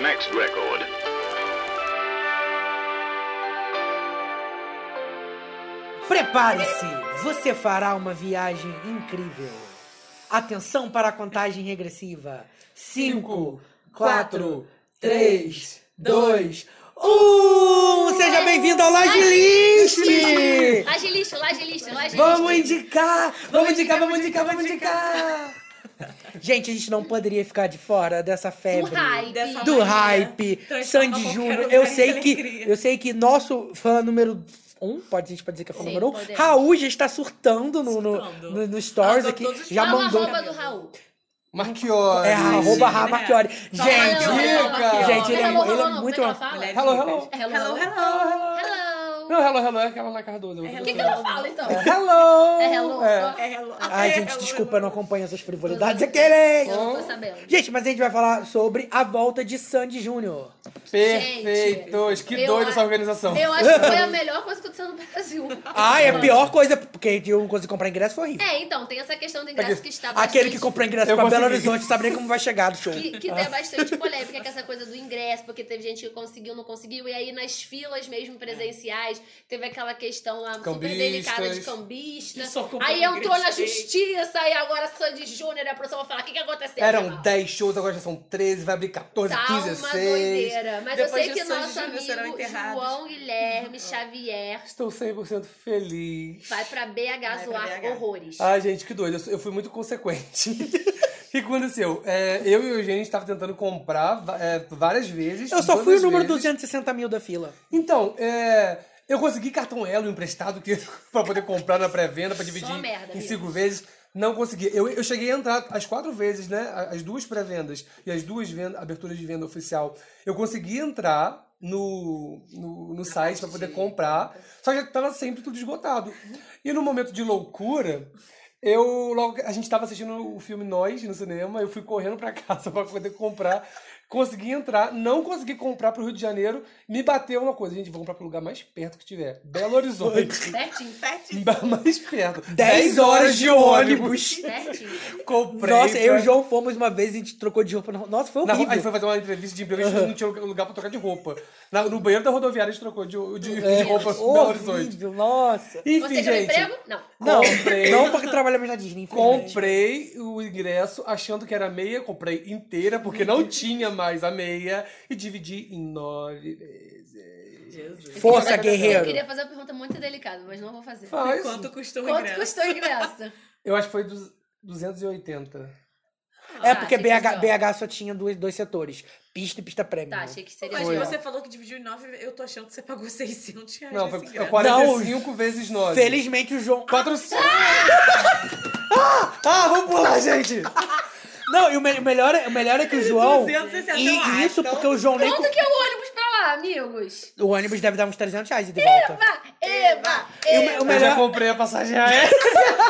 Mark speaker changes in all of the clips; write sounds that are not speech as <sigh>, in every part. Speaker 1: next record.
Speaker 2: Prepare-se! Você fará uma viagem incrível. Atenção para a contagem regressiva. 5, 4, 3, 2, 1! Seja bem-vindo ao Laje List!
Speaker 3: Laje lixo, laje lixo, laje
Speaker 2: Vamos
Speaker 3: lixo.
Speaker 2: indicar! Vamos indicar, vamos indicar, vamos indicar! Gente, a gente não poderia ficar de fora dessa febre.
Speaker 3: Do hype.
Speaker 4: Dessa
Speaker 2: do
Speaker 4: Amanhã,
Speaker 2: hype,
Speaker 4: transforma
Speaker 2: Sandy
Speaker 4: qualquer
Speaker 2: Júnior.
Speaker 4: lugar
Speaker 2: Eu
Speaker 4: em
Speaker 2: sei que
Speaker 4: alegria.
Speaker 2: eu sei que nosso fã número um, pode, a gente pode dizer que é fã
Speaker 3: Sim,
Speaker 2: número um.
Speaker 3: podemos.
Speaker 2: Raul já está surtando no, no,
Speaker 4: Surtando.
Speaker 2: no- no stories
Speaker 4: Arrasou
Speaker 2: aqui.
Speaker 4: todos os
Speaker 2: Já
Speaker 3: Fala
Speaker 2: mandou.
Speaker 3: a roupa do Raul.
Speaker 5: Marchiori.
Speaker 2: É, arroba Ra Marchiori.
Speaker 4: É. Só
Speaker 2: Gente,
Speaker 3: Hello, hello,
Speaker 5: dica!
Speaker 3: hello.
Speaker 2: Gente, ele é-
Speaker 3: Hello,
Speaker 2: ele é
Speaker 3: hello, como
Speaker 2: muito-
Speaker 3: que ela fala?
Speaker 4: Mulher.
Speaker 5: Hello, hello.
Speaker 3: Hello,
Speaker 4: Hello, hello.
Speaker 3: hello.
Speaker 5: Não, hello, hello, é aquela lá Cardoso.
Speaker 4: É
Speaker 3: O
Speaker 4: hello.
Speaker 3: que, que ela fala, então?
Speaker 5: Hello!
Speaker 3: É hello só?
Speaker 4: É hello.
Speaker 2: Ai,
Speaker 4: É
Speaker 2: gente,
Speaker 4: hello,
Speaker 2: desculpa, eu não acompanho essas frivolidades. É
Speaker 3: Eu-
Speaker 2: querer!
Speaker 3: Eu não tô sabendo.
Speaker 2: Gente, mas a gente vai falar sobre a volta de Sandy Júnior.
Speaker 5: Perfeitos! que
Speaker 3: eu
Speaker 5: doida
Speaker 3: a-
Speaker 5: essa organização.
Speaker 3: Eu acho que
Speaker 2: <laughs>
Speaker 3: foi a melhor coisa que aconteceu no Brasil.
Speaker 2: Ai, é a pior coisa, porque eu não consegui comprar ingresso, foi horrível.
Speaker 3: É, então, tem essa questão do ingresso que está bastante...
Speaker 2: Aquele que comprou ingresso
Speaker 5: Eu
Speaker 2: pra Belo
Speaker 5: consegui.
Speaker 2: Horizonte, sabe nem como vai chegar do show.
Speaker 3: É, Que, que é bastante polêmica, que é essa coisa do ingresso, porque teve gente que conseguiu, não conseguiu, e aí nas filas mesmo presenciais, teve aquela questão lá super
Speaker 5: Cambistas.
Speaker 3: delicada de cambista.
Speaker 4: Que só comprou
Speaker 3: Aí
Speaker 4: ingresso
Speaker 3: entrou na
Speaker 4: dele.
Speaker 3: justiça, e agora Sandy Júnior e a produção vão falar: o que, que aconteceu?
Speaker 5: Eram
Speaker 3: Jamal?"
Speaker 5: 10 shows, agora já são 13, vai abrir 14,
Speaker 3: Tá
Speaker 5: 15,
Speaker 3: uma
Speaker 5: 16.
Speaker 3: doideira. Mas
Speaker 4: Depois
Speaker 3: eu
Speaker 4: de
Speaker 3: sei que
Speaker 4: Sandy
Speaker 3: nosso
Speaker 4: Júnior serão
Speaker 3: amigo
Speaker 4: enterrados. Uhum.
Speaker 3: João Guilherme Xavier
Speaker 5: Estou 100% feliz.
Speaker 3: vai pra BH
Speaker 4: pra
Speaker 3: zoar
Speaker 4: BH.
Speaker 3: horrores.
Speaker 5: Ai, gente, que doido. Eu sou- Eu fui muito consequente. <laughs> O que aconteceu? É, eu e o Eugênio estava tentando comprar va- é, várias vezes.
Speaker 2: Eu só fui o
Speaker 5: todas
Speaker 2: número
Speaker 5: vezes.
Speaker 2: 260 mil da fila.
Speaker 5: Então, é, eu consegui cartão Elo emprestado que, <laughs> pra poder comprar na pré-venda, pra dividir
Speaker 3: Só merda,
Speaker 5: em
Speaker 3: amigo.
Speaker 5: cinco vezes. Não consegui. Eu, eu cheguei a entrar as quatro vezes, né? a- As duas pré-vendas e as duas venda- aberturas de venda oficial. Eu consegui entrar no, no, no site pra poder comprar, só que já tava sempre tudo esgotado. E no momento de loucura, eu logo a gente tava assistindo o filme Nós no cinema, eu fui correndo pra <laughs> casa pra poder comprar. Consegui entrar, não consegui comprar pro Rio de Janeiro, me bateu uma coisa, gente, vou comprar pro lugar mais perto que tiver. Belo <laughs> Horizonte.
Speaker 3: Certinho,
Speaker 5: mais perto.
Speaker 2: 10 horas de ônibus.
Speaker 3: certinho.
Speaker 5: Comprei.
Speaker 2: Nossa, eu e
Speaker 5: pra-
Speaker 2: o João fomos uma vez e a gente trocou de roupa. na- Nossa, foi
Speaker 5: Na rua- a gente
Speaker 2: horrível.
Speaker 5: foi fazer uma entrevista de emprego, a gente não tinha um lugar pra trocar de roupa. Na- no banheiro da rodoviária a gente trocou de, de, de roupa pro Belo Horizonte.
Speaker 2: horrível, nossa.
Speaker 5: É. Enfim,
Speaker 3: Você quer um
Speaker 5: gente.
Speaker 3: emprego? Não.
Speaker 2: Não,
Speaker 5: Comprei.
Speaker 2: não porque trabalhamos na Disney, infelizmente.
Speaker 5: Comprei o ingresso achando que era meia, comprei inteira, porque não tinha mais a meia, e dividi em nove vezes.
Speaker 4: Jesus.
Speaker 2: Força,
Speaker 3: Eu
Speaker 2: guerreiro.
Speaker 3: queria fazer uma pergunta muito delicada, mas não vou fazer.
Speaker 5: Faz.
Speaker 4: Quanto custou o
Speaker 3: Quanto
Speaker 4: ingresso?
Speaker 3: custou o
Speaker 4: <laughs>
Speaker 3: ingresso?
Speaker 5: Eu acho que foi dos- 280.
Speaker 2: É
Speaker 3: Tá,
Speaker 2: porque
Speaker 3: achei que
Speaker 2: BH,
Speaker 3: fosse, ó.
Speaker 2: BH só tinha dois, dois setores. Pista e pista premium.
Speaker 3: Tá, achei que seria.
Speaker 4: Mas
Speaker 5: Foi.
Speaker 4: você falou que dividiu em nove, eu tô achando que você pagou <laughs> 600 reais
Speaker 5: Não,
Speaker 4: nesse
Speaker 5: foi é
Speaker 4: ingresso.
Speaker 5: 45 vezes 9.
Speaker 2: Felizmente o João...
Speaker 5: 400. Ah! Ah, vamos pular, gente!
Speaker 2: Não, e o, me- o melhor, é- o melhor é que o João...
Speaker 4: 260
Speaker 2: e
Speaker 4: reais,
Speaker 2: isso
Speaker 4: então.
Speaker 2: porque o João nem...
Speaker 3: Quanto que é o ônibus pra lá, amigos?
Speaker 2: O ônibus deve dar uns 300 reais e de volta.
Speaker 3: Eva! Eva!
Speaker 2: E o me-
Speaker 3: Eva!
Speaker 2: o
Speaker 5: Eu já
Speaker 2: melhor...
Speaker 5: comprei a passagem aérea.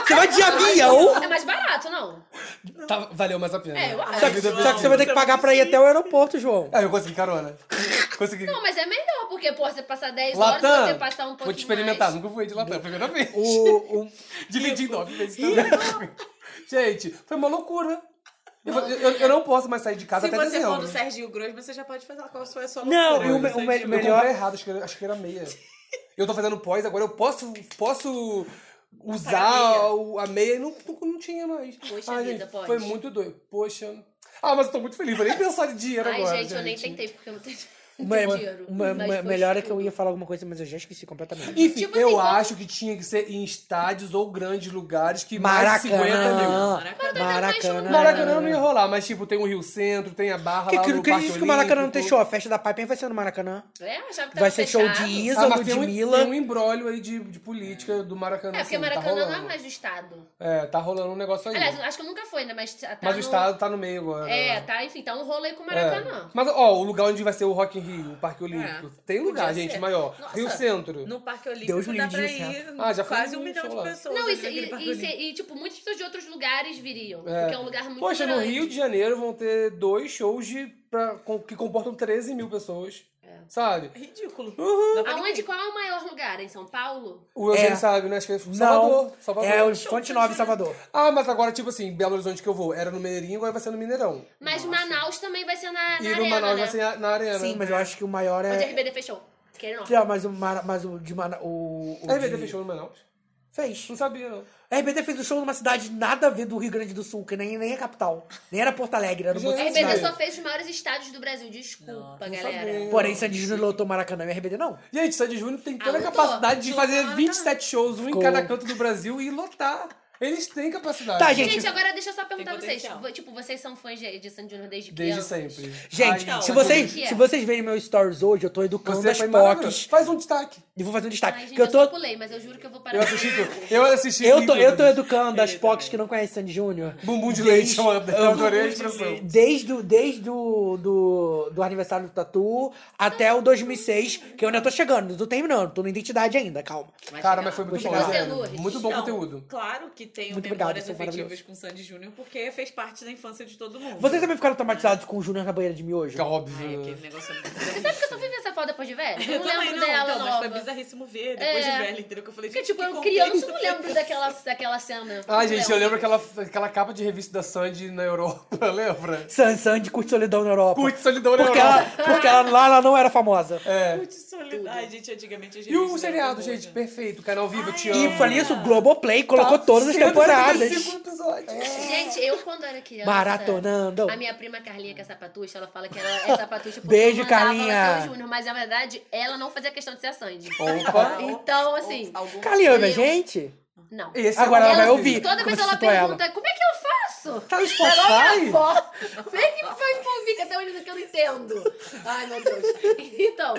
Speaker 2: Você vai de avião?
Speaker 3: É mais barato, não?
Speaker 5: Tá, valeu mais a pena.
Speaker 3: É, eu acho.
Speaker 2: Só que,
Speaker 5: Vida
Speaker 2: só que você vai ter que pagar pra ir até o aeroporto, João.
Speaker 5: Ah, eu consegui carona. Consegui.
Speaker 3: Não, mas é melhor, porque, pô, você passar 10 horas,
Speaker 5: Latam,
Speaker 3: você passar um pouquinho
Speaker 5: vou te experimentar,
Speaker 3: mais. Hum.
Speaker 5: nunca fui de Latam, primeira vez.
Speaker 2: O, o-
Speaker 5: <laughs> Dividi em nove vezes também. Gente, foi uma loucura. Eu, vou- eu- eu não posso mais sair de casa
Speaker 4: Se
Speaker 5: até
Speaker 4: você for
Speaker 5: dezembro.
Speaker 4: no Serginho Grosman, você já pode fazer qual foi a sua
Speaker 2: Não,
Speaker 4: loucura
Speaker 2: e o
Speaker 4: no
Speaker 2: me- o
Speaker 4: Serginho
Speaker 2: me-
Speaker 5: Eu
Speaker 4: Grosman.
Speaker 2: melhor-
Speaker 5: comprei errado, acho que, era- acho que era meia.
Speaker 3: <laughs>
Speaker 5: Eu tô fazendo pós, agora eu posso, posso usar
Speaker 4: Pagar
Speaker 5: a o- a meia e não, não, não tinha mais.
Speaker 3: Poxa
Speaker 5: Ai,
Speaker 3: vida,
Speaker 5: gente,
Speaker 3: pós.
Speaker 5: Foi muito doido. Poxa. Ah, mas eu tô muito feliz, vou nem pensar de dinheiro
Speaker 3: Ai,
Speaker 5: agora.
Speaker 3: gente, eu nem tentei, porque eu
Speaker 5: <laughs>
Speaker 3: não tenho não
Speaker 2: uma,
Speaker 3: tenho dinheiro.
Speaker 2: uma-
Speaker 3: Mas
Speaker 2: uma-
Speaker 3: foi tipo,
Speaker 2: melhor é que eu
Speaker 3: tudo.
Speaker 2: ia falar alguma coisa, mas eu já esqueci completamente.
Speaker 5: Enfim,
Speaker 3: Tipo
Speaker 5: eu
Speaker 3: assim, quando-
Speaker 5: acho que tinha que ser em estádios ou grandes lugares que mais de 50 mil.
Speaker 2: Maracanã.
Speaker 4: Maracanã.
Speaker 2: Maracanã.
Speaker 5: Maracanã não ia rolar, mas tipo, tem o Rio Centro, tem a Barra
Speaker 2: Que,
Speaker 5: lá
Speaker 2: que,
Speaker 5: no
Speaker 2: que
Speaker 5: Parque
Speaker 2: isso que o Maracanã não tem
Speaker 5: Olímpico.
Speaker 2: show? A festa da Pai vai ser no Maracanã.
Speaker 3: É, eu achava que
Speaker 2: Vai
Speaker 3: tava
Speaker 2: ser show
Speaker 3: fechado. É,
Speaker 2: de Isa,
Speaker 5: Ah, mas tem um,
Speaker 2: Ludmilla.
Speaker 5: tem um embrólio aí de, de política do Maracanã.
Speaker 3: É, porque
Speaker 5: assim, tá
Speaker 3: Maracanã
Speaker 5: rolando.
Speaker 3: não é mais do Estado.
Speaker 5: É, tá rolando um negócio aí.
Speaker 3: Aliás, acho que nunca foi, né? Mas tá
Speaker 5: mas
Speaker 3: no...
Speaker 5: o Estado tá no meio agora.
Speaker 3: É, tá, enfim, tá um rolê com o
Speaker 5: É.
Speaker 3: Maracanã.
Speaker 5: Mas, ó, o lugar onde vai ser o Rock in Rio, o Parque Olímpico. Tem lugar,
Speaker 4: Podia
Speaker 5: gente,
Speaker 4: ser.
Speaker 5: maior.
Speaker 3: É, Nossa.
Speaker 5: Rio Centro.
Speaker 4: No Parque
Speaker 2: Deus
Speaker 4: Olímpico
Speaker 2: me
Speaker 4: dá
Speaker 2: livre
Speaker 4: pra
Speaker 2: disso,
Speaker 4: ir
Speaker 5: Ah, já
Speaker 4: quase
Speaker 5: foi
Speaker 4: um
Speaker 5: um
Speaker 4: milhão
Speaker 5: show
Speaker 4: de
Speaker 5: lá.
Speaker 4: pessoas.
Speaker 3: Não, e,
Speaker 4: ali
Speaker 3: se-
Speaker 4: naquele
Speaker 3: e-
Speaker 4: Parque
Speaker 3: e se-
Speaker 4: Olímpico.
Speaker 3: e, tipo, muitas pessoas de outros lugares viriam.
Speaker 5: É.
Speaker 3: Porque é um lugar muito
Speaker 5: Poxa, no
Speaker 3: grande.
Speaker 5: Rio de Janeiro vão ter dois shows de, pra- com- que comportam 13 mil pessoas.
Speaker 3: É.
Speaker 5: sabe?
Speaker 4: É ridículo. Dá pra
Speaker 3: Aonde,
Speaker 4: ninguém.
Speaker 3: qual é o maior lugar? Em São Paulo?
Speaker 5: O Eugênio
Speaker 2: É.
Speaker 5: sabe, né? Acho que é Salvador.
Speaker 2: Não,
Speaker 5: Salvador.
Speaker 2: é o Fonte Nova em Salvador.
Speaker 5: Ah, mas agora, tipo assim, Belo Horizonte que eu vou, era no Mineirinho, agora vai ser no Mineirão.
Speaker 3: Mas Manaus também vai ser na, na
Speaker 5: E
Speaker 3: arena,
Speaker 5: no Manaus
Speaker 3: né?
Speaker 5: vai ser a- na Arena.
Speaker 2: Sim, É, mas eu acho que o maior
Speaker 3: Onde a
Speaker 2: é...
Speaker 3: RBD fechou. Querendo ou não.
Speaker 2: Não, mas o, Mara- mas o de Mana... O, o
Speaker 5: A RBD
Speaker 2: de-
Speaker 5: fechou no Manaus?
Speaker 2: Fez.
Speaker 5: Não sabia, não.
Speaker 2: A RBD fez um show numa cidade nada a ver do Rio Grande do Sul, que nem, nem é capital. Nem era Porto Alegre, era uma
Speaker 5: Gente,
Speaker 3: A
Speaker 2: outra
Speaker 5: Não
Speaker 3: RBD
Speaker 2: cidade.
Speaker 5: sabia.
Speaker 3: só fez os maiores estádios do Brasil. Desculpa, galera.
Speaker 5: sabia.
Speaker 2: Porém, Sandy Júnior lotou Maracanã e a RBD não.
Speaker 5: Gente, Sandy Júnior tem toda
Speaker 3: Ah,
Speaker 5: a
Speaker 3: lotou.
Speaker 5: capacidade de
Speaker 4: Lotou
Speaker 5: fazer
Speaker 4: lá, tá.
Speaker 5: 27 shows, um em
Speaker 2: Ficou.
Speaker 5: cada canto do Brasil e lotar. Eles têm capacidade.
Speaker 2: Tá,
Speaker 3: Gente,
Speaker 2: Gente,
Speaker 3: agora deixa eu só perguntar a
Speaker 4: tem
Speaker 3: vocês.
Speaker 4: potencial.
Speaker 3: Vo- Tipo, vocês são fãs de, de Sandy Júnior desde
Speaker 5: Desde
Speaker 3: criança?
Speaker 5: sempre.
Speaker 2: Gente,
Speaker 5: Ai,
Speaker 2: se,
Speaker 4: não,
Speaker 2: vocês,
Speaker 3: gente, é.
Speaker 2: se vocês verem meus stories hoje, eu tô educando
Speaker 5: então, Você
Speaker 2: as
Speaker 5: foi maravilhoso.
Speaker 2: POCs.
Speaker 5: Faz um destaque.
Speaker 2: E vou fazer um
Speaker 5: Ah,
Speaker 2: destaque.
Speaker 3: Ai, gente,
Speaker 2: que
Speaker 3: eu,
Speaker 2: eu tô,
Speaker 3: só pulei, mas eu juro que eu vou parar.
Speaker 5: Eu assisti tudo. Eu assisti
Speaker 2: eu tô, eu tô
Speaker 5: tudo.
Speaker 2: educando as POCs que não conhecem Sandy Júnior.
Speaker 5: <laughs> Bumbum de leite,
Speaker 2: Desde-
Speaker 5: né? eu adorei eu adorei a expressão.
Speaker 2: Desde, o- desde o do, do aniversário do Tatu até o 2006, que eu ainda tô chegando, não tô terminando, tô na identidade ainda, calma.
Speaker 3: Vai
Speaker 5: Cara,
Speaker 3: chegar.
Speaker 5: mas foi muito
Speaker 2: Vou
Speaker 5: bom.
Speaker 2: chegar.
Speaker 5: né?
Speaker 3: Você, é Lourdes?
Speaker 5: Muito bom
Speaker 4: Não,
Speaker 5: conteúdo.
Speaker 4: Claro que tenho
Speaker 2: Muito obrigado,
Speaker 4: memórias
Speaker 2: são
Speaker 4: afetivas
Speaker 2: maravilhosos.
Speaker 4: com o Sandy Júnior, porque fez parte da infância de todo mundo.
Speaker 2: Vocês também ficaram traumatizados com o Júnior na banheira de miojo?
Speaker 5: Fica óbvio.
Speaker 4: Ai, aquele negócio é muito
Speaker 3: Você sabe que eu só fui ver essa foto depois de velho? Eu,
Speaker 4: Eu
Speaker 3: não
Speaker 4: também
Speaker 3: lembro
Speaker 4: não,
Speaker 3: dela
Speaker 4: então, mas
Speaker 3: nova.
Speaker 4: foi bizarríssimo ver depois
Speaker 3: É.
Speaker 4: de velho, entendeu? Que eu falei,
Speaker 3: Porque,
Speaker 4: gente,
Speaker 3: tipo,
Speaker 4: que
Speaker 3: eu criança, eu
Speaker 4: contexto
Speaker 3: não
Speaker 4: foi
Speaker 3: lembro daquela, daquela cena.
Speaker 5: Ai,
Speaker 3: Não
Speaker 5: gente, eu lembro aquela, aquela capa de revista da Sandy na Europa, <laughs> lembra?
Speaker 2: San Sandy curte solidão na Europa.
Speaker 5: Curte solidão na
Speaker 2: porque
Speaker 5: Europa.
Speaker 2: ela, porque ela, lá ela não era famosa.
Speaker 5: É.
Speaker 4: Muito solidário. Ai, gente, antigamente a gente.
Speaker 5: E o
Speaker 4: se
Speaker 5: seriado,
Speaker 4: dava
Speaker 5: gente,
Speaker 4: horror.
Speaker 5: perfeito. Canal Vivo, eu te amo. Tá
Speaker 2: E por isso, o Globoplay colocou todas as
Speaker 5: 175
Speaker 2: temporadas.
Speaker 5: episódios.
Speaker 3: Gente, eu quando era criança.
Speaker 2: Maratonando.
Speaker 3: A minha prima Carlinha, que é sapatucha, ela fala que ela é sapatucha porque
Speaker 2: Beijo,
Speaker 3: mandava ela
Speaker 2: Carlinha.
Speaker 3: ser o Júnior, mas na verdade ela não fazia questão de ser a Sandy.
Speaker 5: Opa.
Speaker 3: Então,
Speaker 4: Tipo
Speaker 3: assim,
Speaker 4: Algum...
Speaker 2: Caliana,
Speaker 3: Eu-
Speaker 2: gente.
Speaker 3: não.
Speaker 5: Esse
Speaker 2: Agora
Speaker 5: é o
Speaker 2: ela vai
Speaker 5: Brasil.
Speaker 2: ouvir.
Speaker 3: Toda vez
Speaker 2: Como
Speaker 3: ela
Speaker 2: citou ela?
Speaker 3: pergunta, como é que eu faço?
Speaker 5: Tá no
Speaker 3: Agora
Speaker 5: Spotify?
Speaker 3: Como é que faz com fica até onde que eu não entendo? Ai, meu Deus. <laughs> Então,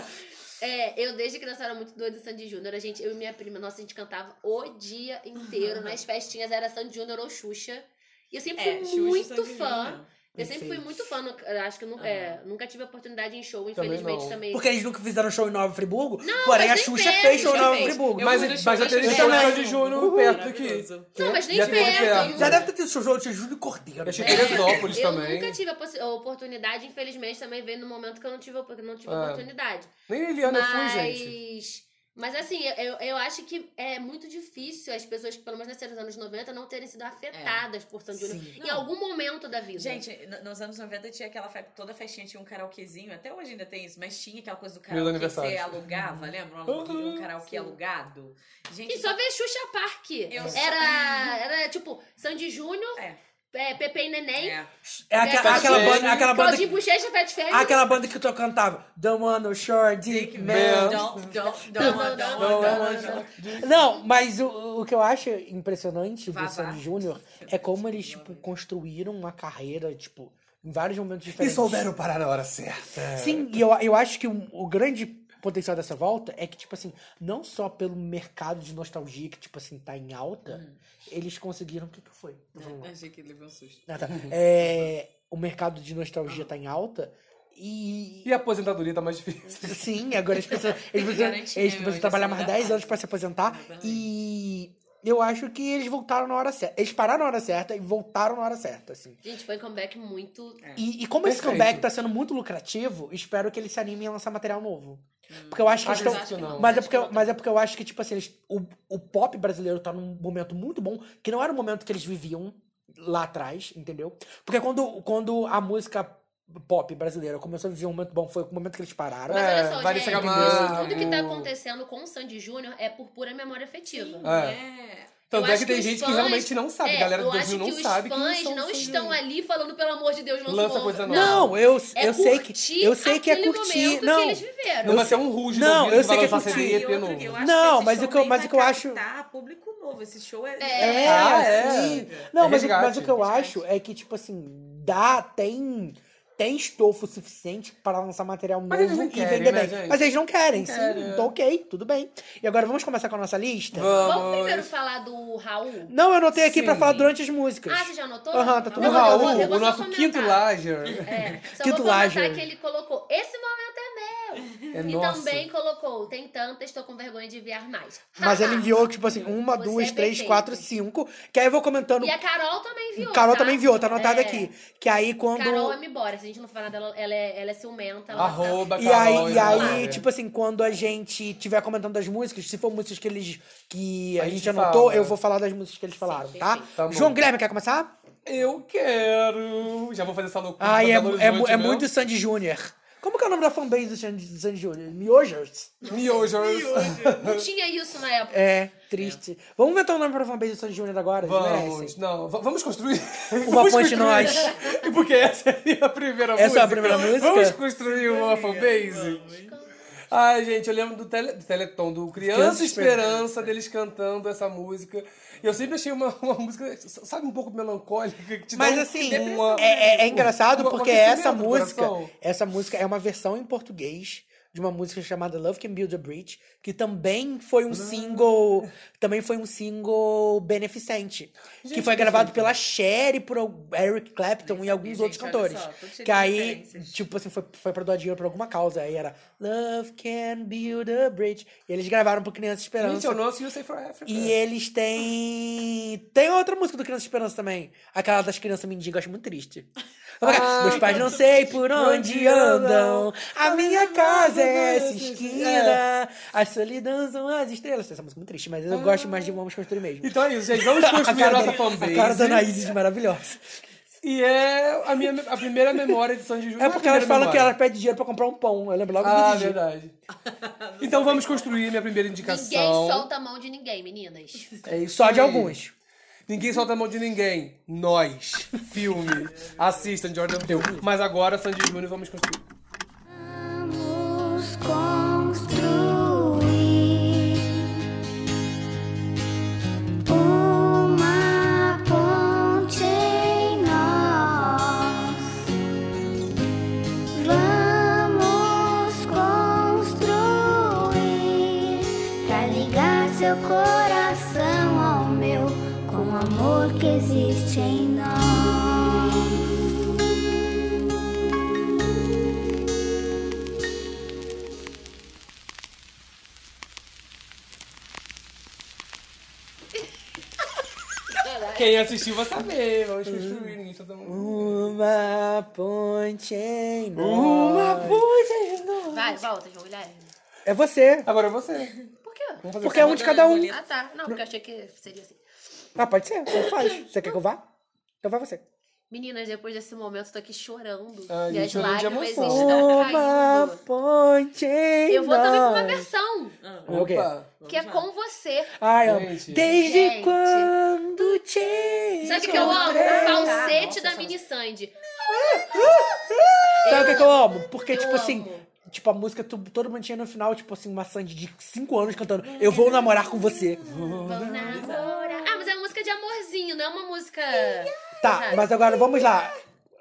Speaker 3: é, eu desde criança era muito doida em Sandy Júnior. A gente, eu e minha prima, nossa, a gente cantava o dia inteiro nas festinhas. Era Sandy Júnior ou Xuxa. E eu sempre fui
Speaker 4: É, Xuxa,
Speaker 3: muito
Speaker 4: Sandy
Speaker 3: fã.
Speaker 4: Júnior.
Speaker 3: Eu sempre fui muito fã, nu- eu acho que eu nu- é, nunca tive oportunidade em show,
Speaker 5: Ah. Também
Speaker 3: infelizmente
Speaker 5: não.
Speaker 3: também.
Speaker 2: Porque eles nunca fizeram show em Nova Friburgo. porém,
Speaker 3: mas
Speaker 2: a
Speaker 3: nem
Speaker 2: Xuxa
Speaker 3: fez,
Speaker 2: fez show em
Speaker 4: Xuxa
Speaker 2: Nova
Speaker 4: fez.
Speaker 2: Friburgo.
Speaker 4: Eu
Speaker 5: Mas,
Speaker 4: fui no
Speaker 5: mas
Speaker 4: show
Speaker 5: já
Speaker 4: da
Speaker 5: teve
Speaker 4: Xuxa.
Speaker 5: show
Speaker 2: Também.
Speaker 5: de Júnior
Speaker 2: Uhul.
Speaker 5: perto aqui.
Speaker 4: Maravilhoso.
Speaker 3: Não, mas nem
Speaker 5: Já teve
Speaker 3: perto,
Speaker 5: perto.
Speaker 3: hein?
Speaker 2: Já deve ter tido show de Júlio Cordeiro. né, É
Speaker 5: Achei que Teresópolis
Speaker 3: <laughs> Eu
Speaker 5: também.
Speaker 3: nunca tive a, possi- a oportunidade, infelizmente, também veio no momento que eu não tive, op- que eu não tive
Speaker 5: É.
Speaker 3: oportunidade.
Speaker 5: Nem Liliana eu fui, gente.
Speaker 3: Mas. Mas assim, eu, eu acho que é muito difícil as pessoas que, pelo menos nasceram nos anos 90, não terem sido afetadas por Sandy Júnior
Speaker 2: Sim.
Speaker 3: em
Speaker 4: Não.
Speaker 3: algum momento da vida.
Speaker 4: Gente, n- nos anos 90 tinha aquela fe... toda festinha tinha um karaokezinho, até hoje ainda tem isso, mas tinha aquela coisa do karaokê que
Speaker 5: aniversário.
Speaker 4: você alugava, lembra? Um, alu-
Speaker 5: Uhum,
Speaker 4: um karaokê alugado. Gente, é.
Speaker 3: e só ver Xuxa Park.
Speaker 4: Eu só-
Speaker 3: Era, era tipo Sandy Júnior,
Speaker 4: é,
Speaker 3: é, Pepe e Neném,
Speaker 4: é.
Speaker 2: É aquela, aquela banda, aquela banda,
Speaker 3: Claudinho Bochecha, Fat Fairy.
Speaker 2: aquela banda que tu cantava. Don't wanna short dick man.
Speaker 4: Don't, don't, don't,
Speaker 3: Não, não,
Speaker 4: don't,
Speaker 3: não,
Speaker 4: don't,
Speaker 3: não,
Speaker 4: don't.
Speaker 2: Não, mas o, o que eu acho impressionante
Speaker 4: Vá,
Speaker 2: do
Speaker 4: vá.
Speaker 2: Sandy Júnior é como eles, tipo, construíram uma carreira, tipo, em vários momentos
Speaker 5: E
Speaker 2: diferentes. É.
Speaker 5: souberam parar na hora certa.
Speaker 2: Sim, e eu, eu acho que um- o grande potencial dessa volta é que, tipo assim, não só pelo mercado de nostalgia que, tipo assim, tá em alta, eles conseguiram. O que, que foi? Vamos lá.
Speaker 4: Achei que ele levou um susto.
Speaker 2: Ah, tá.
Speaker 5: Uhum.
Speaker 2: É, o mercado de nostalgia tá em alta e.
Speaker 5: E a aposentadoria tá mais difícil.
Speaker 2: Sim, agora eles precisam, eles precisam,
Speaker 4: Garantia,
Speaker 2: eles
Speaker 4: meu, é
Speaker 2: precisam
Speaker 4: eles
Speaker 2: trabalhar
Speaker 4: são
Speaker 2: mais
Speaker 4: da
Speaker 2: 10
Speaker 4: fase.
Speaker 2: anos pra se aposentar.
Speaker 4: Exatamente.
Speaker 2: E eu acho que eles voltaram na hora certa. Eles pararam na hora certa e voltaram na hora certa, assim.
Speaker 3: Gente, foi um comeback muito
Speaker 4: É.
Speaker 2: E, e como esse
Speaker 5: Perfeito.
Speaker 2: comeback tá sendo muito lucrativo, espero que eles se animem a lançar material novo.
Speaker 4: Hum.
Speaker 2: Porque eu acho que eles
Speaker 5: Acredito
Speaker 2: estão.
Speaker 5: que
Speaker 4: Então,
Speaker 5: não.
Speaker 2: Mas é, porque,
Speaker 4: tá
Speaker 2: eu- mas é porque eu acho que, tipo assim, eles- o, o pop brasileiro tá num momento muito bom, que não era o momento que eles viviam lá atrás, entendeu? Porque quando, quando a música pop brasileira começou a viver um momento bom, foi o momento que eles pararam.
Speaker 3: Mas olha
Speaker 5: É,
Speaker 3: só,
Speaker 5: Vanessa
Speaker 3: gente,
Speaker 5: Camargo.
Speaker 3: isso tudo que tá acontecendo com o Sandy Júnior é por pura memória afetiva.
Speaker 5: É.
Speaker 4: É.
Speaker 5: Tanto
Speaker 3: Eu
Speaker 5: é que
Speaker 3: acho que
Speaker 5: tem
Speaker 3: os
Speaker 5: gente que
Speaker 3: fãs-
Speaker 5: realmente não sabe. A
Speaker 3: É,
Speaker 5: galera do
Speaker 3: eu acho
Speaker 5: Brasil não
Speaker 3: que
Speaker 5: sabe.
Speaker 3: os
Speaker 5: quem
Speaker 3: fãs
Speaker 5: são
Speaker 3: não
Speaker 5: os
Speaker 3: estão
Speaker 5: Sandy.
Speaker 3: ali falando, pelo amor de Deus, lança,
Speaker 5: Lança
Speaker 3: novo.
Speaker 5: coisa nova.
Speaker 2: Não, eu,
Speaker 3: É
Speaker 2: eu sei que.
Speaker 3: curtir
Speaker 2: Eu sei que é
Speaker 3: aquele
Speaker 2: curtir.
Speaker 3: momento
Speaker 2: Não,
Speaker 3: que eles viveram.
Speaker 5: Não vai ser um ruge
Speaker 2: Não,
Speaker 5: ouvindo
Speaker 2: eu
Speaker 5: que
Speaker 2: sei
Speaker 5: vai
Speaker 2: que é
Speaker 5: lançar
Speaker 2: curtir.
Speaker 5: CD, EP
Speaker 4: outro-
Speaker 5: novo.
Speaker 4: eu acho
Speaker 2: Não,
Speaker 4: que
Speaker 2: mas
Speaker 4: esse
Speaker 2: o que eu-
Speaker 4: show
Speaker 2: mas
Speaker 4: nem
Speaker 2: o que eu
Speaker 4: vai
Speaker 2: acho-
Speaker 4: captar público novo. Esse show é.
Speaker 3: É.
Speaker 2: É,
Speaker 5: Ah, é.
Speaker 2: sim. Não, mas, o-
Speaker 5: resgate.
Speaker 2: mas o que eu
Speaker 4: Resgate.
Speaker 2: acho é que, tipo assim, dá, tem, tem estofo suficiente para lançar material novo
Speaker 5: Mas eles não
Speaker 2: e
Speaker 5: querem,
Speaker 2: vender
Speaker 5: né,
Speaker 2: bem.
Speaker 5: gente?
Speaker 2: Mas eles não querem, sim.
Speaker 5: querem. é.
Speaker 2: Então, ok, tudo bem. E agora vamos começar com a nossa lista?
Speaker 3: Vamos primeiro
Speaker 5: Vamos.
Speaker 3: falar do Raul.
Speaker 2: Não, eu anotei aqui
Speaker 5: Sim.
Speaker 2: para falar durante as músicas.
Speaker 3: Ah, você já anotou?
Speaker 2: Aham, tá tudo
Speaker 5: O
Speaker 3: Eu vou- eu vou- eu
Speaker 5: Raul,
Speaker 3: vou
Speaker 5: o
Speaker 3: só
Speaker 5: nosso <laughs>
Speaker 3: comentar.
Speaker 5: quinto Lager.
Speaker 3: É, só
Speaker 2: Quinto
Speaker 3: vou comentar
Speaker 2: lager.
Speaker 3: que ele colocou, esse momento é meu.
Speaker 5: É
Speaker 3: E
Speaker 5: nossa.
Speaker 3: também colocou, tem tantas, tô com vergonha de enviar mais.
Speaker 2: <laughs> Mas
Speaker 3: <laughs> Haha.
Speaker 2: ele enviou, tipo assim, uma,
Speaker 3: Você
Speaker 2: duas,
Speaker 3: é
Speaker 2: três,
Speaker 3: perfeito.
Speaker 2: quatro, cinco. Que aí eu vou comentando.
Speaker 3: E a Carol também enviou.
Speaker 2: Carol
Speaker 3: tá?
Speaker 2: também enviou, tá anotado
Speaker 3: É.
Speaker 2: aqui. Que aí quando.
Speaker 3: Carol é embora. Se a gente não falar dela, ela é, ela é ciumenta. Ela
Speaker 5: Arroba,
Speaker 3: então.
Speaker 2: E
Speaker 5: Carol, é
Speaker 2: aí, e
Speaker 5: Eduardo.
Speaker 3: Ah.
Speaker 2: aí, tipo assim, quando a gente tiver comentando as músicas, se for músicas que eles que a,
Speaker 5: A
Speaker 2: gente,
Speaker 5: gente
Speaker 2: anotou,
Speaker 5: fala.
Speaker 2: eu vou falar das músicas que eles falaram,
Speaker 3: perfeito.
Speaker 2: tá?
Speaker 5: Tá bom.
Speaker 2: João Guilherme, quer começar?
Speaker 5: Eu quero. Já vou fazer essa loucura.
Speaker 2: Ai, é,
Speaker 5: Belo
Speaker 2: é,
Speaker 5: Horizonte,
Speaker 2: é
Speaker 5: né?
Speaker 2: muito Sandy Júnior. Como que é o nome da fanbase do Sandy, do Sandy Júnior? Miojos?
Speaker 5: Miojos.
Speaker 3: tá- Não tinha isso na época.
Speaker 2: É, triste. Vamos inventar um nome pra fanbase do Sandy Júnior agora? Eles
Speaker 5: Vamos.
Speaker 2: merecem.
Speaker 5: Não, va- vamos construir.
Speaker 2: Uma
Speaker 5: vamos
Speaker 2: ponte
Speaker 5: construir.
Speaker 2: nós.
Speaker 5: Porque essa é a primeira música.
Speaker 2: Essa é a primeira música?
Speaker 5: Vamos construir uma fanbase. Ai, gente, eu lembro do, tele, do Teleton, do Criança,
Speaker 2: Criança
Speaker 5: Esperança, deles cantando essa música. E eu sempre achei uma, uma música, sabe, um pouco melancólica, que te
Speaker 2: Mas
Speaker 5: dá um-
Speaker 2: assim,
Speaker 5: uma-
Speaker 2: é, é- é engraçado
Speaker 5: um
Speaker 2: porque
Speaker 5: aquecimento
Speaker 2: essa
Speaker 5: do
Speaker 2: música,
Speaker 5: coração.
Speaker 2: essa música é uma versão em português de uma música chamada Love Can Build a Bridge, que também foi um single, também foi um single beneficente, que
Speaker 5: Gente,
Speaker 2: foi
Speaker 5: que
Speaker 2: gravado
Speaker 5: gente.
Speaker 2: pela Cher e por al- Eric Clapton e alguns
Speaker 4: gente,
Speaker 2: outros
Speaker 4: olha
Speaker 2: cantores.
Speaker 4: só, tô cheio
Speaker 2: que
Speaker 4: de
Speaker 2: aí,
Speaker 4: referências.
Speaker 2: tipo assim, foi, foi pra doar dinheiro pra alguma causa, aí era Love Can Build a Bridge. E eles gravaram pro Criança Esperança.
Speaker 5: Gente, é o nosso You Say For Africa.
Speaker 2: E é eles têm. Tem outra música do Criança Esperança também. Aquela das crianças mendigas, eu acho muito triste.
Speaker 5: Ah,
Speaker 2: Meus pais não sei tá. por onde andam. A minha casa é essa esquina. As solidão são as estrelas. Essa música é muito triste, mas eu gosto mais de Vamos Construir mesmo.
Speaker 5: Então é isso, gente.
Speaker 2: <laughs>
Speaker 5: Vamos construir a,
Speaker 2: cara
Speaker 5: nossa
Speaker 2: da-
Speaker 5: fanbase.
Speaker 2: a cara da Anaíses é maravilhosa.
Speaker 5: E é a minha a primeira memória de Sandy Júnior.
Speaker 2: É porque elas falam que ela pede dinheiro pra comprar um pão. Eu lembro logo
Speaker 5: Ah,
Speaker 2: do dinheiro.
Speaker 5: verdade.
Speaker 2: <laughs>
Speaker 5: Então vamos construir minha primeira
Speaker 3: Ninguém
Speaker 5: indicação.
Speaker 3: solta a mão de ninguém, meninas.
Speaker 5: É isso
Speaker 2: Só de
Speaker 5: aí.
Speaker 2: alguns.
Speaker 5: Ninguém solta a mão de ninguém. Nós. Filme. Assistam, Jordan Peele. Mas agora, Sandy Júnior, vamos construir.
Speaker 1: Vamos construir uma ponte em nós. Vamos construir para ligar seu coração ao meu com o amor que existe em nós.
Speaker 5: Quem assistiu vai saber.
Speaker 2: Uhum.
Speaker 5: Vamos construir. Ninguém solta a mão.
Speaker 2: Uma ponte em
Speaker 5: Uma
Speaker 2: nós.
Speaker 5: bucha de nós.
Speaker 3: Vai, volta, João Guilherme.
Speaker 2: É você.
Speaker 5: Agora é você.
Speaker 3: Por quê?
Speaker 5: Vamos fazer
Speaker 2: Porque é um de cada um.
Speaker 3: Ah, tá. Não, porque eu achei que seria assim.
Speaker 2: Ah, pode ser. Você faz. Você quer que eu vá? Então vai você.
Speaker 3: Meninas, depois desse momento, tô aqui chorando.
Speaker 5: Ai,
Speaker 3: e as
Speaker 5: chorando de
Speaker 3: lágrimas
Speaker 5: emoção.
Speaker 3: estão caindo.
Speaker 2: ponte
Speaker 3: Eu vou também pra uma versão,
Speaker 4: Ah.
Speaker 2: O quê?
Speaker 5: Opa.
Speaker 3: que é com você.
Speaker 2: Ai, amo.
Speaker 5: Gente.
Speaker 2: Desde
Speaker 3: Gente.
Speaker 2: quando te
Speaker 3: Sabe o que que eu amo?
Speaker 2: encontrei.
Speaker 3: O falsete da mini Sandy.
Speaker 2: Sabe o que que eu amo? Porque,
Speaker 3: Eu
Speaker 2: tipo assim...
Speaker 3: amo.
Speaker 2: Tipo, a música, tu- todo mundo tinha no final, tipo assim, uma Sandy de 5 anos cantando Eu vou namorar com você.
Speaker 3: Vamos namorar. Ah, mas é uma música de amorzinho, não é uma música.
Speaker 2: Tá,
Speaker 3: Sabe?
Speaker 2: mas agora vamos lá.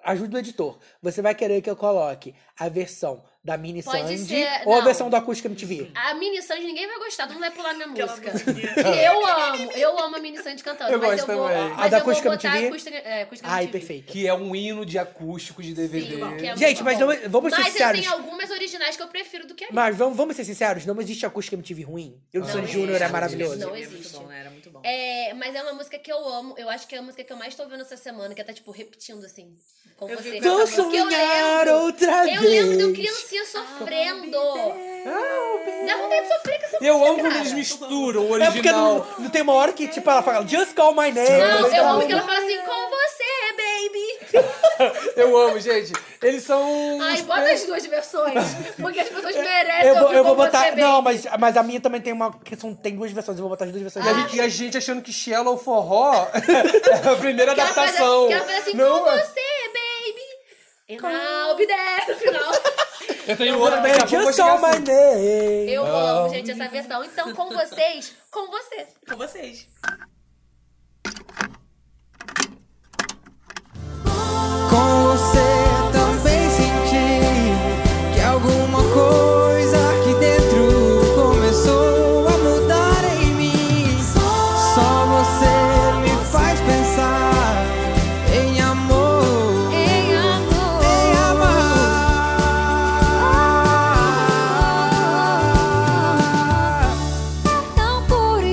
Speaker 2: Ajuda o editor. Você vai querer que eu coloque a versão da mini
Speaker 3: Pode
Speaker 2: Sandy
Speaker 3: ser-
Speaker 2: ou a
Speaker 3: não.
Speaker 2: versão da Acústica MTV?
Speaker 3: A mini Sandy ninguém vai gostar, todo mundo vai pular minha música.
Speaker 4: musiquinha.
Speaker 3: <laughs> Eu amo, eu amo a mini Sandy cantando.
Speaker 5: Eu
Speaker 3: mas
Speaker 5: gosto
Speaker 3: eu vou,
Speaker 5: também.
Speaker 2: A
Speaker 3: Mas
Speaker 2: da
Speaker 3: eu vou
Speaker 2: Acústica
Speaker 3: botar
Speaker 2: MTV?
Speaker 3: a acústica, é, acústica
Speaker 2: Ai,
Speaker 3: MTV.
Speaker 2: perfeito.
Speaker 5: Que é um hino de acústico de DVD.
Speaker 3: Sim, que é
Speaker 2: Gente,
Speaker 3: muito
Speaker 2: mas
Speaker 3: bom.
Speaker 2: não- vamos ser
Speaker 3: Mas eu
Speaker 2: sinceros.
Speaker 3: tenho algumas originais que eu prefiro do que a minha.
Speaker 2: Mas vamos, vamos ser sinceros, não existe acústica MTV ruim. E o
Speaker 5: Não
Speaker 2: do Sandy
Speaker 5: existe,
Speaker 2: Júnior é
Speaker 5: não
Speaker 2: maravilhoso.
Speaker 3: existe, não
Speaker 4: Era muito
Speaker 3: existe.
Speaker 4: bom, né? Era muito bom.
Speaker 3: É, mas é uma música que eu amo. Eu acho que é a música que eu mais tô ouvindo essa semana, que tá, tipo, repetindo, assim, com
Speaker 4: Eu
Speaker 3: você.
Speaker 4: fico
Speaker 2: Vou
Speaker 4: Vou
Speaker 3: Porque eu
Speaker 2: sonhar
Speaker 3: lembro,
Speaker 2: outra vez.
Speaker 3: eu lembro de um criancinha sofrendo. Dá vontade de sofrer com essa
Speaker 5: Eu
Speaker 3: música,
Speaker 5: amo quando
Speaker 3: cara.
Speaker 5: eles misturam o
Speaker 2: Ah, um. É porque
Speaker 5: original.
Speaker 2: não, não tem uma hora que, tipo, ela fala, just call my name. tá
Speaker 3: Não,
Speaker 2: Ela
Speaker 3: eu amo
Speaker 2: fala,
Speaker 3: que ela fala assim, com você, baby.
Speaker 5: Eu amo, gente. Eles são.
Speaker 3: Ai,
Speaker 5: os
Speaker 3: bota as duas versões, porque as pessoas merecem
Speaker 2: Eu vou,
Speaker 3: ouvir
Speaker 2: eu vou
Speaker 3: com você,
Speaker 2: botar.
Speaker 3: baby.
Speaker 2: Não, mas, mas a minha também tem uma. Que são, tem duas versões, eu vou botar as duas versões.
Speaker 5: E a, gente, e a gente achando que Shell ou Forró <laughs> é a primeira
Speaker 3: Que ela faz-
Speaker 5: adaptação.
Speaker 3: Que ela faz assim,
Speaker 5: não, é.
Speaker 3: com você, baby. And I'll be there, no final.
Speaker 5: eu tenho outra daqui a pouco. vou
Speaker 2: just
Speaker 5: chegar
Speaker 2: call my
Speaker 5: assim.
Speaker 2: name.
Speaker 3: Eu amo, gente, essa versão. Então, com vocês, com você.
Speaker 4: Com vocês.
Speaker 6: Com você também senti que alguma coisa aqui dentro começou a mudar em mim. Só você me faz pensar em amor,
Speaker 1: Em amor.
Speaker 6: em amar.
Speaker 1: é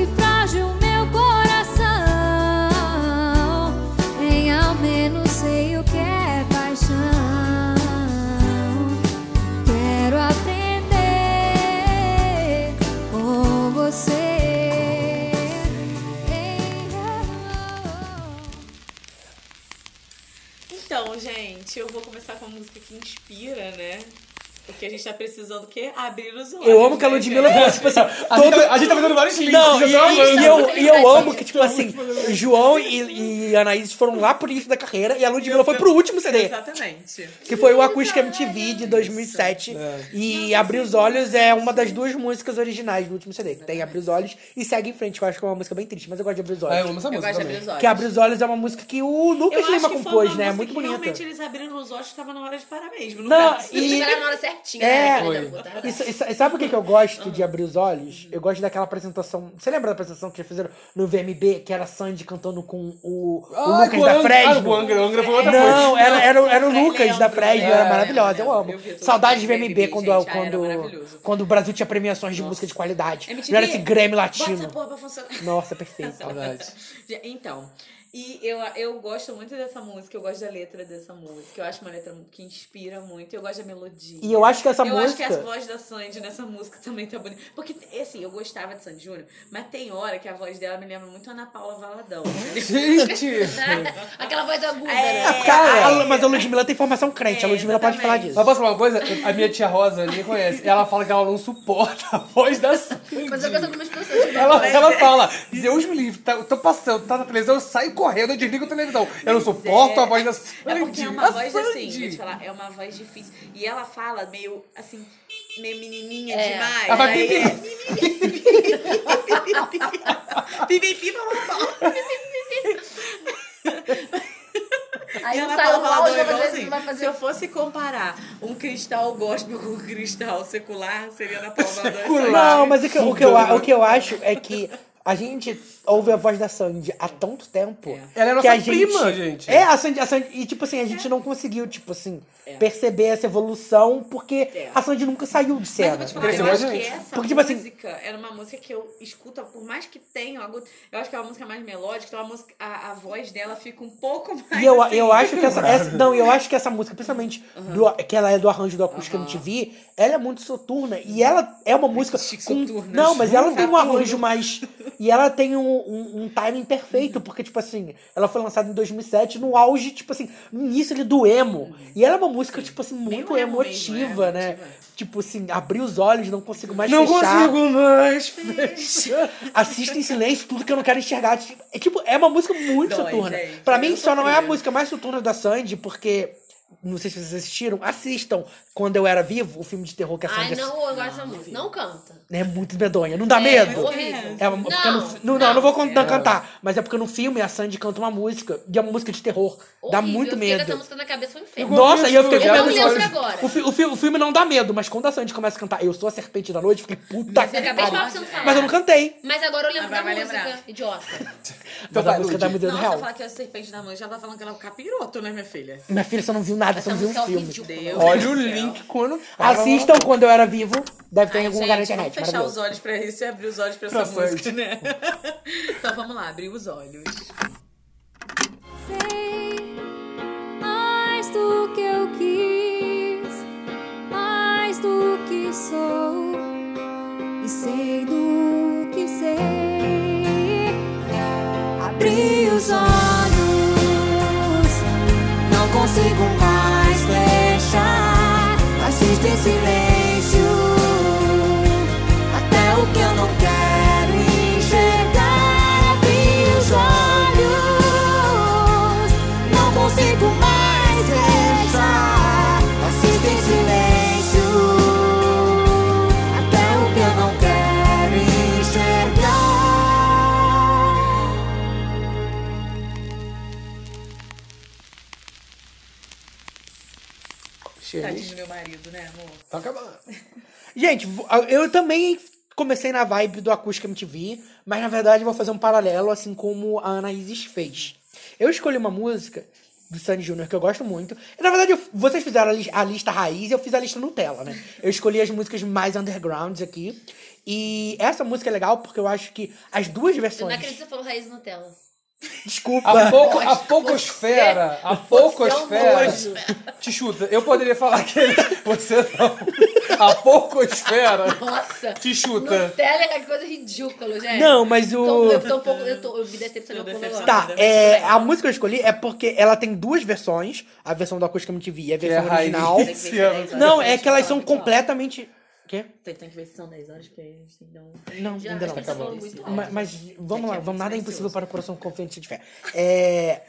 Speaker 4: Então, com música que inspira, né? O que a gente tá precisando o quê? Abrir os olhos.
Speaker 2: Eu amo que a
Speaker 4: né,
Speaker 2: Ludmilla
Speaker 4: gente?
Speaker 2: falou, tipo assim,
Speaker 5: A,
Speaker 2: todo...
Speaker 5: gente tá, a gente tá fazendo vários links.
Speaker 2: Não,
Speaker 5: já
Speaker 2: e,
Speaker 5: tá
Speaker 2: e-
Speaker 6: é
Speaker 5: amando.
Speaker 2: e eu, e eu amo que, tipo assim, João e, e Anaís foram lá pro início da carreira e a Ludmilla foi pro último CD,
Speaker 4: Exatamente.
Speaker 2: que foi o Acústica
Speaker 4: é
Speaker 2: MTV de 2007.
Speaker 5: É.
Speaker 2: E Abrir os Olhos é uma das duas músicas originais do último CD. que Tem Abrir os Olhos e Segue em Frente, que eu acho que é uma música bem triste, mas eu gosto de Abrir os
Speaker 5: Ah, eu
Speaker 2: Olhos.
Speaker 5: amo essa
Speaker 4: Eu
Speaker 5: música
Speaker 4: gosto de
Speaker 5: também.
Speaker 4: abrir os olhos.
Speaker 2: Que Abrir os Olhos é uma música que o
Speaker 4: Eu
Speaker 2: Lucas
Speaker 4: acho
Speaker 2: Lima
Speaker 4: que foi
Speaker 2: compôs,
Speaker 4: uma
Speaker 2: né? É
Speaker 4: música
Speaker 2: muito
Speaker 4: que Realmente
Speaker 2: bonita.
Speaker 4: eles abriram os olhos, tava na hora de parar mesmo. no
Speaker 2: Não,
Speaker 4: caso.
Speaker 3: E...
Speaker 2: E-
Speaker 3: Chegaram na hora certinha.
Speaker 2: É,
Speaker 3: né?
Speaker 5: foi.
Speaker 3: Puta,
Speaker 2: E, sa- e sa- e sabe o que, que eu gosto
Speaker 4: Ah.
Speaker 2: de abrir os olhos? Eu gosto daquela apresentação. Você lembra da apresentação que eles fizeram no VMB, que era a Sandy cantando com o, o
Speaker 5: Ai,
Speaker 2: Lucas
Speaker 5: com
Speaker 2: da
Speaker 5: Angra- Ah,
Speaker 2: Fresno?
Speaker 5: com Angra, Angra foi outra coisa.
Speaker 2: Não, era, era, o- era o
Speaker 4: Lembro,
Speaker 2: Lucas da Fresno,
Speaker 4: lembro,
Speaker 2: era
Speaker 4: lembro,
Speaker 2: maravilhosa, eu
Speaker 4: lembro.
Speaker 2: amo.
Speaker 4: Eu vi todos
Speaker 2: Saudades de
Speaker 4: os
Speaker 2: VMB
Speaker 4: VMB,
Speaker 2: quando,
Speaker 4: gente, ah, era
Speaker 2: quando,
Speaker 4: maravilhoso.
Speaker 2: quando o Brasil tinha premiações de música de qualidade.
Speaker 4: MTV,
Speaker 2: Não era esse Grammy
Speaker 4: Bota essa
Speaker 2: latino.
Speaker 4: porra pra funcionar. <laughs>
Speaker 2: Nossa, perfeito.
Speaker 5: Saudade.
Speaker 4: Então, e eu, eu gosto muito dessa música, eu gosto da letra dessa música. Eu acho uma letra que inspira muito, eu gosto da melodia.
Speaker 2: E eu acho que essa
Speaker 4: eu acho que
Speaker 2: música.
Speaker 4: a voz da Sandy nessa música também tá bonita. Porque, assim, eu gostava de Sandy Júnior, mas tem hora que a voz dela me lembra muito a Ana Paula Valadão.
Speaker 5: Gente!
Speaker 3: Aquela voz aguda,
Speaker 4: É.
Speaker 2: Ah,
Speaker 3: né?
Speaker 2: porque a- a- mas a Ludmilla tem formação crente, a
Speaker 4: É,
Speaker 2: Ludmilla pode falar
Speaker 4: exatamente.
Speaker 2: disso.
Speaker 5: Mas posso falar uma coisa? A minha tia Rosa me conhece. Ela fala que ela não suporta a voz da Sandy.
Speaker 3: Mas eu gosto de algumas pessoas. tipo, que-
Speaker 5: Ela, ela fala, Deus me livre, tá, eu tô passando, tá na televisão, eu saio correndo, eu desligo a televisão. Eu não suporto a voz da Sandy.
Speaker 4: É porque é uma
Speaker 5: a
Speaker 4: voz assim,
Speaker 5: Sandy.
Speaker 4: vou te falar, é uma voz difícil. E ela fala meio assim, meio menininha
Speaker 3: É.
Speaker 4: demais.
Speaker 5: Ela vai
Speaker 4: aí
Speaker 5: pipi.
Speaker 4: é <laughs> pipi, pipi, pipi,
Speaker 3: Aí
Speaker 4: Ela
Speaker 3: não sai o
Speaker 4: fala
Speaker 3: áudio,
Speaker 4: igual
Speaker 3: mas às vezes
Speaker 4: assim,
Speaker 3: não vai
Speaker 4: Se
Speaker 3: fazer.
Speaker 4: eu fosse comparar um cristal gospel com um cristal secular, seria na palma
Speaker 5: Secular.
Speaker 2: Não, mas o que, o, que eu, a- o que eu acho é que a gente ouve a voz da Sandy há tanto tempo.
Speaker 5: Ela é
Speaker 2: que
Speaker 5: nossa prima, gente.
Speaker 2: É, a Sandy, a Sandy. E, tipo assim, a gente não conseguiu, tipo assim, perceber essa evolução, porque
Speaker 4: É.
Speaker 2: a Sandy nunca saiu de
Speaker 4: Mas eu
Speaker 2: cena.
Speaker 4: vou te falar,
Speaker 5: Cresceu
Speaker 4: eu acho
Speaker 5: mais
Speaker 4: que
Speaker 5: gente.
Speaker 4: essa
Speaker 2: Porque, tipo assim-
Speaker 4: música era uma música que eu escuto, por mais que tenha uma agudo, eu acho que é uma música mais melódica, então a, música, a, a voz dela fica um pouco <laughs> mais.
Speaker 2: E eu,
Speaker 4: assim,
Speaker 2: eu
Speaker 5: <laughs>
Speaker 2: acho que essa, essa- Não, eu acho que essa música, principalmente do- que ela é do arranjo do Acústica MTV, ela é muito soturna. E ela é uma música.
Speaker 4: Chique
Speaker 2: com-
Speaker 4: soturna.
Speaker 2: não, mas ela tem um
Speaker 4: Saturno.
Speaker 2: arranjo mais. E ela tem um, um, um timing perfeito, porque, tipo assim, ela foi lançada em 2007, no auge, tipo assim, no início ali do emo. E ela é uma música, tipo assim, muito
Speaker 4: emo
Speaker 2: emotiva,
Speaker 4: mesmo, é,
Speaker 2: né?
Speaker 4: emotiva.
Speaker 2: Tipo assim, abri os olhos, não consigo mais
Speaker 5: Não
Speaker 2: fechar.
Speaker 5: consigo mais fechar.
Speaker 2: <laughs> Assista em silêncio tudo que eu não quero enxergar. Tipo, É tipo, é uma música muito
Speaker 4: Dói,
Speaker 2: soturna.
Speaker 4: gente.
Speaker 2: Pra mim,
Speaker 4: Eu
Speaker 2: só não é a
Speaker 4: sofria.
Speaker 2: música mais soturna da Sandy, porque. Não sei se vocês assistiram. Assistam Quando Eu Era Vivo, o filme de terror que a
Speaker 3: Ai,
Speaker 2: Sandy
Speaker 3: não, eu gosto dessa música. Não canta.
Speaker 2: É muito medonha. Não dá
Speaker 3: É,
Speaker 2: medo?
Speaker 3: horrível.
Speaker 2: É uma, porque
Speaker 3: Não,
Speaker 2: no, fi- não, não,
Speaker 3: não.
Speaker 2: não vou con- não cantar. Mas é porque no filme a Sandy canta uma música. E é uma música de terror. dá
Speaker 3: Horrível.
Speaker 2: muito
Speaker 3: eu fiquei com essa
Speaker 2: medo.
Speaker 3: música na cabeça, foi um inferno.
Speaker 2: Nossa, e eu fiquei com
Speaker 3: Eu não
Speaker 2: medo de-
Speaker 3: lembro agora.
Speaker 2: o, fi- o fi- o filme não dá medo, mas quando a Sandy começa a cantar Eu Sou a Serpente da Noite, eu fiquei puta
Speaker 3: Eu
Speaker 2: que
Speaker 3: acabei de
Speaker 2: pariu.
Speaker 3: falar pra você não falar.
Speaker 2: Mas eu não cantei.
Speaker 3: Mas agora eu lembro
Speaker 4: Agora
Speaker 3: da
Speaker 4: Ah, vai
Speaker 3: música,
Speaker 4: lembrar.
Speaker 3: idiota.
Speaker 2: Mas a
Speaker 5: vai,
Speaker 2: música
Speaker 5: Lud.
Speaker 2: tá me dando
Speaker 4: Não, você
Speaker 2: real.
Speaker 4: falar que é a serpente da mãe, já tá falando que ela é um capiroto, né, minha filha?
Speaker 2: Minha filha, você não viu nada, você
Speaker 3: Essa
Speaker 2: não viu
Speaker 3: música
Speaker 2: um
Speaker 3: é
Speaker 2: filme.
Speaker 3: ridícula.
Speaker 5: Olha o
Speaker 4: Meu Deus do
Speaker 5: link
Speaker 4: céu.
Speaker 5: quando.
Speaker 2: Assistam quando eu era vivo. Deve ter em
Speaker 4: Ai,
Speaker 2: algum
Speaker 4: gente,
Speaker 2: lugar na internet.
Speaker 4: Vamos fechar os
Speaker 2: maravilhoso.
Speaker 4: olhos pra isso e abrir os olhos pra
Speaker 5: Pra
Speaker 4: essa
Speaker 5: frente.
Speaker 4: música, né? então vamos lá, abrir os olhos.
Speaker 1: Sei mais do que eu quis, mais do que sou, e sei do que sei. Abri os olhos, não consigo mais fechar. Assisto em silêncio, até o que eu não quero enxergar. Abri os olhos, não consigo mais fechar. Assisto em silêncio, até o que eu não quero enxergar.
Speaker 4: Tadinho do meu marido, né, amor?
Speaker 5: Tá acabando.
Speaker 2: Gente, vo- eu também comecei na vibe do Acústica MTV, mas na verdade eu vou fazer um paralelo, assim como a Anaísis fez. Eu escolhi uma música do Sandy Júnior que eu gosto muito. E, na verdade, eu- vocês fizeram a, lis- a lista raiz e eu fiz a lista Nutella, né? Eu escolhi as músicas mais undergrounds aqui. E essa música é legal porque eu acho que as duas
Speaker 3: Eu não
Speaker 2: versões.
Speaker 3: acredito que você falou raiz Nutella.
Speaker 5: A,
Speaker 2: Desculpa.
Speaker 5: pouco, a poucosfera, a poucosfera, te chuta. Eu poderia falar que ele- você não. A Pocosfera
Speaker 3: Nossa!
Speaker 5: te
Speaker 3: Nutella
Speaker 5: chuta.
Speaker 3: é que coisa ridícula,
Speaker 2: <laughs>
Speaker 3: gente.
Speaker 2: Não, mas o.
Speaker 3: Tô- eu tô um pouco. Eu, tô, eu me decepcionei um
Speaker 4: Tô
Speaker 3: pouco agora.
Speaker 2: Tá, é, a música que eu escolhi é porque ela tem duas versões, a versão da Acústica MTV e a
Speaker 5: Que é
Speaker 2: versão original.
Speaker 5: rainha. Esse ano.
Speaker 2: Não, é que elas são completamente. Quê?
Speaker 4: Tem tem que ver se são 10 horas, porque a gente tem que dar um.
Speaker 2: Não,
Speaker 3: Já,
Speaker 2: ainda
Speaker 3: as
Speaker 2: não.
Speaker 3: pessoas falam muito alto.
Speaker 2: Mas, mas vamos lá,
Speaker 4: é
Speaker 2: vamos, nada é
Speaker 4: silencioso.
Speaker 2: impossível para o coração confiante de fé. É,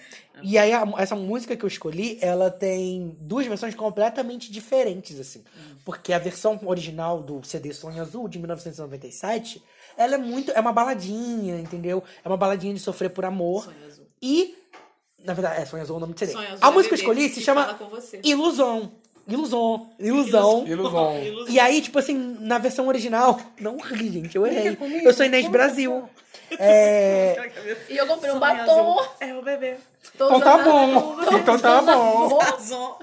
Speaker 2: e aí, a- essa música que eu escolhi, ela tem duas versões completamente diferentes, assim. Porque a versão original do CD Sonho Azul, de 1997, ela é muito. É uma baladinha, entendeu? É uma baladinha de sofrer por amor.
Speaker 4: Sonho azul.
Speaker 2: E. Na verdade, é Sonho Azul é o nome do CD.
Speaker 4: Sonho azul
Speaker 2: a
Speaker 4: é
Speaker 2: música que eu
Speaker 4: bebê
Speaker 2: escolhi se
Speaker 4: que
Speaker 2: chama
Speaker 4: fala com você.
Speaker 2: Ilusão. Ilusão. Ilusão.
Speaker 5: Ilusão.
Speaker 2: E aí, tipo assim, na versão original. Não ri, gente, eu errei. Eu sou Inês Brasil. É.
Speaker 3: E eu comprei um
Speaker 4: Sonho
Speaker 3: batom.
Speaker 4: azul. É o bebê.
Speaker 3: Tô
Speaker 5: Então tá
Speaker 3: usando-
Speaker 5: bom.
Speaker 3: tô
Speaker 5: Então tá
Speaker 3: usando
Speaker 5: bom.
Speaker 3: batom.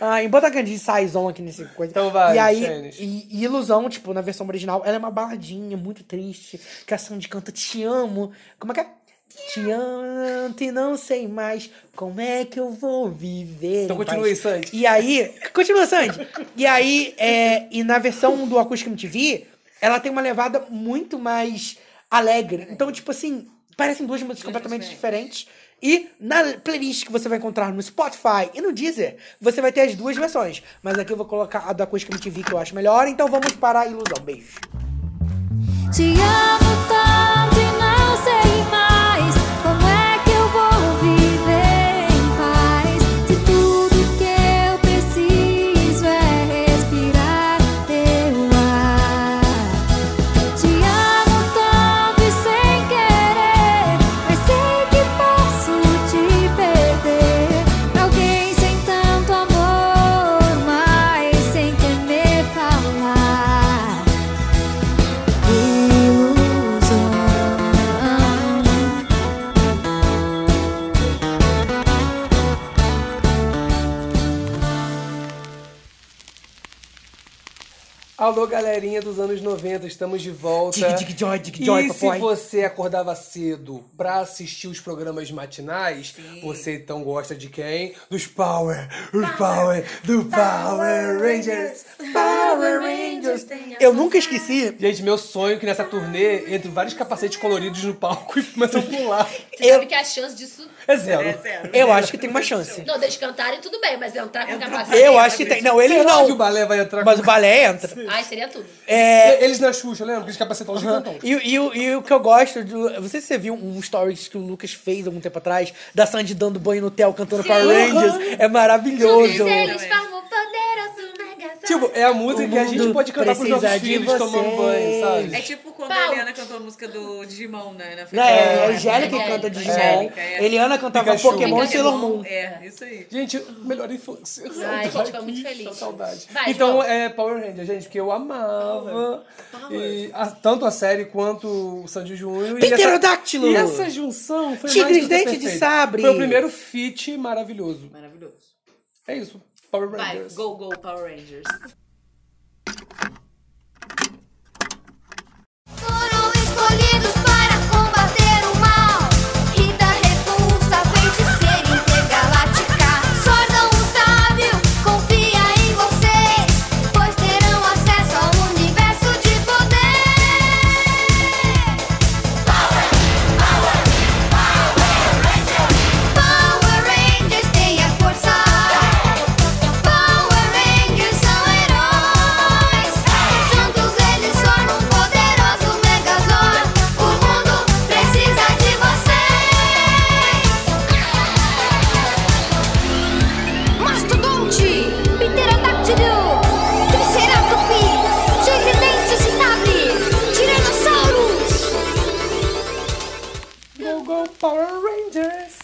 Speaker 2: Ah, e bota a grande saison aqui nesse coisa.
Speaker 5: Então vai,
Speaker 2: E aí,
Speaker 5: Shanice.
Speaker 2: e, e ilusão, tipo, na versão original, ela é uma baladinha muito triste. Que a Sandy canta Te amo. Como é que é? Te amo e não sei mais como é que eu vou viver.
Speaker 5: Então
Speaker 2: em paz.
Speaker 5: continua aí, Sandy.
Speaker 2: E aí. Continua, Sandy. E aí, é, e na versão do Acústica MTV, ela tem uma levada muito mais alegre. Então, tipo assim, parecem duas músicas completamente diferentes. E na playlist que você vai encontrar no Spotify e no Deezer, você vai ter as duas versões. Mas aqui eu vou colocar a do Acústica MTV que eu acho melhor. Então vamos para a ilusão. Beijos.
Speaker 1: Te amo tanto e não sei mais como é que eu vou viver em paz. Se tudo que eu preciso é respirar teu ar. Te amo tanto e sem querer, mas sei que posso te perder. Pra alguém sem tanto amor, mas sem temer falar. Ilusão.
Speaker 5: Alô, galerinha dos anos 90, estamos de volta.
Speaker 2: Dig, dig, joy, dig, joy,
Speaker 5: E
Speaker 2: papai.
Speaker 5: se você acordava cedo pra assistir os programas matinais, você então gosta de quem? Dos Power, os Power, do Power Rangers. Power Rangers.
Speaker 2: Eu nunca esqueci.
Speaker 5: Gente, meu sonho é que nessa turnê entre vários capacetes coloridos no palco <laughs> e começam a pular.
Speaker 3: Você sabe que a chance disso.
Speaker 5: É zero.
Speaker 2: Eu acho que tem uma chance.
Speaker 3: Não, deles cantarem, tudo bem, mas entrar com capacete.
Speaker 2: Eu acho que tem. Não, eles
Speaker 5: Será que o
Speaker 2: não.
Speaker 5: balé vai entrar
Speaker 2: Mas o
Speaker 5: com...
Speaker 2: balé entra.
Speaker 3: Ai, seria tudo.
Speaker 2: É,
Speaker 5: Eles na Xuxa, lembra? Aqueles capacetão gigantão.
Speaker 2: E, e o- e o que eu gosto do. Não sei se você viu um stories que o Lucas fez algum tempo atrás, da Sandy dando banho no hotel cantando Power Rangers. É maravilhoso.
Speaker 1: Eles formam um poderoso mega
Speaker 5: Tipo, é a música
Speaker 2: O
Speaker 5: que a gente
Speaker 2: mundo
Speaker 5: pode cantar pros nossos
Speaker 2: precisa de
Speaker 5: filhos tomando
Speaker 2: vocês.
Speaker 5: banho,
Speaker 4: É
Speaker 5: sabe?
Speaker 4: tipo quando
Speaker 3: Pau.
Speaker 4: a Eliana cantou a música do Digimon, né? Na
Speaker 2: Né? É, a
Speaker 4: frente.
Speaker 2: Angélica que
Speaker 3: É,
Speaker 2: canta
Speaker 3: é,
Speaker 2: Digimon.
Speaker 4: Angélica, é.
Speaker 2: Eliana cantava
Speaker 5: Pikachu.
Speaker 2: Pokémon e
Speaker 3: Pikachu.
Speaker 2: Sailor Moon.
Speaker 4: É, isso aí.
Speaker 5: Gente, melhor infância. <laughs>
Speaker 3: Ai,
Speaker 5: saudade.
Speaker 3: gente, foi muito feliz.
Speaker 5: Saudade.
Speaker 3: Vai,
Speaker 5: então,
Speaker 3: vamos.
Speaker 5: é Power Ranger, gente, porque eu amava. E a- tanto a série quanto o Sandy Júnior. E essa-
Speaker 2: Pterodáctilo.
Speaker 5: E essa junção foi
Speaker 2: Tigres,
Speaker 5: mais do que
Speaker 2: dente de
Speaker 5: perfeita.
Speaker 2: sabre.
Speaker 5: Foi o primeiro feat maravilhoso.
Speaker 4: Maravilhoso.
Speaker 5: É isso. Power
Speaker 4: Vai,
Speaker 5: Rangers.
Speaker 4: go, go, Power Rangers.
Speaker 1: Foram escolhidos para combater o mal E da repulsa vem de ser intergaláctica Sordão o sábio, confia em vocês Pois terão acesso ao universo de poder Power, power, power Rangers Power Rangers tem a força Power Rangers são heróis Juntos eles formam um poderoso Megazord O mundo precisa de vocês Mastodonte, Pterodáctilo, Triceratopi Tigre dente de sabre, Tiranossauros
Speaker 5: Go, go, Power Rangers.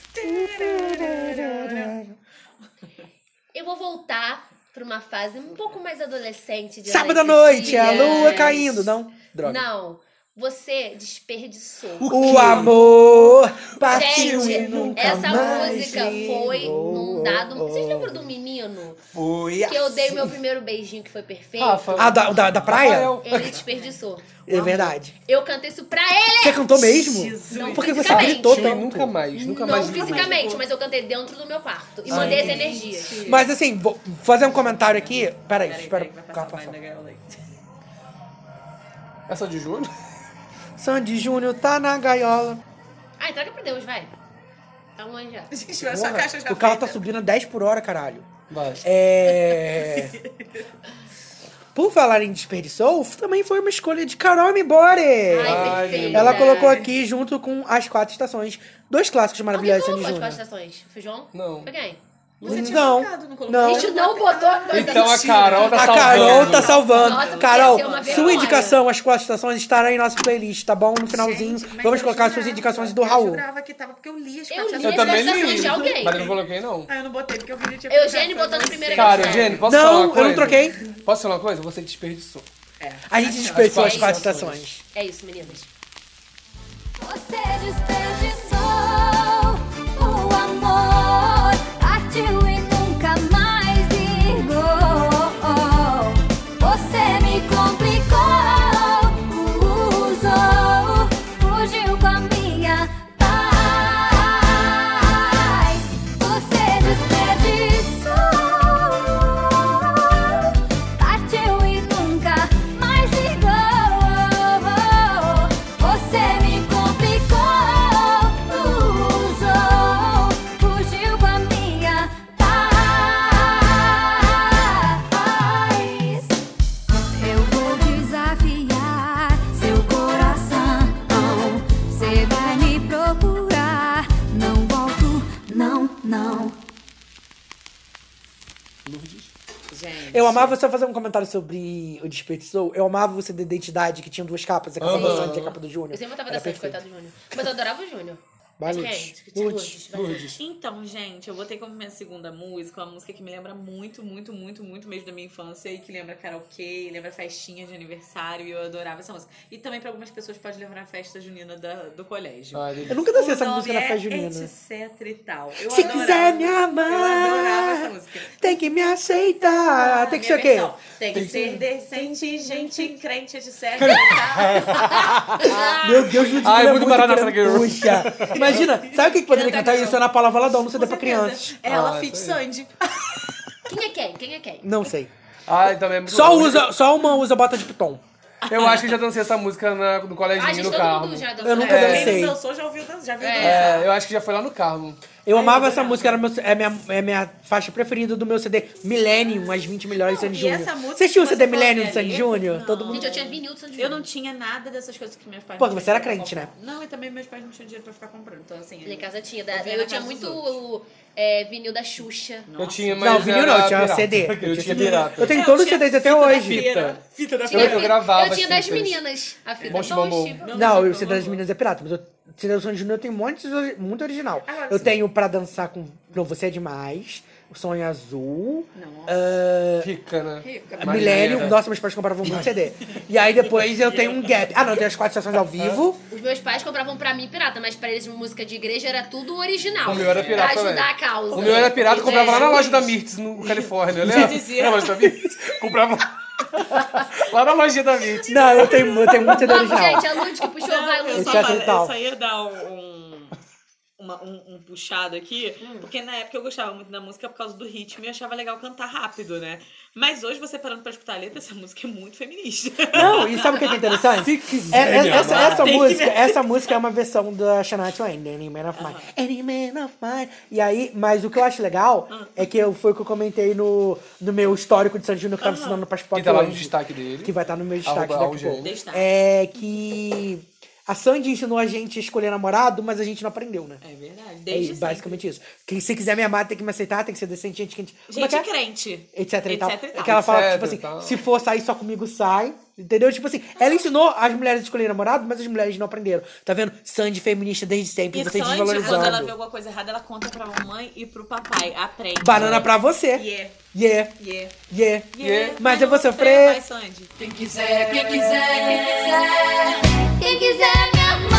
Speaker 3: Eu vou voltar pra uma fase um pouco mais adolescente. De
Speaker 2: Sábado à
Speaker 3: adolescência.
Speaker 2: noite, a lua caindo. Não, droga.
Speaker 3: Não. Você desperdiçou.
Speaker 2: O amor partiu e
Speaker 3: Gente,
Speaker 2: nunca
Speaker 3: essa
Speaker 2: mais Oh,
Speaker 3: música foi
Speaker 2: chegou.
Speaker 3: num dado. Vocês lembram do menino
Speaker 2: Foi
Speaker 3: que eu dei meu primeiro beijinho que foi perfeito?
Speaker 5: Rafa.
Speaker 2: Ah, da, da, da praia?
Speaker 5: Rafael.
Speaker 3: Ele desperdiçou.
Speaker 2: É verdade.
Speaker 3: Eu cantei isso pra ele!
Speaker 2: Você cantou mesmo?
Speaker 3: Não
Speaker 2: Porque você
Speaker 3: fisicamente.
Speaker 2: gritou
Speaker 5: Juro,
Speaker 2: tanto.
Speaker 5: nunca mais, nunca
Speaker 3: não
Speaker 5: mais.
Speaker 3: fisicamente, mas eu cantei dentro do meu quarto. E mandei as energias.
Speaker 2: Mas assim, vou fazer um comentário aqui. Peraí,
Speaker 4: Peraí,
Speaker 2: espera
Speaker 4: peraí,
Speaker 2: o
Speaker 4: vai
Speaker 2: carro tá
Speaker 4: passar mais
Speaker 2: passar.
Speaker 4: da Gaiola aí. <laughs>
Speaker 5: Essa de É Júnior?
Speaker 2: Sandy Júnior tá na gaiola.
Speaker 3: Ah, entrega pra Deus, vai. Tá longe já.
Speaker 4: Gente, vai
Speaker 2: Porra,
Speaker 4: só caixa já né?
Speaker 2: o carro tá
Speaker 4: feita.
Speaker 2: subindo a 10 por hora, caralho.
Speaker 5: Vai.
Speaker 4: <laughs>
Speaker 2: É. Por falar em desperdiçou, também foi uma escolha de Carol Mibore.
Speaker 5: Ai,
Speaker 3: Ai, perfeito.
Speaker 2: Ela colocou aqui, junto com As Quatro Estações, dois clássicos
Speaker 3: Alguém
Speaker 2: maravilhosos de Sandy
Speaker 3: colocou as quatro
Speaker 2: Júnior.
Speaker 3: estações? Foi João?
Speaker 5: Não.
Speaker 3: Foi quem?
Speaker 4: Você tinha
Speaker 2: Não,
Speaker 4: colocado, não colocou?
Speaker 2: não.
Speaker 3: A gente não botou as duas
Speaker 5: Então a
Speaker 4: mentira.
Speaker 5: Carol tá
Speaker 2: A
Speaker 5: salvando.
Speaker 2: Carol tá salvando.
Speaker 3: Nossa, podia
Speaker 2: Carol,
Speaker 3: ser uma
Speaker 2: sua
Speaker 3: vergonha.
Speaker 2: indicação, As Quatro Estações, estará em nossa playlist, tá bom? No finalzinho,
Speaker 4: Gente, é mas
Speaker 2: vamos
Speaker 4: eu
Speaker 2: colocar suas
Speaker 4: jurava,
Speaker 2: indicações do Raul.
Speaker 4: Eu jurava que tava porque eu li as
Speaker 3: Eu
Speaker 4: quatro
Speaker 3: li
Speaker 4: ações.
Speaker 5: Eu também
Speaker 3: Estações
Speaker 5: li.
Speaker 3: de alguém.
Speaker 5: Mas eu não coloquei, não.
Speaker 4: Ah, eu não Ah, botei porque eu vi tinha
Speaker 3: Eugênio
Speaker 4: colocado pra
Speaker 3: botando
Speaker 4: você.
Speaker 3: primeiro
Speaker 5: Cara,
Speaker 4: é
Speaker 3: Sério?
Speaker 5: Eugênio, posso
Speaker 2: Não,
Speaker 5: falar uma
Speaker 2: eu não
Speaker 5: coisa?
Speaker 2: troquei.
Speaker 5: Posso falar uma coisa? Você desperdiçou.
Speaker 2: A gente desperdiçou As Quatro Estações.
Speaker 3: É isso, meninas.
Speaker 1: Você desperdiçou o amor, partiu e nunca mais ligou. Você me complicou, usou, fugiu com a minha paz. Você desperdiçou, partiu e nunca mais ligou. Você me complicou, usou, fugiu com a minha paz. Eu vou desafiar seu coração. Você vai me procurar. Não volto, não, não.
Speaker 4: Gente.
Speaker 2: Eu amava você fazer um comentário sobre o Desperdiçou. Eu amava você da identidade, que tinha duas capas, a capa do
Speaker 5: Aham.
Speaker 2: Sandy e a capa do Júnior.
Speaker 3: Eu sempre botava
Speaker 2: Era
Speaker 3: dançando,
Speaker 2: perfeito.
Speaker 3: coitado do Júnior. Mas eu adorava
Speaker 5: <laughs>
Speaker 3: o Júnior.
Speaker 2: Vai,
Speaker 3: Quem?
Speaker 2: Lourdes.
Speaker 3: Lourdes, vai.
Speaker 5: Lourdes.
Speaker 4: Então, gente, eu botei como minha segunda música uma música que me lembra muito, muito, muito, muito mesmo da minha infância e que lembra karaokê, lembra festinha de aniversário e eu adorava essa música. E também pra algumas pessoas pode levar na festa junina da- do colégio.
Speaker 5: Ai,
Speaker 2: Eu
Speaker 5: delícia.
Speaker 2: nunca dancei
Speaker 4: O
Speaker 2: essa
Speaker 4: nome
Speaker 2: música na
Speaker 4: é
Speaker 2: festa junina.
Speaker 4: Etc e tal. Eu
Speaker 2: Se
Speaker 4: adorava-
Speaker 2: quiser me amar.
Speaker 4: Eu adorava essa música.
Speaker 2: Tem que me aceitar. Ah, tem que ser
Speaker 4: Ah, Minha
Speaker 2: o quê?
Speaker 4: versão. Tem que
Speaker 5: Tem que
Speaker 4: ser decente, gente, crente, etc e tal.
Speaker 5: Ah,
Speaker 3: Ah,
Speaker 2: Meu Deus, Ludmilla
Speaker 5: Ai,
Speaker 2: é
Speaker 5: muito
Speaker 2: muito
Speaker 5: barato essa
Speaker 2: puxa. Imagina, sabe o que que poderia cantar isso? Ana Paula Valadão, não sei
Speaker 4: Com
Speaker 2: dá pra
Speaker 4: certeza.
Speaker 2: crianças.
Speaker 4: Ela
Speaker 5: Ah,
Speaker 4: fit
Speaker 5: isso
Speaker 4: Sandy.
Speaker 3: Quem é quem? Quem é quem?
Speaker 2: Não sei.
Speaker 5: Ai, também é muito
Speaker 2: Só,
Speaker 5: bom.
Speaker 2: usa, só uma usa bota de piton.
Speaker 5: Eu acho que já dancei essa música na, no colégio
Speaker 3: Ah, gente,
Speaker 5: no
Speaker 3: todo
Speaker 5: carro.
Speaker 3: mundo já dançou.
Speaker 2: Eu nunca
Speaker 5: É.
Speaker 4: Quem
Speaker 2: dancei.
Speaker 4: não dançou já ouviu, dan- já viu dançar.
Speaker 5: É, eu acho que já foi lá no carro.
Speaker 2: Eu amava essa música, era meu, é, minha, é minha faixa preferida do meu CD Millennium, as 20 melhores
Speaker 4: Não,
Speaker 2: de Sandy
Speaker 4: e essa
Speaker 2: Júnior.
Speaker 4: música
Speaker 2: Vocês tinham o
Speaker 4: que
Speaker 2: CD
Speaker 4: você
Speaker 2: Millennium
Speaker 4: falou
Speaker 2: de Sandy
Speaker 4: ali?
Speaker 2: Júnior?
Speaker 4: Não.
Speaker 2: Todo mundo.
Speaker 3: É. Gente, eu tinha vinil do Sandy
Speaker 4: Eu
Speaker 3: Júnior.
Speaker 4: não tinha nada dessas coisas que meus pais...
Speaker 2: Pô,
Speaker 4: não
Speaker 2: você era
Speaker 4: tinham pra
Speaker 2: crente, né?
Speaker 4: comprar. Não, e também meus pais não tinham dinheiro pra ficar comprando. Então, assim...
Speaker 3: Lá em casa tinha. da-
Speaker 4: Eu via
Speaker 3: eu
Speaker 4: na
Speaker 3: tinha
Speaker 4: casa
Speaker 3: muito
Speaker 4: dos
Speaker 3: o, é, vinil da Xuxa.
Speaker 5: Eu tinha, mas
Speaker 2: Não, vinil não,
Speaker 5: era
Speaker 2: eu tinha
Speaker 5: pirata.
Speaker 2: CD.
Speaker 5: Eu,
Speaker 2: Eu
Speaker 5: tinha
Speaker 2: tinha-
Speaker 5: pirata.
Speaker 2: eu tenho
Speaker 4: É,
Speaker 2: todos os
Speaker 4: tinha
Speaker 2: CDs até
Speaker 4: fita da
Speaker 2: hoje.
Speaker 4: feira. Fita da
Speaker 3: Tinha
Speaker 5: eu
Speaker 3: a fita-
Speaker 5: gravava
Speaker 3: Eu tinha
Speaker 5: as
Speaker 3: das
Speaker 5: fitas.
Speaker 3: meninas. A fita tipo,
Speaker 5: Monte
Speaker 3: Bom
Speaker 5: Bombom.
Speaker 3: Chico.
Speaker 2: Não,
Speaker 4: Não,
Speaker 2: eu
Speaker 4: não,
Speaker 2: CD das
Speaker 4: não.
Speaker 2: meninas é pirata, mas eu CD do Sandy Júnior tem um monte de ori- muito original.
Speaker 4: Agora
Speaker 2: eu
Speaker 4: sim.
Speaker 2: tenho Pra Dançar com. Não, Você é Demais, O Sonho Azul.
Speaker 4: Nossa.
Speaker 2: ah,
Speaker 5: Rica, né?
Speaker 4: Rica.
Speaker 2: A
Speaker 5: Maneira.
Speaker 2: Millennium, nossa, meus pais compravam muito CD. E aí depois eu tenho um gap. Ah, não, eu tenho as quatro estações ao vivo.
Speaker 3: Os meus pais compravam pra mim pirata, mas pra eles música de igreja era tudo original.
Speaker 5: O meu era pirata
Speaker 3: Pra ajudar
Speaker 5: também.
Speaker 3: a causa.
Speaker 5: O meu era pirata,
Speaker 3: É,
Speaker 5: comprava lá na
Speaker 3: gente.
Speaker 5: loja da Mirtz, no Califórnia,
Speaker 4: Já
Speaker 5: lembra?
Speaker 4: dizia.
Speaker 5: Na loja da Mirtz. <laughs> Comprava lá <laughs> na lojinha da Mirtz.
Speaker 2: Não, eu tenho, eu tenho muito CD
Speaker 3: Vamos,
Speaker 2: original.
Speaker 3: gente, a Lud que puxou
Speaker 4: Não,
Speaker 3: vai,
Speaker 4: eu,
Speaker 3: Lud.
Speaker 2: Lúcia.
Speaker 4: só
Speaker 2: Teatro
Speaker 4: falei-
Speaker 2: tal.
Speaker 4: eu só ia dar um, uma- um, um puxado aqui,
Speaker 2: Hum.
Speaker 4: porque na época eu gostava muito da música por causa do ritmo e eu achava legal cantar rápido, né? Mas hoje, você parando pra escutar a letra, essa música é muito feminista.
Speaker 2: Não, e sabe o que é interessante? É- é-
Speaker 5: me
Speaker 2: essa,
Speaker 5: amar,
Speaker 2: essa
Speaker 4: tem que
Speaker 2: música,
Speaker 4: me-
Speaker 2: essa música é uma versão da Shania Twain, Any Man of Mine.
Speaker 4: Ah.
Speaker 2: Any Man of Mine. E aí, mas o que eu acho legal
Speaker 4: Ah.
Speaker 2: é que eu, foi o que eu comentei no, no meu histórico de Sandy Júnior
Speaker 4: Ah.
Speaker 2: que eu tava ensinando pra Pop
Speaker 5: E tá lá no
Speaker 2: hoje,
Speaker 5: destaque dele.
Speaker 2: Que vai estar no meu destaque
Speaker 5: Arroba
Speaker 2: daqui a pouco.
Speaker 5: Alger.
Speaker 4: Destaque.
Speaker 2: É que a Sandy ensinou a gente a escolher namorado, mas a gente não aprendeu, né?
Speaker 4: É verdade.
Speaker 2: É
Speaker 4: Desde sempre.
Speaker 2: basicamente isso. Quem se quiser me amar, tem que me aceitar, tem que ser decente, gente, gente. Como é que
Speaker 4: Gente
Speaker 2: é?
Speaker 4: crente.
Speaker 2: Etc e tal.
Speaker 4: Etc e tal.
Speaker 2: Que ela fala,
Speaker 5: Etc,
Speaker 2: tipo assim,
Speaker 5: tal.
Speaker 2: se for sair só comigo, sai. Entendeu? Tipo assim, ela ensinou as mulheres a escolher namorado, mas as mulheres não aprenderam. Tá vendo? Sandy feminista desde sempre,
Speaker 4: E
Speaker 2: você
Speaker 4: Sandy, quando ela vê
Speaker 2: desvalorizando.
Speaker 4: alguma coisa errada, ela conta pra mamãe e pro papai. Aprende.
Speaker 2: Banana pra você.
Speaker 4: Yeah,
Speaker 2: Yeah,
Speaker 4: yeah,
Speaker 2: yeah.
Speaker 4: yeah.
Speaker 2: Mas é eu vou
Speaker 4: não
Speaker 2: sofrer.
Speaker 4: vai, Sandy.
Speaker 1: Quem quiser, quem quiser, quem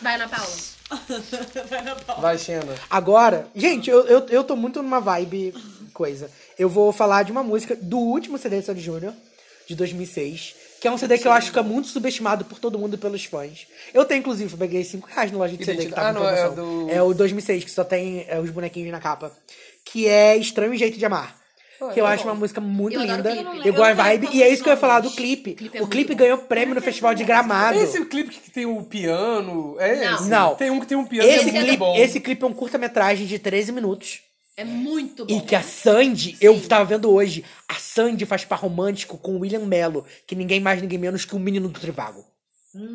Speaker 3: Vai, Ana Paula.
Speaker 4: Vai na pau.
Speaker 5: Vai, Xena.
Speaker 2: Agora, gente, eu, eu, eu tô muito numa vibe coisa. Eu vou falar de uma música do último CD de Sandy Júnior, de 2006, que é um CD que eu acho que é muito subestimado por todo mundo e pelos fãs. Eu tenho, inclusive, eu peguei 5 reais na loja de CD que
Speaker 5: Identica-
Speaker 2: tava
Speaker 5: Ah,
Speaker 2: em
Speaker 5: não, é
Speaker 2: promoção.
Speaker 5: do-
Speaker 2: É o 2006, que só tem é, os bonequinhos na capa. Que é Estranho Jeito de Amar. Que eu acho uma música muito
Speaker 3: é Eu adoro
Speaker 2: linda,
Speaker 3: clipe, eu não lembro.
Speaker 2: igual a
Speaker 4: Eu não lembro
Speaker 2: vibe. E é isso que eu ia
Speaker 4: quantos
Speaker 2: falar do
Speaker 4: nomes.
Speaker 2: clipe.
Speaker 3: clipe é
Speaker 2: o clipe
Speaker 3: muito
Speaker 2: ganhou prêmio no Festival de Gramado.
Speaker 5: Esse é o clipe que tem o piano? É
Speaker 3: Não.
Speaker 5: esse?
Speaker 2: Não.
Speaker 5: Tem um que tem um piano
Speaker 2: Esse
Speaker 5: que é muito
Speaker 2: clipe,
Speaker 5: bom.
Speaker 2: esse clipe é um curta-metragem de 13 minutos.
Speaker 3: É muito bom.
Speaker 2: E que a Sandy, eu tava vendo hoje, a Sandy faz par romântico com o William Mello, que ninguém mais, ninguém menos que o menino do Trivago.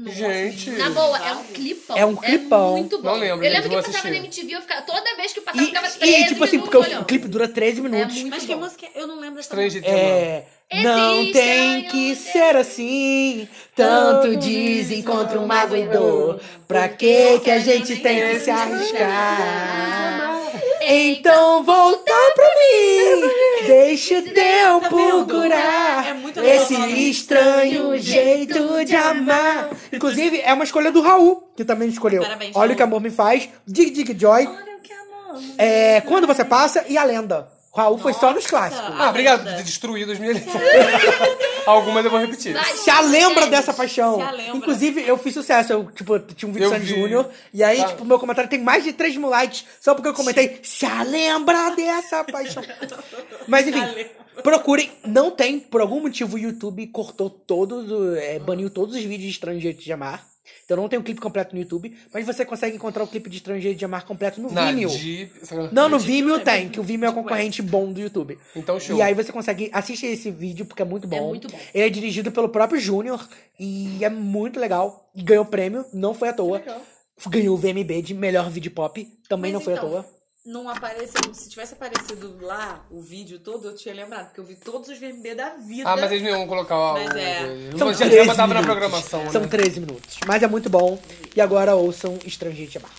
Speaker 5: Gente.
Speaker 3: Na boa, é um clipão.
Speaker 2: É um clipão.
Speaker 3: muito bom.
Speaker 5: Não lembro,
Speaker 3: Eu
Speaker 5: gente,
Speaker 3: lembro que
Speaker 5: vou
Speaker 3: passava
Speaker 5: assistir.
Speaker 3: na MTV, eu ficava, toda vez que eu
Speaker 2: E,
Speaker 3: passava, eu ficava
Speaker 2: e,
Speaker 3: 13
Speaker 2: tipo assim,
Speaker 3: minutos
Speaker 2: porque o
Speaker 3: olhando.
Speaker 2: clipe dura 13 minutos.
Speaker 3: É muito
Speaker 4: Mas que
Speaker 3: bom.
Speaker 4: música? Eu não lembro dessa
Speaker 5: Estranho de
Speaker 4: música.
Speaker 2: É,
Speaker 3: Existe
Speaker 2: não tem
Speaker 3: ainda.
Speaker 2: que ser assim, tanto dizem contra o mago e dor. Pra que que a gente tem que se arriscar? Então volta pra mim, deixa o tempo
Speaker 4: Tá vendo? É
Speaker 2: curar
Speaker 4: muito legal
Speaker 2: esse
Speaker 4: falar um isso.
Speaker 2: estranho jeito de amar. Inclusive, é uma escolha do Raul, que também escolheu.
Speaker 4: Parabéns,
Speaker 2: Olha o
Speaker 4: Raul.
Speaker 2: que amor me faz, Dig Dig Joy,
Speaker 4: Olha o que amor.
Speaker 2: é, Quando Você Passa e A Lenda. O Raul foi só nos clássicos.
Speaker 5: Ah, obrigado por ter destruído as
Speaker 3: <laughs>
Speaker 5: minhas. <laughs> Algumas eu vou repetir.
Speaker 3: Vai,
Speaker 2: Se a lembra
Speaker 3: gente.
Speaker 2: dessa paixão.
Speaker 4: Se alembra.
Speaker 2: Inclusive, eu fiz sucesso. Eu, tipo, tinha um vídeo
Speaker 5: Eu
Speaker 2: de Sandy
Speaker 5: vi.
Speaker 2: Júnior. E aí,
Speaker 5: Tá.
Speaker 2: tipo, meu comentário tem mais de 3 mil likes. Só porque eu comentei. Se a lembra
Speaker 5: <laughs>
Speaker 2: dessa paixão. Mas enfim. Procurem, não tem, por algum motivo o YouTube cortou todos, o- é, baniu todos os vídeos de Estranho Jeito de Amar. Então não tem o clipe completo no YouTube, mas você consegue encontrar o clipe de Estranho Jeito de Amar completo no
Speaker 5: Na
Speaker 2: Vimeo.
Speaker 5: Jeep- sacanagem.
Speaker 2: Não, no Vimeo tem, que o Vimeo é um concorrente bom do YouTube.
Speaker 5: Então, show.
Speaker 2: E aí você consegue assistir esse vídeo, porque é muito bom.
Speaker 3: muito bom.
Speaker 2: Ele é dirigido pelo próprio Júnior e é muito legal. E Ganhou prêmio, não foi à toa. Ganhou o VMB de melhor vídeo pop, também não
Speaker 4: Mas
Speaker 2: foi
Speaker 4: então,
Speaker 2: à toa.
Speaker 4: Não apareceu. Se tivesse aparecido lá o vídeo todo, eu tinha lembrado, porque eu vi todos os VMB da vida.
Speaker 5: Ah, mas eles não iam colocar o.
Speaker 4: Mas é.
Speaker 5: Não, já, já
Speaker 2: 13
Speaker 5: botava na
Speaker 2: minutos.
Speaker 5: programação,
Speaker 2: São
Speaker 5: né?
Speaker 2: 13 minutos. Mas é muito bom. E agora ouçam Estrangeiro de Amar.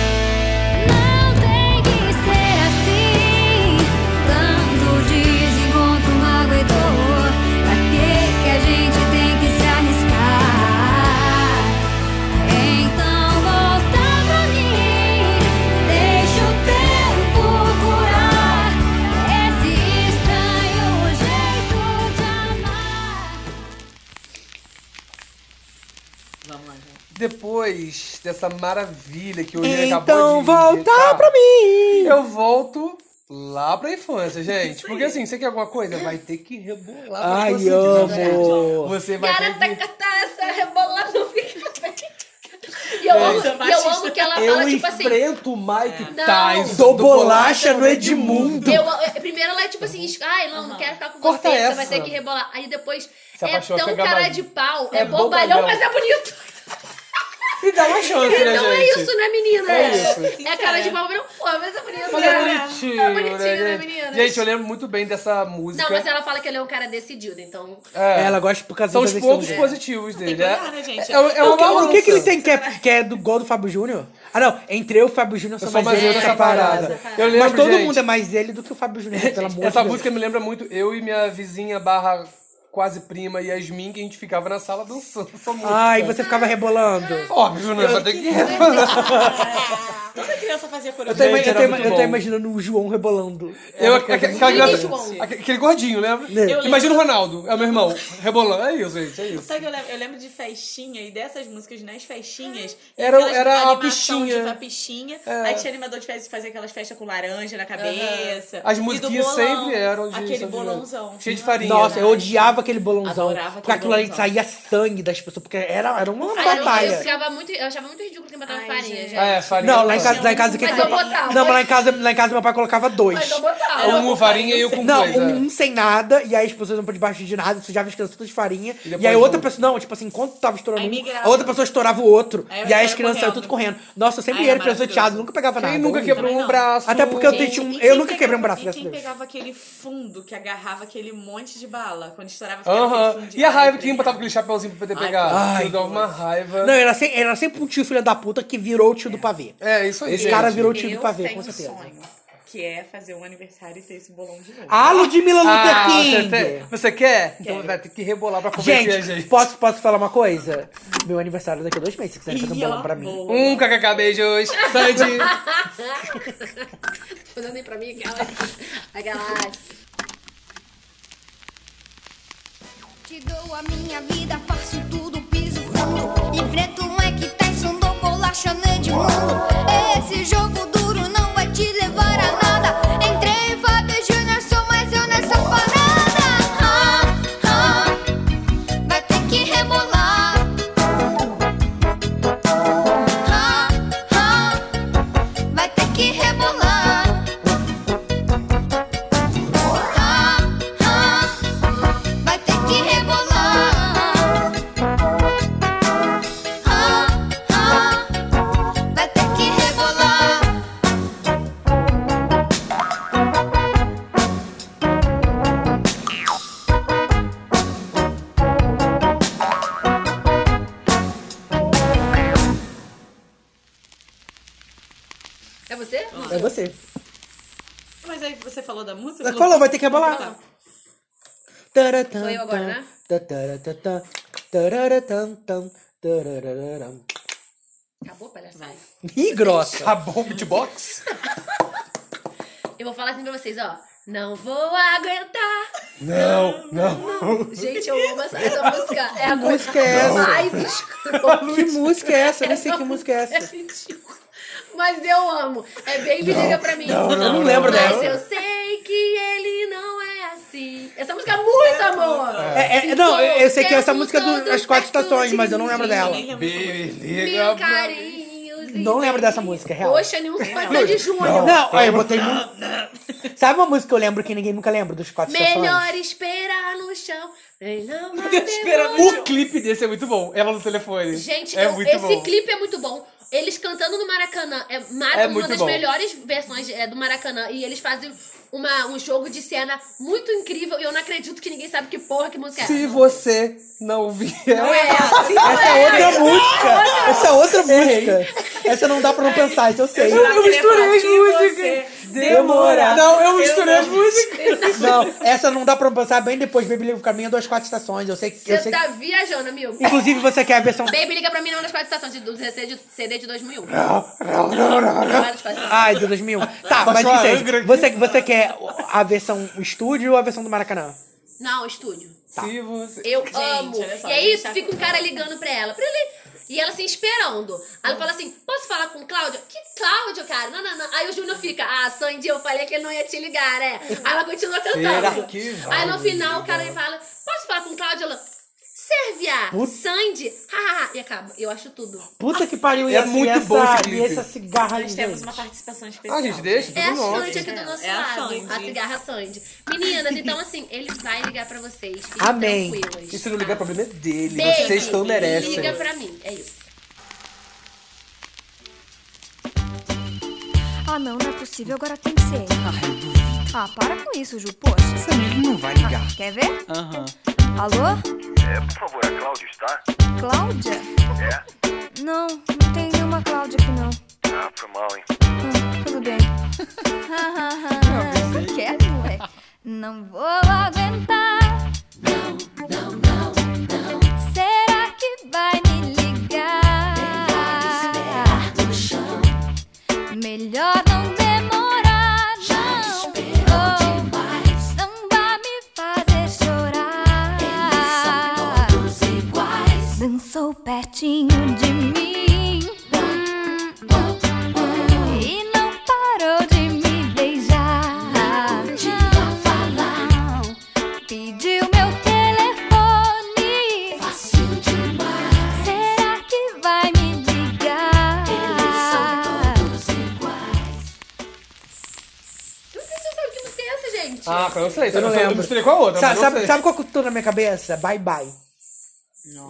Speaker 1: Não tem que ser assim, tanto desencontro, mago e dor. Pra que que a gente tem que se arriscar? Então volta pra mim, deixa o tempo curar esse estranho jeito de amar.
Speaker 4: Vamos lá, gente.
Speaker 5: Depois dessa maravilha que o Yuri acabou
Speaker 2: Então
Speaker 5: de.
Speaker 2: volta
Speaker 5: injetar,
Speaker 2: pra mim!
Speaker 5: Eu volto lá pra infância, gente. Porque assim, você quer alguma coisa? Vai ter que rebolar pra
Speaker 2: Ai,
Speaker 5: conseguir,
Speaker 2: amo.
Speaker 3: né?
Speaker 5: Você vai ter
Speaker 3: Garota
Speaker 5: que...
Speaker 3: catarça, rebolando no E
Speaker 5: É,
Speaker 3: eu amo, e
Speaker 4: Essa
Speaker 3: eu
Speaker 4: machista.
Speaker 3: amo que ela
Speaker 5: Eu
Speaker 3: fala, tipo assim.
Speaker 5: enfrento o Mike
Speaker 3: Não.
Speaker 5: Tyson.
Speaker 2: Dou bolacha no Edmundo.
Speaker 3: Eu, eu- primeiro ela é tipo assim, ai, não, não quero ficar com
Speaker 5: Corta
Speaker 3: você,
Speaker 5: essa.
Speaker 3: você vai ter que rebolar. Aí depois
Speaker 5: Se
Speaker 3: é
Speaker 5: apaixona,
Speaker 3: tão
Speaker 5: fica
Speaker 3: cara
Speaker 5: babado.
Speaker 3: de pau, é,
Speaker 5: É
Speaker 3: bobalhão,
Speaker 5: bobalhão.
Speaker 3: mas é bonito.
Speaker 5: Me dá uma chance, né,
Speaker 3: Então é
Speaker 5: gente?
Speaker 3: isso, né, menina?
Speaker 5: É isso.
Speaker 3: É cara de pau, mas não foi, mas é bonito.
Speaker 5: Mas é bonitinho,
Speaker 3: É bonitinho, né,
Speaker 5: gente?
Speaker 3: meninas?
Speaker 5: Gente, eu lembro muito bem dessa música.
Speaker 3: Não, mas ela fala que ele é um cara decidido, então.
Speaker 5: É.
Speaker 2: Ela gosta por causa
Speaker 5: São
Speaker 2: das
Speaker 5: os pontos
Speaker 2: decisões.
Speaker 5: positivos dele.
Speaker 4: que
Speaker 5: É,
Speaker 4: olhar, né,
Speaker 5: é,
Speaker 4: gente?
Speaker 5: é uma
Speaker 2: O que- o que, que ele
Speaker 5: balança.
Speaker 2: tem que é, que é do gol do Fábio Júnior? Ah, não. Entre eu e o Fábio Júnior
Speaker 5: Eu
Speaker 2: sou
Speaker 5: sou
Speaker 2: mais eu nessa parada.
Speaker 5: Eu lembro,
Speaker 2: Mas todo
Speaker 5: gente,
Speaker 2: mundo é mais ele do que o Fábio Júnior, pelo amor de Deus.
Speaker 5: Essa música é me lembra muito eu e minha vizinha barra quase prima Yasmin, que a gente ficava na sala dançando essa música.
Speaker 2: Ai, você ficava rebolando.
Speaker 5: Óbvio, né? Vai ter que...
Speaker 4: Toda criança fazia
Speaker 2: Eu
Speaker 4: coreografia.
Speaker 2: tô, ima-
Speaker 5: Gente,
Speaker 2: eu tô
Speaker 5: era
Speaker 2: ima-
Speaker 5: muito
Speaker 2: eu tô
Speaker 5: bom.
Speaker 2: imaginando o João rebolando.
Speaker 5: <laughs> Eu, aqu- aqu- aquela
Speaker 3: Mini
Speaker 5: graça-
Speaker 3: João.
Speaker 5: aqu- aquele gordinho, lembra?
Speaker 2: Eu
Speaker 5: Imagina o Ronaldo, é o meu irmão, rebolando. É isso, gente, é isso.
Speaker 4: Sabe o que eu lembro? Eu lembro de festinha e dessas músicas nas festinhas. e
Speaker 5: Era-
Speaker 4: aquelas
Speaker 5: era a É.
Speaker 4: animação
Speaker 5: pichinha.
Speaker 4: De, a pichinha. Aí tinha animador de festa que fazia aquelas festas com laranja na cabeça.
Speaker 5: As
Speaker 4: e do
Speaker 5: musiquinhas
Speaker 4: bolão,
Speaker 5: sempre eram de...
Speaker 4: Aquele
Speaker 5: São João.
Speaker 4: bolãozão.
Speaker 5: Cheio de farinha.
Speaker 2: Nossa, eu odiava aquele bolãozão.
Speaker 4: Adorava
Speaker 2: porque
Speaker 4: aquele
Speaker 2: aquilo ali
Speaker 4: bolãozão.
Speaker 2: saía sangue das pessoas, porque era, era uma
Speaker 3: Aí eu, eu
Speaker 2: batalha.
Speaker 3: ficava muito. Eu achava muito ridículo porque eu botava
Speaker 4: Ai,
Speaker 3: farinha,
Speaker 4: gente.
Speaker 3: gente.
Speaker 5: Ah, é, farinha.
Speaker 2: Não, lá em casa, lá em casa que
Speaker 5: um
Speaker 3: Mas eu botava.
Speaker 2: Não, mas É lá em casa, lá em casa meu pai colocava dois.
Speaker 3: Mas eu botava.
Speaker 5: Um com farinha e o com
Speaker 2: Não,
Speaker 5: coisa.
Speaker 2: um, um sem nada, e aí tipo, as pessoas iam pra debaixo de nada, sujava as crianças tudo de farinha.
Speaker 5: E
Speaker 2: E,
Speaker 5: depois um
Speaker 2: aí outra
Speaker 5: o-
Speaker 2: pessoa, não, tipo assim, enquanto tava estourando
Speaker 4: Aí
Speaker 2: um,
Speaker 4: migrava.
Speaker 2: a outra pessoa estourava o outro.
Speaker 4: Aí
Speaker 2: e aí as
Speaker 4: saiu
Speaker 2: crianças saiam tudo correndo. Nossa, eu sempre
Speaker 4: Ai, era
Speaker 2: era presenteado,
Speaker 4: maravilhoso.
Speaker 2: nunca pegava nada.
Speaker 5: Quem nunca quebrou
Speaker 4: Também
Speaker 5: um
Speaker 4: não.
Speaker 5: braço?
Speaker 2: Até porque eu tenho-
Speaker 4: Gente,
Speaker 2: um-
Speaker 4: e quem
Speaker 2: nunca quebrei um braço,
Speaker 4: pegava-
Speaker 2: graças
Speaker 4: E
Speaker 2: a
Speaker 4: quem
Speaker 2: Deus.
Speaker 4: pegava aquele fundo que agarrava aquele monte de bala quando estourava ficava
Speaker 5: Aham.
Speaker 4: aquele fundo de
Speaker 5: E a raiva
Speaker 4: bala
Speaker 5: que botava aquele chapéuzinho pra poder
Speaker 4: Ai,
Speaker 5: pegar?
Speaker 2: Ai,
Speaker 5: Aquilo dava uma raiva.
Speaker 2: Não, era sempre, era sempre um tio filho da puta que virou o tio do pavê.
Speaker 5: É, isso aí.
Speaker 2: Esse cara
Speaker 5: gente.
Speaker 2: virou o tio do
Speaker 4: Eu
Speaker 2: pavê,
Speaker 4: tenho
Speaker 2: com
Speaker 4: um
Speaker 2: certeza.
Speaker 4: sonho, que é fazer um aniversário e ter esse bolão de novo.
Speaker 2: Ah, Ludmilla Luther
Speaker 5: Ah, você,
Speaker 2: King!
Speaker 5: tem- você quer? Então vai ter que rebolar pra convencer a
Speaker 2: Gente,
Speaker 5: gente.
Speaker 2: Posso, posso falar uma coisa? Meu aniversário é daqui a dois meses, se quiserem fazer um
Speaker 4: Ih,
Speaker 2: bolão
Speaker 4: ó,
Speaker 2: pra mim.
Speaker 4: boa.
Speaker 5: Um kkk, beijos. Sandy.
Speaker 3: Fazendo aí pra mim aquela. aquela.
Speaker 7: Te dou a minha vida, faço tudo, piso fundo. Enfrento um Mike Tyson, dou bolacha no Edmundo. Esse jogo duro não vai te levar a nada. Entrei em Fábio Júnior, sou mais eu nessa parada. Ah, ah, vai ter que rebolar. Ah, ah, vai ter que rebolar. Ah, ah. Vai ter que rebolar. Ah, ah, vai ter que rebolar.
Speaker 3: É você?
Speaker 2: É você.
Speaker 4: Mas aí você falou da música?
Speaker 2: Ela falou, vai ter que rebolar. Sou
Speaker 3: eu agora, né?
Speaker 2: né?
Speaker 3: Acabou, palhaçada.
Speaker 2: Ih, grossa.
Speaker 5: Acabou o beatbox?
Speaker 3: Eu vou falar assim pra vocês, ó. Não vou aguentar.
Speaker 5: Não, não.
Speaker 3: Gente, eu amo essa, essa música. É
Speaker 2: <laughs>
Speaker 3: a
Speaker 2: música é essa?
Speaker 3: mais escrota.
Speaker 2: Que música é essa? Eu nem sei que música é
Speaker 3: É
Speaker 2: essa.
Speaker 3: ridículo. Mas eu amo. É bem me liga pra mim.
Speaker 2: Eu não lembro
Speaker 3: Mas
Speaker 2: dela.
Speaker 3: eu sei que ele não é assim. Essa música é muito amor.
Speaker 2: É, é, não, eu sei que é
Speaker 3: Então,
Speaker 2: essa música do- das quatro estações, mas eu não lembro dela.
Speaker 5: Liga pra-
Speaker 3: Mil carinhos. e
Speaker 2: Não lembro dessa
Speaker 3: beijos.
Speaker 2: música, é real.
Speaker 3: Poxa, nenhum pode de junho.
Speaker 2: Não, olha, eu botei muito.
Speaker 3: <laughs>
Speaker 2: Sabe uma música que eu lembro que ninguém nunca lembra dos quatro
Speaker 3: Melhor
Speaker 2: estações?
Speaker 3: esperar no chão. Ei, Não vai
Speaker 5: Espera,
Speaker 3: demorar.
Speaker 5: o clipe desse é muito bom. Ela no telefone.
Speaker 3: Gente,
Speaker 5: é
Speaker 3: eu-
Speaker 5: muito
Speaker 3: esse
Speaker 5: bom.
Speaker 3: clipe é muito bom. Eles cantando no Maracanã. É, Mar-
Speaker 5: É muito
Speaker 3: uma das
Speaker 5: bom.
Speaker 3: melhores versões é, do Maracanã. E eles fazem uma, um jogo de cena muito incrível. E eu não acredito que ninguém sabe que porra que música é.
Speaker 5: Se você não ouvir ela,
Speaker 3: É, assim,
Speaker 2: Essa é outra música. Essa é outra música. Essa não dá pra não pensar, isso eu sei.
Speaker 5: eu misturei as músicas.
Speaker 2: Demora.
Speaker 5: Não, eu misturei as músicas.
Speaker 2: Não, essa não dá pra pensar bem depois. Baby Live Caminho, duas quatro estações. Eu sei que. Eu
Speaker 3: você
Speaker 2: sei...
Speaker 3: tá viajando, amigo.
Speaker 2: Inclusive, você quer a versão.
Speaker 3: Baby, liga pra mim não das quatro estações de- do CD de, CD de 2001. Várias quatro estações.
Speaker 2: Ai, de 2001. Tá, mas
Speaker 5: Baixou a
Speaker 2: isso
Speaker 5: Angra
Speaker 2: aí.
Speaker 5: aqui.
Speaker 2: Você, você quer a versão estúdio ou a versão do Maracanã?
Speaker 3: Não, estúdio.
Speaker 5: Se você...
Speaker 3: Eu
Speaker 4: Gente,
Speaker 3: amo.
Speaker 4: olha só,
Speaker 3: e
Speaker 4: a
Speaker 3: aí
Speaker 4: gente tá
Speaker 3: fica um cara ligando pra ela. pra ele- E ela assim, esperando. Aí ela fala assim: posso falar com o Cláudio? Que Cláudio, cara? Não, não, não. Aí o Júnior fica, ah, Sandy, eu falei que ele não ia te ligar, né?
Speaker 4: Uhum.
Speaker 3: Aí ela continua
Speaker 5: Será
Speaker 3: cantando.
Speaker 5: que vai
Speaker 3: Aí no final o cara fala: posso falar com o Cláudio? Ela. Sérvia!
Speaker 2: Put-
Speaker 3: Sandy! Ha, ha, ha. E acaba. Eu acho tudo.
Speaker 2: Puta que pariu, e
Speaker 5: É
Speaker 2: essa-
Speaker 5: muito
Speaker 2: e essa,
Speaker 5: bom esse clipe.
Speaker 2: E essa cigarra aí,
Speaker 4: Nós temos
Speaker 2: gente.
Speaker 4: uma participação especial.
Speaker 5: Ah, gente, deixa tudo
Speaker 3: É a
Speaker 5: nosso.
Speaker 3: Sandy aqui do nosso
Speaker 4: É a
Speaker 3: lado.
Speaker 4: Sandy.
Speaker 3: A cigarra Sandy. Meninas, então assim, ele vai ligar pra vocês. Fiquem
Speaker 2: Amém.
Speaker 3: tranquilas.
Speaker 5: E se não ligar, o problema é dele.
Speaker 3: Baby,
Speaker 5: Vocês não merecem.
Speaker 3: Liga pra mim. É isso.
Speaker 7: Ah, não, não é possível, agora tem que ser.
Speaker 8: é
Speaker 7: Ah, para com isso, Ju, poxa. Ah,
Speaker 8: Essa menina não vai ligar.
Speaker 7: Quer ver?
Speaker 8: Aham.
Speaker 7: Alô?
Speaker 1: É, por favor, a Cláudia está?
Speaker 7: Cláudia?
Speaker 1: É?
Speaker 7: Não, não tem nenhuma Cláudia aqui não.
Speaker 1: Ah, foi mal, hein?
Speaker 7: Hum, tudo bem. <laughs> Quer, ué? Não vou aguentar. Será que vai me ligar? Melhor não demorar. Não, Oh, não vá me fazer chorar. Dançou pertinho de mim hum, hum, hum, E não parou de me beijar Pediu meu telefone Será que vai me ligar?
Speaker 3: é gente.
Speaker 5: Ah, cara, eu sei.
Speaker 2: Eu não
Speaker 5: sei,
Speaker 2: lembro.
Speaker 5: misturei com a outra.
Speaker 2: Sabe,
Speaker 5: mas eu
Speaker 2: sabe,
Speaker 5: sei.
Speaker 2: sabe qual que eu tô na minha cabeça? Bye bye.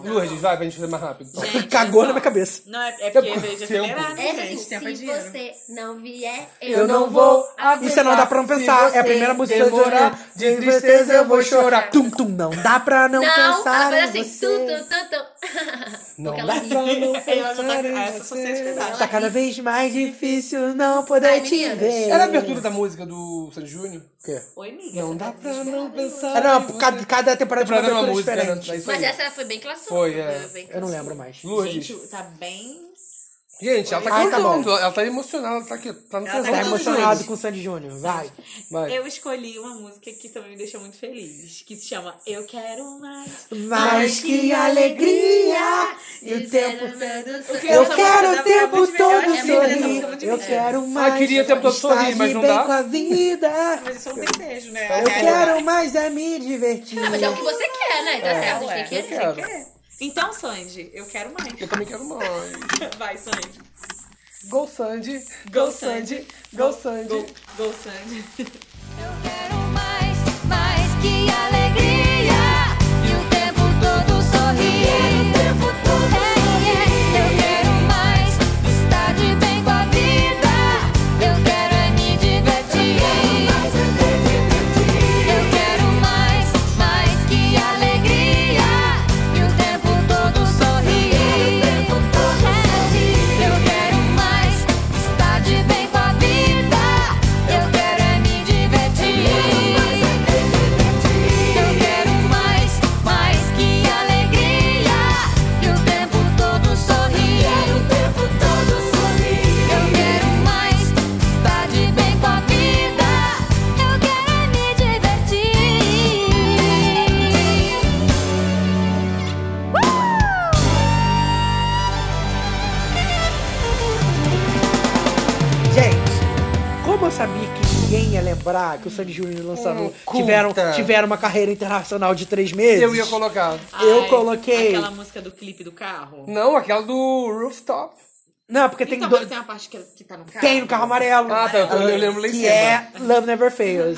Speaker 5: Lourdes, vai pra gente fazer mais rápido. então.
Speaker 4: Gente,
Speaker 2: <laughs> Cagou na
Speaker 4: olha só.
Speaker 2: minha cabeça.
Speaker 4: Não, é, é porque
Speaker 5: Eu-
Speaker 4: veio de
Speaker 5: tempo.
Speaker 4: acelerar, né,
Speaker 3: Essa, assim,
Speaker 4: gente? Tempo é
Speaker 3: se
Speaker 4: dinheiro.
Speaker 3: você não vier, eu,
Speaker 2: Eu não vou. Isso não dá pra não pensar.
Speaker 5: Se
Speaker 2: É a primeira
Speaker 5: você
Speaker 2: música do
Speaker 5: demorar,
Speaker 2: Jornal. De tristeza eu vou chorar. Tum, tum, não dá pra não,
Speaker 3: Não,
Speaker 2: pensar.
Speaker 3: ela faz
Speaker 2: em
Speaker 3: assim,
Speaker 2: você.
Speaker 3: tum, tum, tum, tum. <laughs>
Speaker 5: Não
Speaker 3: Porque
Speaker 5: dá
Speaker 3: ela ri.
Speaker 4: <laughs>
Speaker 5: pra não
Speaker 4: Ela já tá-
Speaker 5: pensar em
Speaker 4: essa
Speaker 5: você.
Speaker 4: sociedade.
Speaker 2: Tá cada vez mais difícil não poder
Speaker 3: Ai,
Speaker 2: te
Speaker 3: meninas.
Speaker 2: ver.
Speaker 5: Era a abertura da música do Sandy Júnior?
Speaker 4: Oi, amiga. tá
Speaker 5: Não dá pra não pensar.
Speaker 2: Ah,
Speaker 5: em
Speaker 2: não,
Speaker 5: você.
Speaker 2: cada, cada temporada tinha
Speaker 5: Pra
Speaker 2: uma
Speaker 5: dar uma
Speaker 2: abertura
Speaker 5: música,
Speaker 2: diferente.
Speaker 5: era- é isso
Speaker 3: Mas
Speaker 5: aí.
Speaker 3: essa ela foi bem classuda.
Speaker 5: Foi, é.
Speaker 3: bem
Speaker 2: Eu não lembro mais.
Speaker 5: Lourdes.
Speaker 4: Gente, tá bem...
Speaker 5: Gente, ela tá
Speaker 2: Ai, tá
Speaker 5: cantando.
Speaker 2: bom.
Speaker 5: ela tá emocionada, ela tá aqui. Tá no
Speaker 4: Ela tá
Speaker 5: tesão.
Speaker 2: Tá
Speaker 4: Mas tudo
Speaker 2: emocionado
Speaker 4: bem.
Speaker 2: com o Sandy Júnior, vai.
Speaker 5: Vai.
Speaker 4: Eu escolhi uma música que também me deixou muito feliz, que se chama Eu Quero Mais.
Speaker 2: Mas que alegria! E o tempo.
Speaker 3: né, é
Speaker 2: Eu
Speaker 4: Essa
Speaker 2: quero
Speaker 4: música
Speaker 2: o
Speaker 4: dá pra
Speaker 2: tempo
Speaker 4: muito ver-
Speaker 2: todo
Speaker 4: é, é muito bem, essa música é muito
Speaker 2: sorrir. Eu
Speaker 4: bem.
Speaker 2: quero mais.
Speaker 5: queria o tempo todo
Speaker 2: estar
Speaker 5: sorrir,
Speaker 2: de
Speaker 5: mas não
Speaker 2: bem
Speaker 5: dá?
Speaker 2: com a vida.
Speaker 4: Mas isso é um desejo, né?
Speaker 2: Eu quero mais é me divertir.
Speaker 3: Mas é o que você quer, né? Tá certo, a gente tem
Speaker 5: Eu
Speaker 3: que
Speaker 5: quero.
Speaker 4: Então, Sandy, eu quero mais.
Speaker 5: Eu também quero mais.
Speaker 4: Vai, Sandy.
Speaker 5: Go Sandy,
Speaker 4: Go, Sandy.
Speaker 5: Go Sandy.
Speaker 4: Go, go Sandy.
Speaker 1: Eu quero mais, mais que alegria E o tempo todo sorrir Eu quero mais, estar de bem com a vida Eu quero é me divertir é Eu quero mais, mais que alegria E o tempo todo sorrir Eu quero mais, estar de bem com a vida Eu quero é me divertir Eu quero mais, mais que alegria E o tempo todo sorrir Eu quero mais, estar de bem com a vida Eu quero é me divertir Uh!
Speaker 2: Gente, como eu sabia que ninguém ia lembrar que o Sandy Júnior lançaram
Speaker 5: Hum,
Speaker 2: tiveram,
Speaker 5: culta.
Speaker 2: tiveram uma carreira internacional de três meses?
Speaker 5: Eu ia colocar.
Speaker 2: Eu coloquei.
Speaker 4: Aquela música do clipe do carro.
Speaker 5: Não, aquela do Rooftop.
Speaker 2: Não, porque tem
Speaker 4: então,
Speaker 2: dois.
Speaker 4: mas tem uma parte que, que tá no carro.
Speaker 2: Tem no carro amarelo.
Speaker 5: Ah, tá, eu tô- eu lembro lá em
Speaker 2: Que
Speaker 5: cima. Ah,
Speaker 2: é Love Never Fails.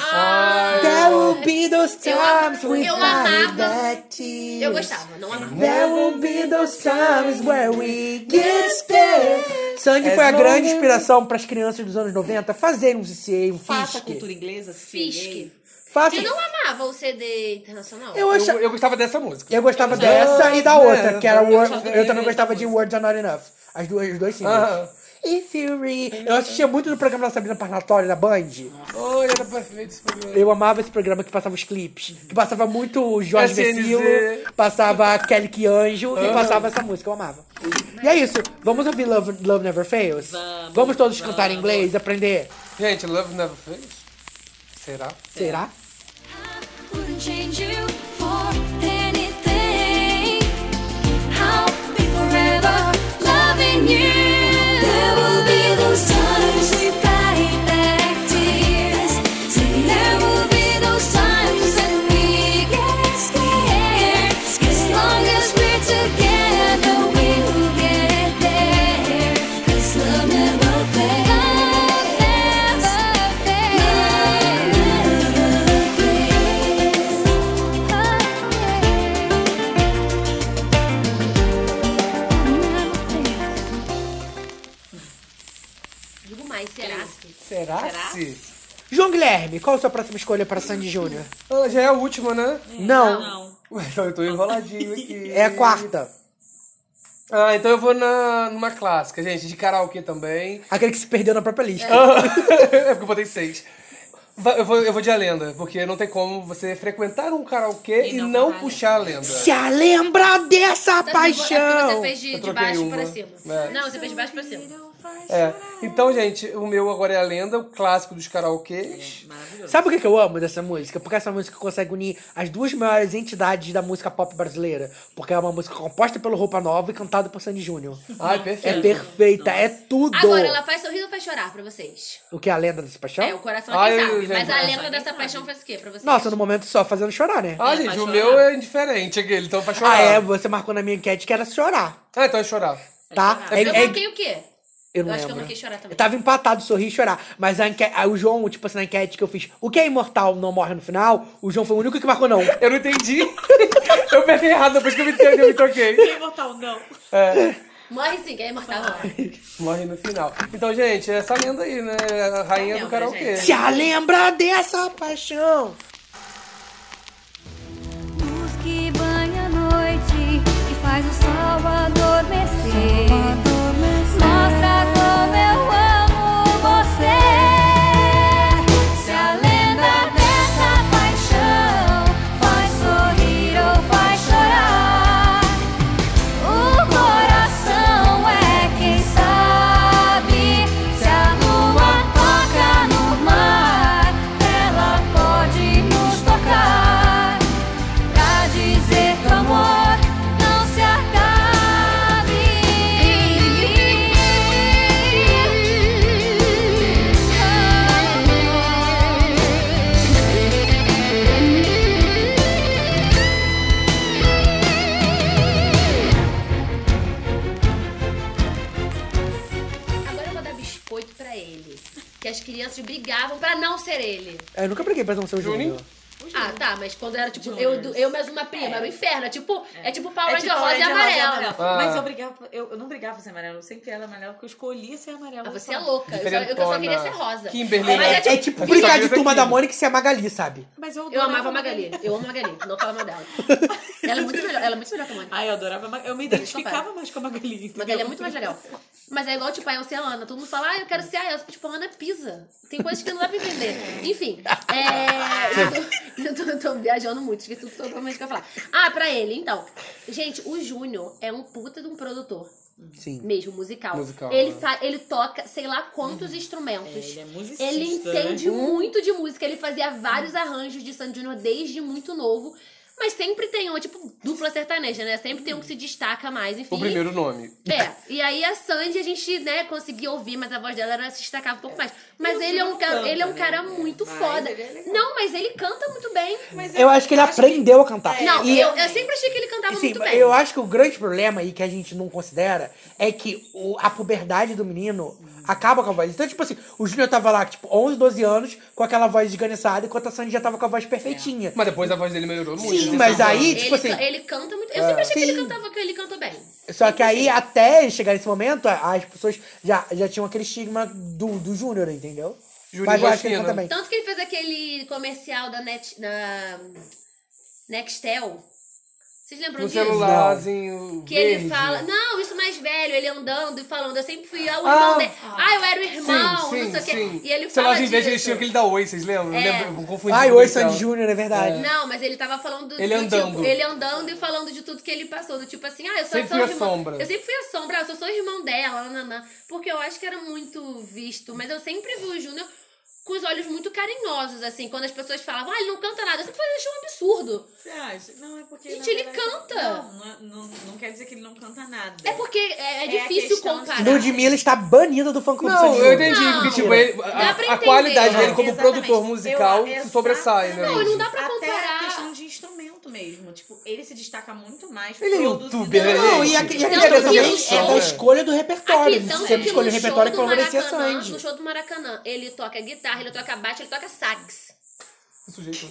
Speaker 2: There will be those
Speaker 3: Eu am-
Speaker 2: times
Speaker 3: eu
Speaker 2: we
Speaker 3: amava.
Speaker 2: that
Speaker 3: Eu gostava, não amava.
Speaker 2: There will be those times where we get scared. Sandy
Speaker 5: É
Speaker 2: foi a grande inspiração para as crianças dos anos 90 fazerem um CCA, um
Speaker 4: Faça a
Speaker 2: FISC.
Speaker 4: cultura inglesa, se
Speaker 3: Fisk.
Speaker 2: Faça.
Speaker 3: Eu não amava o CD internacional.
Speaker 2: Eu achava.
Speaker 5: Eu, eu gostava dessa música.
Speaker 2: Eu gostava dessa e da outra, que era Wor-
Speaker 4: também
Speaker 2: Eu também
Speaker 4: gostava
Speaker 2: gostava de
Speaker 4: muito.
Speaker 2: Words Are Not Enough. As duas, os dois singles.
Speaker 5: Aham.
Speaker 2: If you re... Eu assistia muito no programa da Sabrina Parnatória, da Band.
Speaker 5: Olha, era perfeito esse programa.
Speaker 2: Eu amava esse programa que passava os clipes. Que passava muito o Jorge
Speaker 5: SNZ.
Speaker 2: Vecilo, passava a Kelly que Anjo e passava essa música. Eu amava. E é isso. Vamos ouvir Love, Love Never Fails?
Speaker 4: Vamos,
Speaker 2: todos cantar em
Speaker 4: vamos.
Speaker 2: inglês, aprender?
Speaker 5: Gente, Love Never Fails? Será?
Speaker 2: Será?
Speaker 1: Wouldn't change you for anything. I'll be forever loving you. There will be those times we fight back tears. There will be those times that we get scared. As long as we're together, we will get there. 'Cause love never fails. Love never fails.
Speaker 3: Digo mais, será?
Speaker 5: Será?
Speaker 4: Será?
Speaker 5: se?
Speaker 2: João Guilherme, qual a sua próxima escolha para Sandy Júnior?
Speaker 5: Ela já é a última, né?
Speaker 2: Não,
Speaker 4: Não.
Speaker 5: Ué, <laughs> então eu tô enroladinho aqui.
Speaker 2: é a quarta.
Speaker 5: Ah, então eu vou na, numa clássica, gente, de karaokê também.
Speaker 2: Aquele que se perdeu na própria lista.
Speaker 5: <laughs> é porque eu botei seis. Vai, Eu vou, eu vou de a lenda, porque não tem como você frequentar um karaokê e,
Speaker 4: E não
Speaker 5: não
Speaker 4: cantar a
Speaker 5: puxar a lenda.
Speaker 2: Se a lembra dessa
Speaker 3: É porque
Speaker 2: paixão.
Speaker 3: você fez de,
Speaker 5: Eu
Speaker 3: de
Speaker 5: troquei
Speaker 3: baixo
Speaker 5: uma.
Speaker 3: pra cima.
Speaker 5: É.
Speaker 3: Não, você fez de baixo pra cima.
Speaker 5: É. Então, gente, o meu agora é a lenda, o clássico dos
Speaker 4: É,
Speaker 5: karaokês.
Speaker 4: Maravilhoso.
Speaker 2: Sabe o que que eu amo dessa música? Porque essa música consegue unir as duas maiores entidades da música pop brasileira. Porque é uma música composta pelo Roupa Nova e cantada por Sandy Júnior.
Speaker 5: Ai,
Speaker 2: É
Speaker 5: perfeito.
Speaker 2: perfeita, é tudo.
Speaker 3: Agora, ela faz sorriso ou faz chorar pra vocês?
Speaker 2: O que é a lenda dessa paixão?
Speaker 3: É, o coração
Speaker 5: Ai,
Speaker 3: quem
Speaker 5: eu
Speaker 3: sabe.
Speaker 5: já
Speaker 3: Mas a
Speaker 5: entendi.
Speaker 3: lenda dessa paixão faz o quê pra vocês?
Speaker 2: Nossa, no momento só, fazendo chorar, né? é,
Speaker 5: Ah,
Speaker 4: É,
Speaker 5: gente,
Speaker 4: vai
Speaker 5: o
Speaker 4: chorar.
Speaker 5: meu é indiferente aquele, então vai chorar.
Speaker 2: Ah, é, você marcou na minha enquete que era chorar,
Speaker 5: Ah, então é chorar.
Speaker 2: tá?
Speaker 4: chorar.
Speaker 2: É,
Speaker 3: Eu
Speaker 2: é-
Speaker 3: coloquei o quê?
Speaker 2: Eu
Speaker 3: Eu
Speaker 2: não
Speaker 3: acho que eu
Speaker 2: lembro. Tá.
Speaker 3: não quis chorar também.
Speaker 2: Eu tava empatado, sorrir e chorar. Mas a enque- a- o João, tipo assim, na enquete que eu fiz, o que é imortal não morre no final, o João foi o único que marcou
Speaker 3: <laughs>
Speaker 2: não.
Speaker 5: Eu não entendi. <laughs> eu apertei errado depois que eu me, eu me toquei.
Speaker 4: Quem é imortal, não.
Speaker 3: Morre sim, que é imortal.
Speaker 5: Morre no final. Então, gente, é essa lenda aí, né? A rainha do
Speaker 4: Essa lenda,
Speaker 5: karaokê.
Speaker 4: gente.
Speaker 2: Se a lembra dessa paixão.
Speaker 1: Luz que banha a noite e faz o sol adormecer. Mostra como eu amo você. Se a lenda dessa paixão faz sorrir ou faz chorar, o coração é quem sabe. Se a lua toca no mar, ela pode nos tocar pra dizer que o amor não se acabe em mim.
Speaker 3: Agora eu vou dar biscoito pra ele. Que as crianças brigavam pra não ser ele.
Speaker 2: É, Eu nunca briguei pra não ser o Júnior.
Speaker 3: Ah, tá, mas quando era tipo eu, do- eu mais uma prima, era o inferno. É tipo, é, tipo Power
Speaker 4: É
Speaker 3: de
Speaker 4: tipo
Speaker 3: rosa e
Speaker 4: laranja, rosa e
Speaker 3: amarelo.
Speaker 4: amarelo. Mas
Speaker 5: Ah.
Speaker 4: eu brigava, eu, eu não brigava pra ser amarelo, eu sempre era amarelo, porque eu escolhia ser amarelo.
Speaker 3: Ah, você é louca. Eu só, eu só
Speaker 5: Diferentona.
Speaker 3: queria ser rosa.
Speaker 5: Kimberly.
Speaker 3: Mas é
Speaker 2: É,
Speaker 3: tipo-
Speaker 2: é tipo
Speaker 5: Eu
Speaker 2: brincar
Speaker 5: sabia
Speaker 2: de
Speaker 5: isso
Speaker 2: turma
Speaker 5: aqui.
Speaker 2: da Mônica e ser a Magali, sabe?
Speaker 4: Mas eu
Speaker 3: Eu
Speaker 4: adorava
Speaker 3: amava a Magali. Eu amo a Magali. Não falo
Speaker 2: <laughs>
Speaker 3: mal dela. Ela é muito melhor. Ela é muito melhor que a Mônica.
Speaker 4: Ai, eu adorava a Magali. Eu me identificava mais com a Magali. entendeu?
Speaker 3: Magali é muito mais legal. Mas é igual, tipo, a Elsa e a Ana. Todo mundo fala, ah, eu quero ser a Elsa. Tipo, a Ana pisa. Tem coisas que não dá pra entender. Enfim, é... eu, tô, eu tô- tô viajando muito. Esqueci tudo totalmente que eu ia falar. Ah, pra ele, então. Gente, o Júnior é um puta de um produtor.
Speaker 2: Sim.
Speaker 3: Mesmo, musical.
Speaker 5: Musical,
Speaker 3: ele,
Speaker 5: né?
Speaker 3: fa- ele toca sei lá quantos instrumentos.
Speaker 4: É, ele é musicista,
Speaker 3: Ele entende um.
Speaker 4: né?
Speaker 5: Uhum.
Speaker 3: muito de música. Ele fazia vários arranjos de Sandy Júnior desde muito novo. Mas sempre tem um, é tipo, dupla sertaneja, né? Sempre tem um que se destaca mais, enfim.
Speaker 5: O primeiro nome.
Speaker 3: É, e aí a Sandy a gente, né, conseguia ouvir, mas a voz dela era, se destacava um pouco mais. Mas
Speaker 4: E o
Speaker 3: ele é, um
Speaker 4: Júnior
Speaker 3: cara,
Speaker 4: canta,
Speaker 3: ele é um
Speaker 4: né?
Speaker 3: cara muito
Speaker 4: Mas
Speaker 3: foda.
Speaker 4: ele é legal.
Speaker 3: não, mas ele canta muito bem.
Speaker 4: Mas é,
Speaker 2: Eu acho que ele aprendeu a cantar.
Speaker 3: É, não,
Speaker 2: E-
Speaker 3: eu, eu sempre achei que ele cantava
Speaker 2: Sim,
Speaker 3: muito bem.
Speaker 2: eu acho que o grande problema aí que a gente não considera é que o- a puberdade do menino acaba com a voz. Então, tipo assim, o Júnior tava lá, tipo, 11, 12 anos, com aquela voz esganiçada, enquanto a Sandy já tava com a voz perfeitinha.
Speaker 5: Mas depois a voz dele melhorou muito.
Speaker 2: Sim,
Speaker 5: né?
Speaker 2: mas aí,
Speaker 3: ele,
Speaker 2: tipo assim,
Speaker 3: ca- ele canta muito. Eu sempre achei que ele cantava que ele cantou bem.
Speaker 2: só que aí,
Speaker 3: assim.
Speaker 2: até ele chegar nesse momento, a- as pessoas já, já tinham aquele estigma do, do Júnior, entendeu?
Speaker 5: Júnior
Speaker 2: mas eu acho que ele
Speaker 5: Vacina.
Speaker 2: canta bem.
Speaker 3: Tanto que ele fez aquele comercial da Net, na Nextel. Vocês lembram
Speaker 5: No
Speaker 3: disso?
Speaker 5: celularzinho.
Speaker 3: Que ele
Speaker 5: verde.
Speaker 3: fala, não, isso mais velho, ele andando e falando, eu sempre fui ah, o
Speaker 5: Ah,
Speaker 3: irmão dele. Ah, eu era o irmão,
Speaker 5: Sim,
Speaker 3: não
Speaker 5: sim,
Speaker 3: sei o
Speaker 5: sim.
Speaker 3: quê. E
Speaker 5: Sei
Speaker 3: ele fala
Speaker 5: lá, em vez de eles
Speaker 3: disso.
Speaker 5: tinham aquele da Oi, vocês lembram?
Speaker 3: É.
Speaker 5: Lembra? Eu confundi.
Speaker 2: Ai,
Speaker 5: com
Speaker 2: oi,
Speaker 5: esse
Speaker 2: Sandy
Speaker 5: tal.
Speaker 2: Júnior, é verdade.
Speaker 3: Não, mas ele tava falando do,
Speaker 5: Ele
Speaker 3: do tipo,
Speaker 5: andando.
Speaker 3: ele andando e falando de tudo que ele passou, do tipo assim, ah, eu sou,
Speaker 5: Sempre
Speaker 3: sou
Speaker 5: fui a
Speaker 3: irmão.
Speaker 5: sombra.
Speaker 3: Eu sempre fui a sombra, ah, eu sou só irmão dela, nananã. Porque eu acho que era muito visto, mas eu sempre vi o Júnior com os olhos muito carinhosos, assim, quando as pessoas falavam, ah, ele não canta nada, eu sempre achei um absurdo.
Speaker 4: Você acha? Não, é porque.
Speaker 3: Gente,
Speaker 4: na
Speaker 3: ele canta.
Speaker 4: Não, não, não, não quer dizer que ele não canta nada.
Speaker 3: É porque é, é
Speaker 4: É a
Speaker 3: difícil
Speaker 4: questão de-
Speaker 3: comparar.
Speaker 2: Ludmilla está banida do fã clube
Speaker 5: Não,
Speaker 2: Sandy
Speaker 5: eu
Speaker 2: Júnior.
Speaker 5: entendi,
Speaker 3: Não.
Speaker 5: porque tipo, ele-
Speaker 3: Dá
Speaker 5: a,
Speaker 3: pra
Speaker 5: a
Speaker 3: entender.
Speaker 5: qualidade dele como
Speaker 4: Exatamente.
Speaker 5: produtor musical
Speaker 4: Eu-
Speaker 5: se sobressai, né?
Speaker 4: exatamente.
Speaker 3: Não, e não dá pra
Speaker 4: Até
Speaker 3: comparar.
Speaker 4: a questão de instrumento mesmo. Tipo, ele se destaca muito mais.
Speaker 5: Ele é
Speaker 4: produzido-
Speaker 5: youtuber, né,
Speaker 2: Não, e a,
Speaker 5: gente?
Speaker 2: e a
Speaker 3: Tanto
Speaker 2: questão
Speaker 3: que
Speaker 2: também
Speaker 3: no
Speaker 2: é
Speaker 3: show-
Speaker 2: da escolha do
Speaker 3: Aqui,
Speaker 2: repertório. Você
Speaker 3: tanto é
Speaker 2: sempre
Speaker 3: que
Speaker 2: escolhe
Speaker 3: no
Speaker 2: o repertório que
Speaker 3: show do
Speaker 2: favorecia a
Speaker 3: Maracanã,
Speaker 2: Sandy.
Speaker 3: no show do Maracanã, ele toca guitarra, ele toca baixo, ele toca sax.
Speaker 5: O sujeito-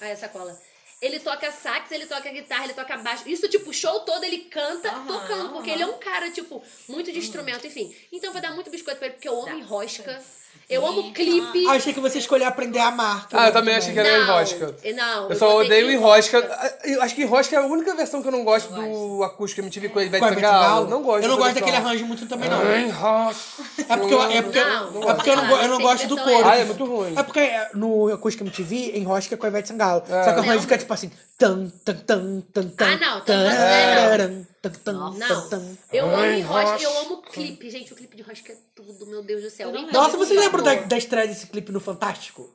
Speaker 5: é
Speaker 3: Ah, essa cola. Ele toca sax, ele toca guitarra, ele toca baixo. Isso, tipo, o show todo ele canta
Speaker 4: Aham,
Speaker 3: tocando, porque
Speaker 4: aham.
Speaker 3: ele
Speaker 4: Uhum.
Speaker 3: é um cara, tipo, muito de instrumento, enfim. Então vai dar muito biscoito pra ele, porque eu amo enrosca. Eu amo clipe.
Speaker 2: Ah, achei que você escolheu aprender a marca.
Speaker 5: Ah, eu também achei que era
Speaker 3: Não,
Speaker 5: enrosca.
Speaker 3: não,
Speaker 5: Eu
Speaker 3: eu
Speaker 5: só
Speaker 3: botei
Speaker 5: odeio
Speaker 3: que-
Speaker 5: enrosca. Eu acho que enrosca é a única versão que eu não gosto do acústico MTV com a Ivete
Speaker 2: Com a Ivete
Speaker 5: Sangalo.
Speaker 2: Sangalo?
Speaker 5: Não gosto.
Speaker 2: Eu não gosto
Speaker 5: dessa
Speaker 2: daquele
Speaker 5: versão.
Speaker 2: arranjo muito também, não.
Speaker 5: Ah, Enrosca.
Speaker 2: É porque eu, é porque,
Speaker 3: Não,
Speaker 2: é porque eu, não, go- eu não
Speaker 3: não,
Speaker 2: gosto do
Speaker 3: essa
Speaker 2: coro.
Speaker 3: versão
Speaker 5: é- Ah, é muito ruim.
Speaker 2: É porque é, no Acústica MTV, enrosca com a Ivete Sangalo. Só que o arranjo fica tipo assim... Tan, tan, tan, tan, tan,
Speaker 3: Ah, não, tô
Speaker 2: tararam, tan, tan, tan,
Speaker 3: Não,
Speaker 2: tan.
Speaker 3: eu amo
Speaker 5: Ai,
Speaker 3: enrosca, eu
Speaker 5: enrosca.
Speaker 3: amo clipe. Gente, o clipe de enrosca é tudo, meu Deus do céu.
Speaker 4: Eu não
Speaker 3: Então,
Speaker 2: Nossa, vocês
Speaker 4: Por
Speaker 2: lembram da,
Speaker 4: favor.
Speaker 2: da estreia desse clipe no Fantástico?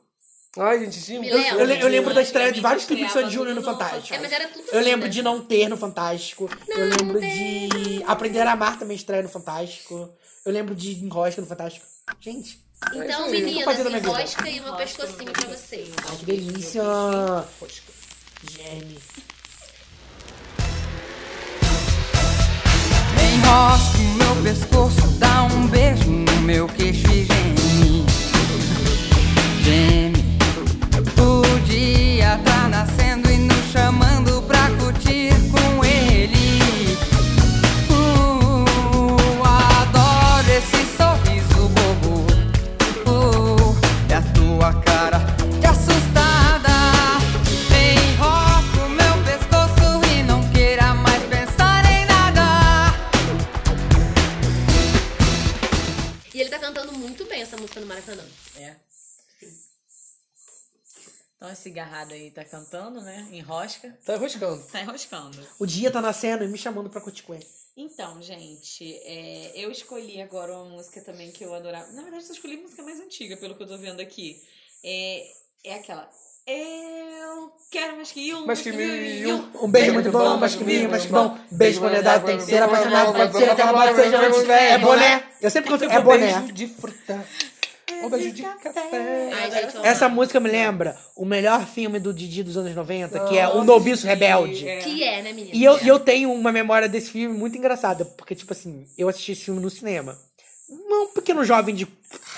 Speaker 5: Ai, gente, tinha um
Speaker 3: Me
Speaker 5: muita
Speaker 3: lembra?
Speaker 2: Eu, le- eu
Speaker 5: coisa.
Speaker 2: lembro da estreia de
Speaker 4: Antigamente
Speaker 2: vários clipes de Sandy
Speaker 4: estreava
Speaker 2: Júnior no
Speaker 4: tudo no
Speaker 2: Fantástico.
Speaker 3: É, mas era tudo
Speaker 2: Eu
Speaker 3: assim,
Speaker 2: lembro
Speaker 3: né?
Speaker 2: de não ter no Fantástico. eu
Speaker 3: Não
Speaker 2: lembro
Speaker 3: tem,
Speaker 2: de Aprender a Amar também estreia no Fantástico. Eu lembro de Enrosca no Fantástico. Gente,
Speaker 3: então
Speaker 2: aí, eu vou fazer
Speaker 3: meninas,
Speaker 2: da minha vida.
Speaker 3: enrosca e meu pescocinho assim pra vocês.
Speaker 2: ai que delícia! Gene.
Speaker 6: Enrosca o meu pescoço, dá um beijo no meu queixo e geme. Geme. O dia tá nascendo e nos chamando pra curtir com ele. Uh, adoro esse sorriso bobo. Uh, e a tua cara de assustada. Enrola o meu pescoço e não queira mais pensar em nada.
Speaker 3: E ele tá cantando muito bem essa música no Maracanã.
Speaker 4: É. Então esse garrado aí tá cantando, né? Enrosca.
Speaker 5: Tá enroscando.
Speaker 4: Tá enroscando.
Speaker 2: O dia tá nascendo e me chamando pra curtir com ele.
Speaker 4: Então, gente, é, eu escolhi agora uma música também que eu adorava. Na verdade, eu escolhi a música mais antiga, pelo que eu tô vendo aqui. É, é aquela. Eu quero mais que um.
Speaker 5: Mas que mil e um.
Speaker 2: Um beijo muito bom, mas que bom, mas que bom. Beijo quando é dado, tem que ser apaixonado, pode ser até roubado, seja antes. É boné. Eu sempre canto, é boné.
Speaker 5: Então, beijo de fruta. Um beijo de
Speaker 4: É,
Speaker 5: café.
Speaker 3: Ai, gente, eu
Speaker 2: Essa
Speaker 4: amo.
Speaker 2: música me lembra o melhor filme do Didi dos anos 90, que é O Noviço Rebelde.
Speaker 4: É.
Speaker 3: Que é, né, menina?
Speaker 2: E eu, e eu tenho uma memória desse filme muito engraçada, porque, tipo assim, eu assisti esse filme no cinema. Um pequeno jovem de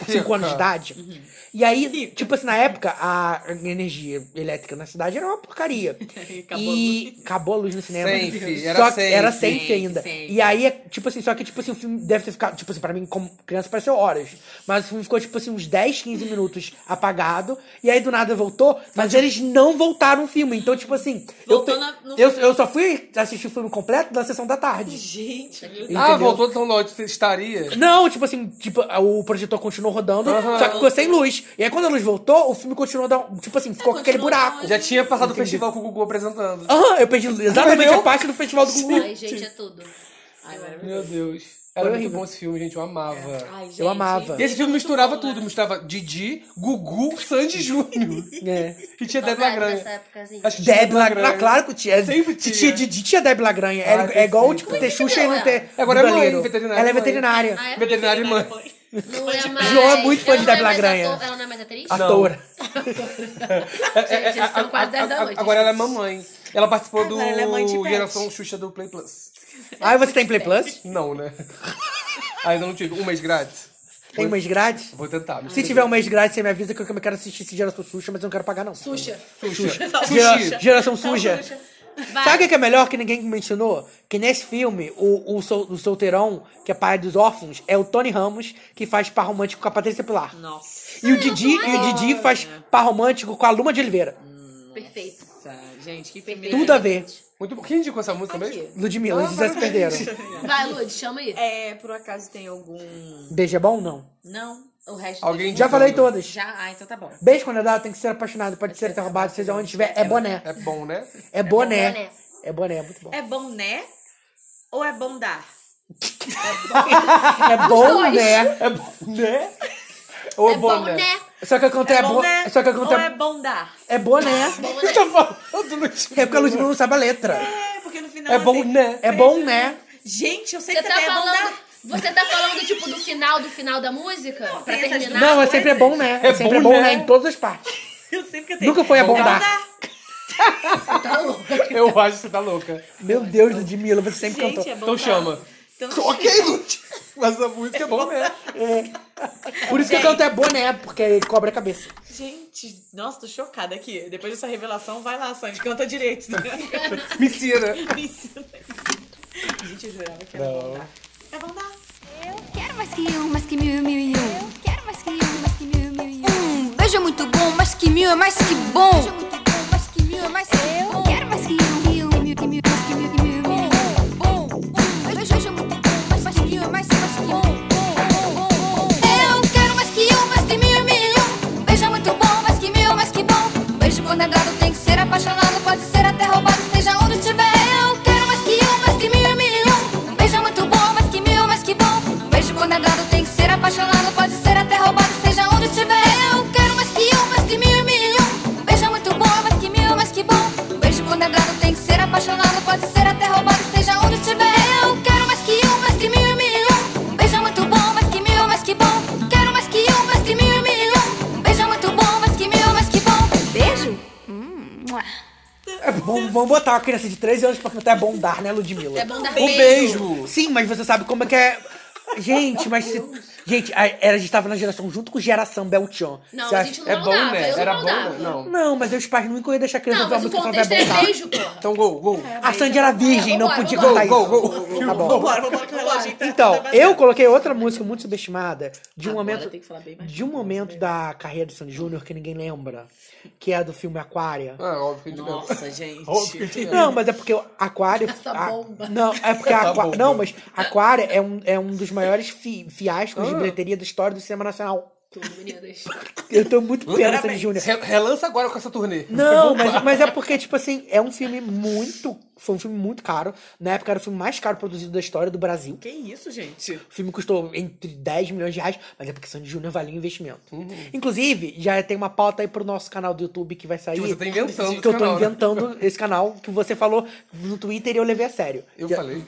Speaker 2: 5 anos de idade. E aí, tipo assim, na época, a energia elétrica na cidade era uma porcaria.
Speaker 4: Acabou
Speaker 2: e acabou a luz no cinema.
Speaker 5: Safe,
Speaker 2: Só
Speaker 5: era
Speaker 2: que-
Speaker 5: safe.
Speaker 2: Era safe
Speaker 4: Safe,
Speaker 2: ainda.
Speaker 4: safe.
Speaker 2: E aí, é, tipo assim, só que tipo assim, o filme deve ter ficado, tipo assim, pra mim como criança pareceu horas. Mas o filme ficou tipo assim uns 10, 15 minutos apagado. E aí do nada voltou, mas eles não voltaram o filme. Então, tipo assim, eu,
Speaker 4: Voltou
Speaker 2: pe-
Speaker 4: na- no-
Speaker 2: eu, eu só fui assistir o filme completo na sessão da tarde.
Speaker 4: Gente, meu Deus.
Speaker 5: Ah,
Speaker 2: Entendeu?
Speaker 5: voltou então lote, estaria.
Speaker 2: Não, tipo assim, tipo, o projetor continuou rodando, só que ficou sem luz. E aí quando a luz voltou, o filme continuou, da, tipo assim, ficou com aquele
Speaker 4: É, continuou
Speaker 2: buraco.
Speaker 5: Já tinha passado o festival com o Gugu apresentando.
Speaker 2: Aham, eu perdi exatamente a
Speaker 5: Entendeu?
Speaker 2: parte do Festival do Gugu.
Speaker 3: Ai, gente, é tudo.
Speaker 4: Ai, maravilhoso.
Speaker 5: Meu Deus. Era muito
Speaker 2: horrível.
Speaker 5: bom esse filme, gente. Eu amava.
Speaker 4: Ai, gente,
Speaker 2: amava.
Speaker 5: E esse filme misturava tudo. Misturava Didi, Gugu, Sandy Júnior.
Speaker 2: É.
Speaker 5: <laughs> E tinha Deb
Speaker 3: Saudade dessa
Speaker 5: Lagrange.
Speaker 3: épocazinha.
Speaker 5: Acho que tinha
Speaker 2: Deb
Speaker 5: Deb Lagrange.
Speaker 2: Lagrange. Claro que tinha.
Speaker 5: Sempre
Speaker 2: Se
Speaker 5: tinha.
Speaker 2: tinha Didi, tinha Deb Lagrange. Era-
Speaker 5: Ah,
Speaker 2: é igual,
Speaker 5: perfeito.
Speaker 2: tipo, ter Xuxa e não ter.
Speaker 5: Agora é mãe,
Speaker 2: Dudaleiro.
Speaker 5: veterinária,
Speaker 2: Ela é
Speaker 5: mãe.
Speaker 2: veterinária.
Speaker 3: Ah, é?
Speaker 5: Veterinária e mãe.
Speaker 3: Não é mais.
Speaker 2: João é muito fã
Speaker 3: Ela
Speaker 2: de
Speaker 3: não é
Speaker 2: Deb
Speaker 3: mais
Speaker 2: Lagranha.
Speaker 3: ator- Ela não é mais atriz?
Speaker 2: Atora.
Speaker 3: Gente, são quase 10 da noite.
Speaker 5: Agora ela é mamãe. Ela participou do
Speaker 4: Agora ela é mãe de pet.
Speaker 5: Geração Xuxa do Play Plus.
Speaker 2: Aí Ah, você tem Play Plus?
Speaker 5: Não, né? <laughs> Ainda não tive. Um mês grátis?
Speaker 2: Tem um mês grátis?
Speaker 5: Vou tentar.
Speaker 2: Se tiver um mês grátis, você me avisa que eu quero assistir esse Geração Xuxa, mas eu não quero pagar, não.
Speaker 3: Puxa.
Speaker 5: Xuxa.
Speaker 2: Gera-
Speaker 5: Xuxa.
Speaker 2: Geração Tá Suja.
Speaker 3: Vai.
Speaker 2: Sabe o que é melhor que ninguém me ensinou? Que nesse filme, o, o, sol- o solteirão, que é pai dos órfãos, é o Tony Ramos, que faz par romântico com a Patrícia Pilar.
Speaker 4: Nossa,
Speaker 2: E o Didi, e o Didi faz par romântico com a Luma de Oliveira.
Speaker 3: Perfeito.
Speaker 4: gente, que filme.
Speaker 2: Tudo a ver.
Speaker 5: Muito bom. Quem indicou essa música mesmo?
Speaker 2: Ludmilla, eles já se <laughs> perderam.
Speaker 3: Vai, Lud, chama aí.
Speaker 4: É, por acaso tem algum.
Speaker 2: Beijo é bom? Não.
Speaker 4: Não, o resto.
Speaker 5: Alguém
Speaker 4: do-
Speaker 2: Já
Speaker 5: Não.
Speaker 2: falei todas.
Speaker 4: Já? Ah, então tá bom.
Speaker 2: Beijo quando é dado, tem que ser apaixonado, pode ser até roubado, seja onde estiver. É boné.
Speaker 5: É bom, né?
Speaker 2: É
Speaker 3: bom,
Speaker 2: boné.
Speaker 3: né?
Speaker 2: É boné, é muito bom.
Speaker 4: É bom, né? Ou é bom dar?
Speaker 2: É bom, né?
Speaker 5: É bom, né? Ou é, bom, né?
Speaker 2: Só que eu canto é
Speaker 4: bom,
Speaker 2: bom.
Speaker 4: né?
Speaker 2: Só que eu canto
Speaker 4: Ou é
Speaker 2: é
Speaker 4: bom dar?
Speaker 2: é boné.
Speaker 5: Eu
Speaker 3: né?
Speaker 5: tô falando, Ludmilla.
Speaker 2: É porque a Ludmilla não sabe a letra.
Speaker 4: É, porque no final.
Speaker 5: É bom,
Speaker 4: assim,
Speaker 5: né?
Speaker 2: É bom, né?
Speaker 4: Gente, eu sei
Speaker 3: Você
Speaker 4: que
Speaker 3: tá
Speaker 4: até é bom
Speaker 3: falando.
Speaker 4: dar. <laughs>
Speaker 3: Você tá falando, tipo, do final do final da música? pra
Speaker 4: tem essas
Speaker 3: terminar?
Speaker 4: duas
Speaker 2: Não, é sempre é bom, né? É
Speaker 5: É
Speaker 2: sempre é
Speaker 5: bom,
Speaker 2: bom, né?
Speaker 5: né?
Speaker 2: Em todas as partes.
Speaker 4: Eu sei que eu tenho.
Speaker 2: Nunca foi a bom
Speaker 4: Bom
Speaker 2: dar.
Speaker 4: dar.
Speaker 5: Eu acho que você tá louca.
Speaker 2: Meu Deus, Ludmilla, você sempre
Speaker 4: Gente,
Speaker 2: cantou.
Speaker 4: é bom
Speaker 5: Então
Speaker 4: dar.
Speaker 5: chama.
Speaker 4: Então
Speaker 5: Ok, Lud. Mas a música é bom, né?
Speaker 2: Por isso que eu canto é boné, porque cobra a cabeça.
Speaker 4: Gente, nossa, tô chocada aqui. Depois dessa revelação, vai lá, Sandy,
Speaker 2: <laughs>
Speaker 4: canta direito. Né?
Speaker 5: Mentira.
Speaker 4: Me ensina. Gente, eu jurava que era bom dar. É bom dar.
Speaker 1: Quero mais que um, mais que mil, mil e um. Quero mais que um, mais que mil, mil e um. Um beijo é muito bom, mais que mil é mais que bom. Beijo é muito bom, mais que mil é mais que bom. Quero mais que um, que um, que mil, que mil, mais que mil, que mil, mil e um. Bom, um. Beijo, beijo é muito bom, mais, mais que mil é mais que mais que bom. Bom, bom, bom. Eu quero mais que um, mais que mil, mil e um. Um beijo é muito bom, mais que mil, mais que bom. Um beijo quando é dado tem que ser apaixonado, pode ser até roubado, seja onde estiver. Eu quero mais que um, mais que mil, mil e um. Um beijo é muito bom, mais que mil, mais que bom. Um beijo quando é dado tem que ser apaixonado, pode ser até roubado, seja onde estiver. Eu quero mais que um, mais que mil, mil e um. Um beijo é muito bom, mais que mil, mais que bom. Um beijo quando é dado tem que ser apaixonado, pode ser até roubado, seja onde estiver. Eu quero mais que um, mais que mil, mil e um. Um beijo é muito bom, mais que mil, mais que bom. Quero mais que um, mais que mil, mil e um. Um beijo é muito bom, mais que mil, mais que bom. Beijo. Hum, mua.
Speaker 2: É bom, vamos botar uma criança de 13 anos pra cantar é bom dar, né, Ludmilla?
Speaker 3: É bom dar
Speaker 5: Um beijo.
Speaker 2: Sim, mas você sabe como é que é. Gente, mas se, gente, a, era- a gente tava na geração junto com geração Belchon.
Speaker 3: Não,
Speaker 2: Você
Speaker 3: a
Speaker 2: acha-
Speaker 3: gente não
Speaker 5: É bom,
Speaker 3: dava,
Speaker 5: né?
Speaker 3: eu
Speaker 5: Era
Speaker 3: não
Speaker 5: bom,
Speaker 3: dava.
Speaker 5: né? Não.
Speaker 2: Não, mas os pais não iam ainda deixar a criança
Speaker 3: Não,
Speaker 2: ouvir a
Speaker 3: mas o
Speaker 2: música
Speaker 3: contexto é
Speaker 2: Belchon.
Speaker 3: beijo, porra.
Speaker 5: Então, gol, gol.
Speaker 3: É.
Speaker 2: A Sandy era virgem, não
Speaker 3: Vambora,
Speaker 2: podia
Speaker 3: vambora.
Speaker 2: cantar
Speaker 5: Gol,
Speaker 2: isso.
Speaker 5: gol, gol.
Speaker 2: Tá bom.
Speaker 4: Bora, vou colocar o reloginho. tá-
Speaker 2: Então,
Speaker 4: tá batendo.
Speaker 2: eu coloquei outra música muito subestimada de um
Speaker 4: Agora
Speaker 2: momento
Speaker 4: tem que falar bem mais né?
Speaker 2: de um momento da carreira do Sandy Júnior que ninguém lembra, que é do filme Aquária.
Speaker 5: Ah, óbvio que a gente lembra.
Speaker 4: Nossa, gente.
Speaker 2: Não, mas é porque o
Speaker 4: <laughs>
Speaker 2: Aquário.
Speaker 3: Essa
Speaker 2: a-
Speaker 3: bomba.
Speaker 2: Não, é porque
Speaker 5: Essa
Speaker 2: a Aqua-
Speaker 5: bomba.
Speaker 2: Não, mas Aquário é um, é um dos maiores fi- fiascos
Speaker 5: Ah.
Speaker 2: de bilheteria da história do cinema nacional.
Speaker 3: Tudo, meninas.
Speaker 2: <laughs> Eu tô muito pena do Sandy
Speaker 5: Parabéns. é
Speaker 2: Júnior.
Speaker 5: Re- Relança agora com essa turnê.
Speaker 2: Não, mas, mas é porque, tipo assim, é um filme muito. Foi um filme muito caro. Na época era o filme mais caro produzido da história do Brasil.
Speaker 4: Que isso, gente?
Speaker 2: O filme custou entre 10 milhões de reais, mas é porque Sandy Júnior valia o investimento.
Speaker 5: Uhum.
Speaker 2: Inclusive, já tem uma pauta aí pro nosso canal do YouTube que vai sair.
Speaker 5: Que você tá inventando esse
Speaker 2: Que eu tô
Speaker 5: canal, né? <laughs>
Speaker 2: inventando esse canal que você falou no Twitter e eu levei a sério.
Speaker 5: Eu
Speaker 2: Já-
Speaker 5: falei.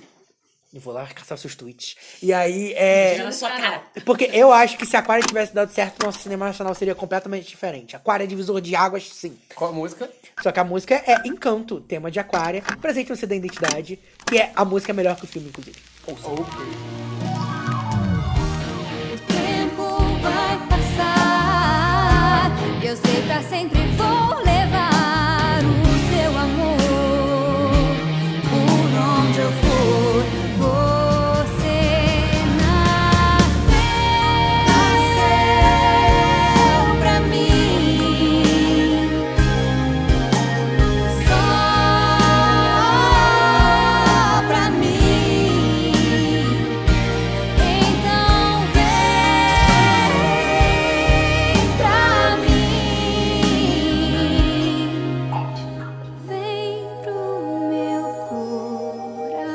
Speaker 2: Eu vou lá caçar seus tweets. E aí, é.
Speaker 4: Na sua cara.
Speaker 2: Porque eu acho que se Aquária tivesse dado certo, nosso cinema nacional seria completamente diferente. Aquária é divisor de águas, sim.
Speaker 5: Qual a música?
Speaker 2: Só que a música é Encanto, tema de Aquária, presente no CD da Identidade, que é a música melhor que o filme, inclusive.
Speaker 5: Ok.
Speaker 1: O tempo vai passar, eu sei pra sempre vou levar o seu amor. Por onde eu for, você nasceu pra mim. Só pra mim. Então vem pra mim, vem pro meu coração.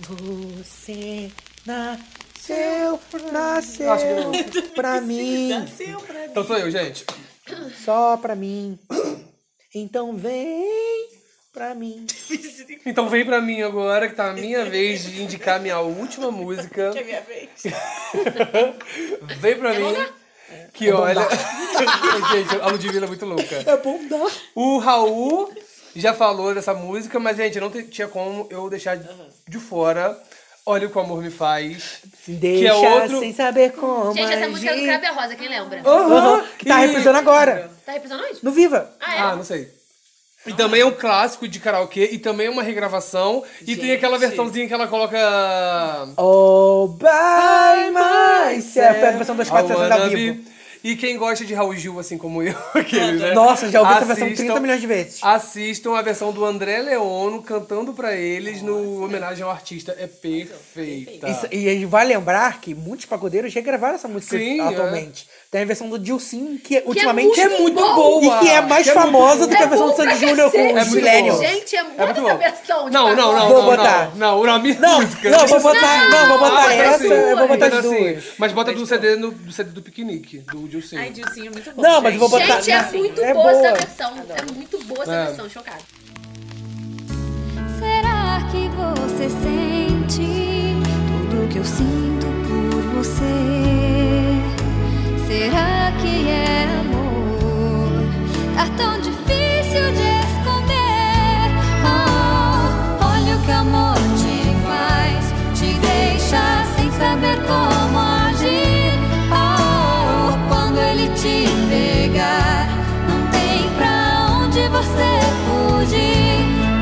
Speaker 2: Você nasceu, nasceu
Speaker 5: Acho
Speaker 2: pra mim,
Speaker 4: Nasceu pra mim.
Speaker 5: Então sou eu, gente.
Speaker 2: só pra mim. Então vem pra mim.
Speaker 5: Então vem pra mim agora, que tá a minha vez de indicar minha última música.
Speaker 4: É minha vez.
Speaker 5: Vem
Speaker 3: É
Speaker 5: pra mim. Que olha. <laughs> gente, a Ludmilla é muito louca.
Speaker 2: É bom dar.
Speaker 5: O Raul já falou dessa música, mas, gente, não te- tinha como eu deixar de- de fora. Olha o que o amor me faz.
Speaker 2: Deixa
Speaker 5: é outro-
Speaker 2: sem saber como.
Speaker 3: Gente, essa música é do
Speaker 2: agir.
Speaker 3: Crabbe Rosa, quem lembra?
Speaker 2: Aham, que tá
Speaker 5: E-
Speaker 2: reprisando agora.
Speaker 3: Tá reprisando onde?
Speaker 2: No Viva.
Speaker 3: Ah, é?
Speaker 5: Ah, não sei. E também é um clássico de karaokê, e também é uma regravação. E tem aquela versãozinha que ela coloca.
Speaker 2: All by myself. É a versão das quatro
Speaker 5: I
Speaker 2: sessões
Speaker 5: wanna
Speaker 2: da Vivo.
Speaker 5: be- E quem gosta de Raul Gil, assim como eu, <laughs> aquele, né?
Speaker 2: Nossa, já ouvi essa versão
Speaker 5: Assistam-
Speaker 2: 30 milhões de vezes.
Speaker 5: Assistam a versão do André Leono cantando pra eles no homenagem ao artista. É perfeita.
Speaker 2: Isso- e a gente vai lembrar que muitos pagodeiros regravaram essa música
Speaker 5: Sim,
Speaker 2: atualmente. Tem a versão do Dilcim, que, ultimamente
Speaker 5: que é muito boa.
Speaker 2: é. E que é mais
Speaker 5: Que é muito
Speaker 2: famosa do que a
Speaker 3: boa.
Speaker 2: versão do Sandy
Speaker 3: É
Speaker 2: Júnior com
Speaker 3: muito
Speaker 2: o
Speaker 5: boa.
Speaker 2: Millennium.
Speaker 3: Gente, é muito
Speaker 5: muito
Speaker 3: essa
Speaker 5: bom.
Speaker 3: versão de
Speaker 5: Não, não,
Speaker 3: pagode.
Speaker 5: não.
Speaker 2: Vou
Speaker 5: não,
Speaker 2: botar.
Speaker 5: Não, não, não, a minha
Speaker 2: Não,
Speaker 5: música.
Speaker 2: não, vou botar, não, vou botar
Speaker 5: Ah,
Speaker 2: essa,
Speaker 5: sim.
Speaker 2: eu vou botar
Speaker 5: Então,
Speaker 2: as
Speaker 5: assim,
Speaker 2: duas.
Speaker 5: Mas bota do CD, no, do CD do piquenique, do um Gilson.
Speaker 4: Ai, Dilcinho, muito bom.
Speaker 2: Não, mas eu vou botar-
Speaker 3: Gente, é
Speaker 2: Não,
Speaker 3: muito
Speaker 2: é
Speaker 3: boa
Speaker 2: boa.
Speaker 3: essa versão. É muito boa essa
Speaker 5: É.
Speaker 3: versão, chocada.
Speaker 1: Será que você sente tudo que eu sinto por você? Será que é amor? Tá tão difícil de esconder. Oh, olha o que amor te faz, te deixa sem saber como agir. Oh, quando ele te pegar, não tem pra onde você fugir.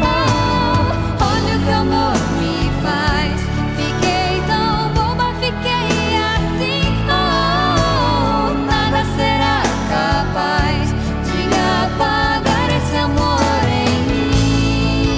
Speaker 1: Oh, olha o que o amor me faz. Fiquei tão boba, fiquei assim. Oh, nada será capaz de apagar esse amor em mim.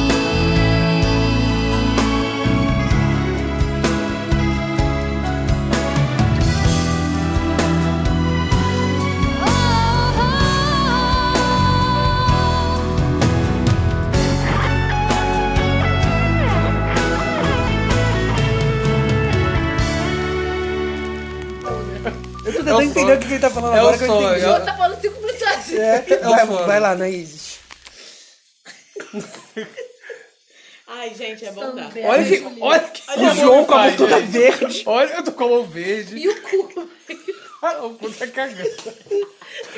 Speaker 1: Oh, oh, oh.
Speaker 2: Eu tô tentando
Speaker 5: sonho.
Speaker 2: entender o que ele tá
Speaker 5: É
Speaker 2: falando
Speaker 5: o
Speaker 2: agora que eu
Speaker 5: sonho.
Speaker 2: entendi. É
Speaker 3: O outro tá falando cinco minutos.
Speaker 4: Pode!
Speaker 5: É o
Speaker 2: Vai,
Speaker 5: fã.
Speaker 2: vai lá, né, Isis?
Speaker 4: Ai, gente, é bom dar.
Speaker 2: Olha que, olha que
Speaker 5: Olha
Speaker 2: o
Speaker 5: a
Speaker 2: João com a
Speaker 5: mão
Speaker 2: mão
Speaker 5: que faz,
Speaker 2: toda
Speaker 5: né?
Speaker 2: verde.
Speaker 5: Olha, eu tô com o verde.
Speaker 4: E o cu?
Speaker 5: Ah, o cu tá
Speaker 3: <laughs>
Speaker 5: cagando.